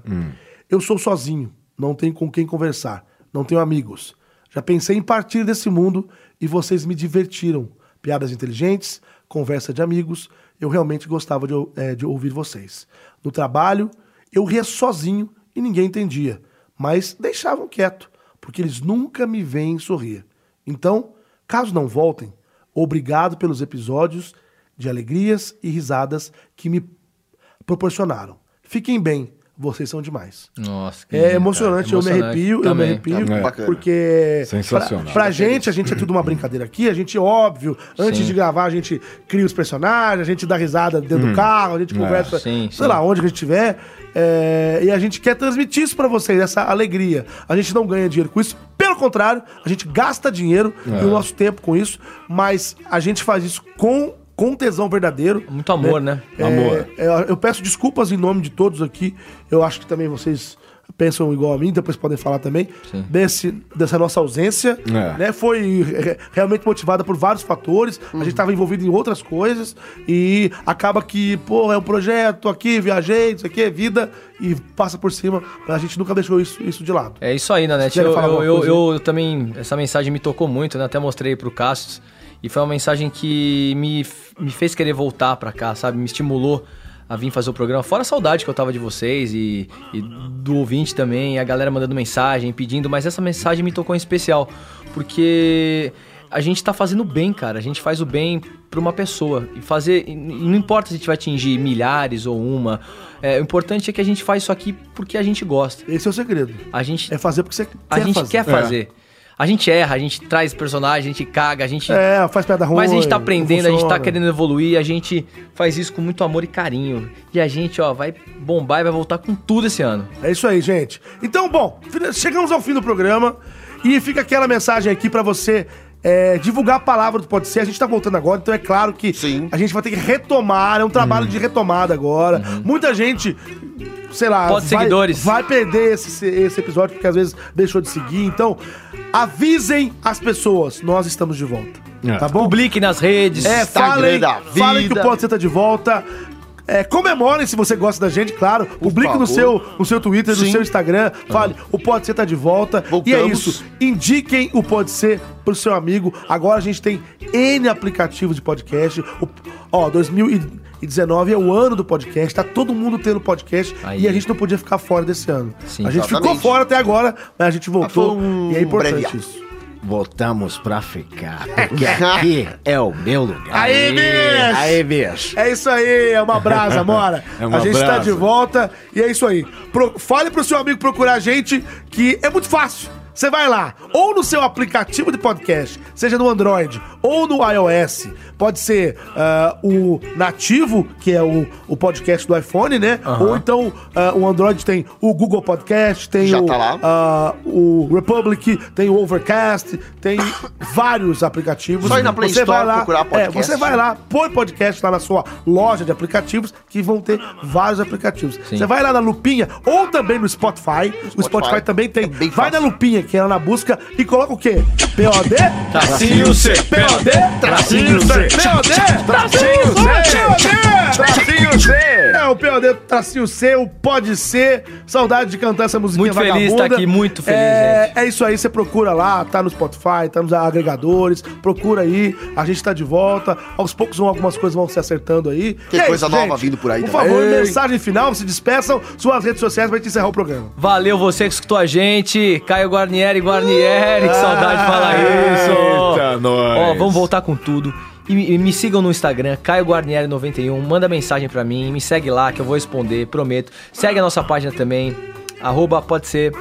Eu sou sozinho, não tenho com quem conversar, não tenho amigos. Já pensei em partir desse mundo e vocês me divertiram. Piadas inteligentes, conversa de amigos, eu realmente gostava de, ou- eh, de ouvir vocês. No trabalho, eu ria sozinho e ninguém entendia, mas deixavam quieto, porque eles nunca me veem sorrir. Então, caso não voltem, obrigado pelos episódios de alegrias e risadas que me proporcionaram. Fiquem bem, vocês são demais. Nossa, que É lindo, emocionante, cara. eu me arrepio, eu me Também. arrepio, Também. porque Sensacional. pra, pra gente, a gente é tudo uma brincadeira aqui, a gente, óbvio, antes Sim. de gravar, a gente cria os personagens, a gente dá risada dentro do Hum. carro, a gente É, conversa, sim, sei sim. lá, onde que a gente estiver, é, e a gente quer transmitir isso pra vocês, essa alegria. A gente não ganha dinheiro com isso, pelo contrário, a gente gasta dinheiro É. e o nosso tempo com isso, mas a gente faz isso com, com tesão verdadeiro. Muito amor, né? Amor. Amor. É, eu peço desculpas em nome de todos aqui. Eu acho que também vocês pensam igual a mim, depois podem falar também desse, dessa nossa ausência, É. né? Foi re- realmente motivada por vários fatores. A Uhum. gente estava envolvido em outras coisas e acaba que, pô, é um projeto aqui, viajei, isso aqui é vida e passa por cima. Mas a gente nunca deixou isso, isso de lado. É isso aí, Nanete. quiserem Eu, falar eu, alguma eu, coisa. eu também. Essa mensagem me tocou muito, né? Até mostrei pro Cassius. E foi uma mensagem que me, f- me fez querer voltar pra cá, sabe? Me estimulou a vir fazer o programa. Fora a saudade que eu tava de vocês e, e do ouvinte também, a galera mandando mensagem, pedindo, mas essa mensagem me tocou em especial. Porque a gente tá fazendo bem, cara. A gente faz o bem pra uma pessoa. E fazer. e Não importa se a gente vai atingir milhares ou uma. É, o importante é que a gente faz isso aqui porque a gente gosta. Esse é o segredo. A gente. É fazer porque você A quer gente fazer. quer É. fazer. A gente erra, a gente traz personagem, a gente caga, a gente. É, faz piada ruim, Mas a gente tá aprendendo, a gente tá funciona. querendo evoluir, a gente faz isso com muito amor e carinho. E a gente, ó, vai bombar e vai voltar com tudo esse ano. É isso aí, gente. Então, bom, fina- chegamos ao fim do programa e fica aquela mensagem aqui pra você é, divulgar a palavra do Pode Ser. A gente tá voltando agora, então é claro que a gente vai ter que retomar, é um trabalho Uhum. de retomada agora. Muita gente, sei lá, Pode vai, seguidores. vai perder esse, esse episódio porque às vezes deixou de seguir. Então, avisem as pessoas, nós estamos de volta. Tá bom? Publique nas redes, É, Instagram falem, da falem que vida. o Pode Ser tá de volta. É, comemorem se você gosta da gente, claro. Publique favor. no seu, no seu Twitter, no Sim. seu Instagram. Fale, o Pode Ser tá de volta. E é Voltamos. isso. Indiquem o Pode Ser pro seu amigo. Agora a gente tem N aplicativos de podcast. O- ó, 2019 é o ano do podcast, tá todo mundo tendo podcast e a gente não podia ficar fora desse ano. Sim. a gente ficou Exatamente. fora até agora, mas a gente voltou um e é importante breviário. isso. Voltamos pra ficar, porque aqui é o meu lugar. Aí, bicho! Aí, bicho! É isso aí, é uma brasa, mora. É uma a gente tá brasa. de volta e é isso aí. Pro- fale pro seu amigo procurar a gente, que é muito fácil. Você vai lá, ou no seu aplicativo de podcast, seja no Android ou no iOS. Pode ser ah, o nativo, que é o, o podcast do iPhone, né? Aham. Ou então ah, o Android tem o Google Podcast, tem Já o, tá lá. ah, o Republic, tem o Overcast, tem vários aplicativos. Só ir na Play você Store vai lá, procurar podcast. É, você vai lá, põe podcast lá na sua loja de aplicativos, que vão ter vários aplicativos. Você vai lá na lupinha ou também no Spotify. O Spotify também tem. vai na lupinha, que é lá na busca, e coloca o quê? POD? Tracinho C. POD? Tracinho C. POD? Tracinho C. POD? Tracinho C. É o POD, tracinho C, o Pode Ser. Saudade de cantar essa musiquinha Muito feliz de vagabunda. estar aqui, muito feliz, é, é isso aí, você procura lá, tá no Spotify, tá nos agregadores, procura aí, a gente tá de volta. Aos poucos vão, algumas coisas vão se acertando aí. Tem E é coisa nova vindo por aí Por também. favor, Ei. mensagem final, se despeçam, suas redes sociais vai te encerrar o programa. Valeu você que escutou a gente, Caio Guarnieri, Guarnieri, que saudade de falar isso. eita, nós. Ó, vamos voltar com tudo. E, e me sigam no Instagram, Caio Guarnieri91, manda mensagem pra mim, me segue lá que eu vou responder, prometo. Segue a nossa página também, arroba pode ser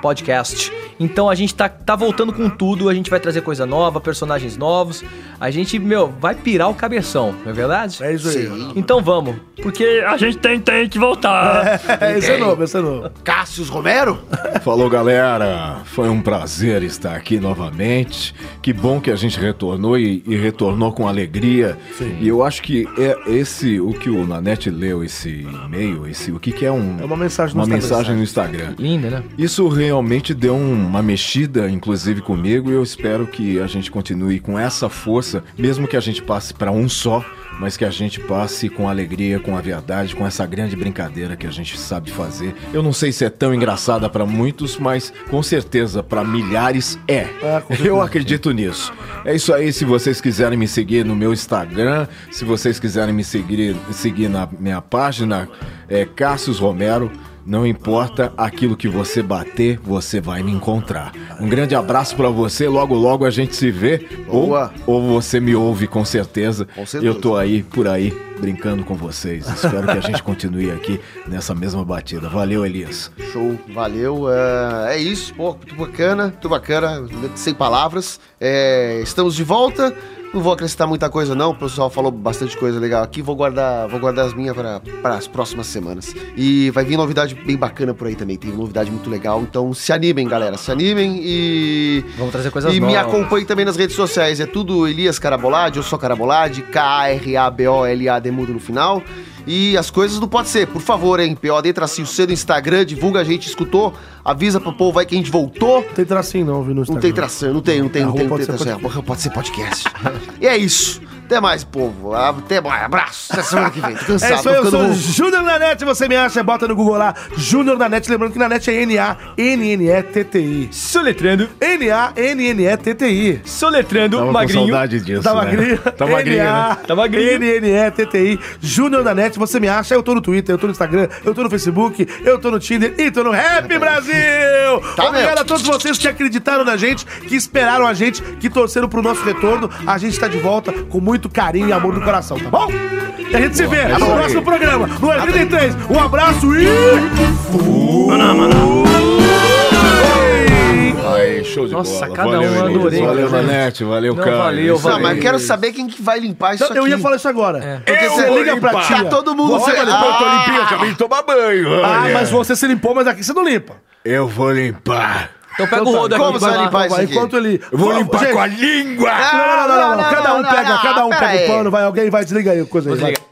podcast. Então a gente tá, tá voltando com tudo, a gente vai trazer coisa nova, personagens novos. A gente, meu, vai pirar o cabeção, não é verdade? É isso aí. Então vamos, porque a gente tem, tem que voltar. É, esse é novo, esse é novo. Cássius Romero? Falou, galera. Foi um prazer estar aqui novamente. Que bom que a gente retornou e, e retornou com alegria. E eu acho que é esse o que o Nanete leu esse e-mail, esse o que que é um É uma mensagem no uma Instagram. mensagem no Instagram. Linda, né? Isso realmente deu um, uma mexida, inclusive comigo, e eu espero que a gente continue com essa força, mesmo que a gente passe para um só, mas que a gente passe com alegria, com a verdade, com essa grande brincadeira que a gente sabe fazer. Eu não sei se é tão engraçada para muitos, mas com certeza para milhares é. Ah, eu acredito nisso. É isso aí, se vocês quiserem me seguir no meu Instagram, se vocês quiserem me seguir, seguir na minha página, é Cassius Romero. Não importa aquilo que você bater, você vai me encontrar. Um grande abraço pra você. Logo, logo a gente se vê. Ou, Boa. ou você me ouve, com certeza. certeza. Eu tô aí, por aí, brincando com vocês. Espero que a gente continue aqui nessa mesma batida. Valeu, Elias. Show, valeu. É, é isso, pô, muito bacana, muito bacana, sem palavras. É, estamos de volta. Não vou acrescentar muita coisa, não. O pessoal falou bastante coisa legal aqui. Vou guardar, vou guardar as minhas para as próximas semanas. E vai vir novidade bem bacana por aí também. Tem novidade muito legal. Então se animem, galera. Se animem e. Vamos trazer coisas e me novas. acompanhe também nas redes sociais. É tudo Elias Carabolade, eu sou Carabolade, K-A-R-A-B-O-L-A, demudo no final. E as coisas não pode ser, por favor, hein? POD tracinho C no Instagram, divulga a gente, escutou, avisa pro povo aí que a gente voltou. Não tem tracinho não, viu, no Não tem tracinho, não tem, não tem, não Arroba tem, não tá Pode tem Ser tracinho. Arroba Pode ser podcast. e é isso. Até mais, povo. Até mais. Abraço. Até semana que vem. Tô cansado. É isso aí, tô eu sou ficando o rouco. Júnior na net, você me acha, bota no Google lá, Júnior na net, lembrando que na net é N-A-N-N-E-T-T-I. Soletrando. N-A-N-N-E-T-T-I. Soletrando, Tava com magrinho. saudade disso, Tá né? magrinho. Tá magrinho, né? Tá magrinho. N-N-E-T-T-I. Júnior na net, você me acha, eu tô no Twitter, eu tô no Instagram, eu tô no Facebook, eu tô no Tinder e tô no Rap Brasil. Tá Obrigado mesmo. a todos vocês que acreditaram na gente, que esperaram a gente, que torceram pro nosso retorno. A gente tá de volta com muito carinho e amor no coração, tá bom? E a gente se Boa, vê é no isso aí. próximo programa, no R33. Um abraço e. Aí, show de Nossa, bola. cada valeu, um, Elias. adorei. Valeu, Nanete. Valeu, Não, cara. valeu, Isso valeu. aí. Não, mas quero saber quem que vai limpar isso Então, eu aqui. ia falar isso agora. É. Porque Eu você vou liga pra limpar. tia. todo mundo. Você você- limpou, eu tô Ah! limpinho, acabei de tomar banho. Ah, olha. mas você se limpou, mas aqui você não limpa. Eu vou limpar. Então pega o rodo aqui, Como você vai vai lá, limpar isso vai, aqui? enquanto ele- Eu vou Vamos, limpar gente. com a língua. Não, não, não, não, não. Cada um não, pega, não, cada um pera pega o aí. pano, vai, alguém vai, desliga aí, coisa aí. vai.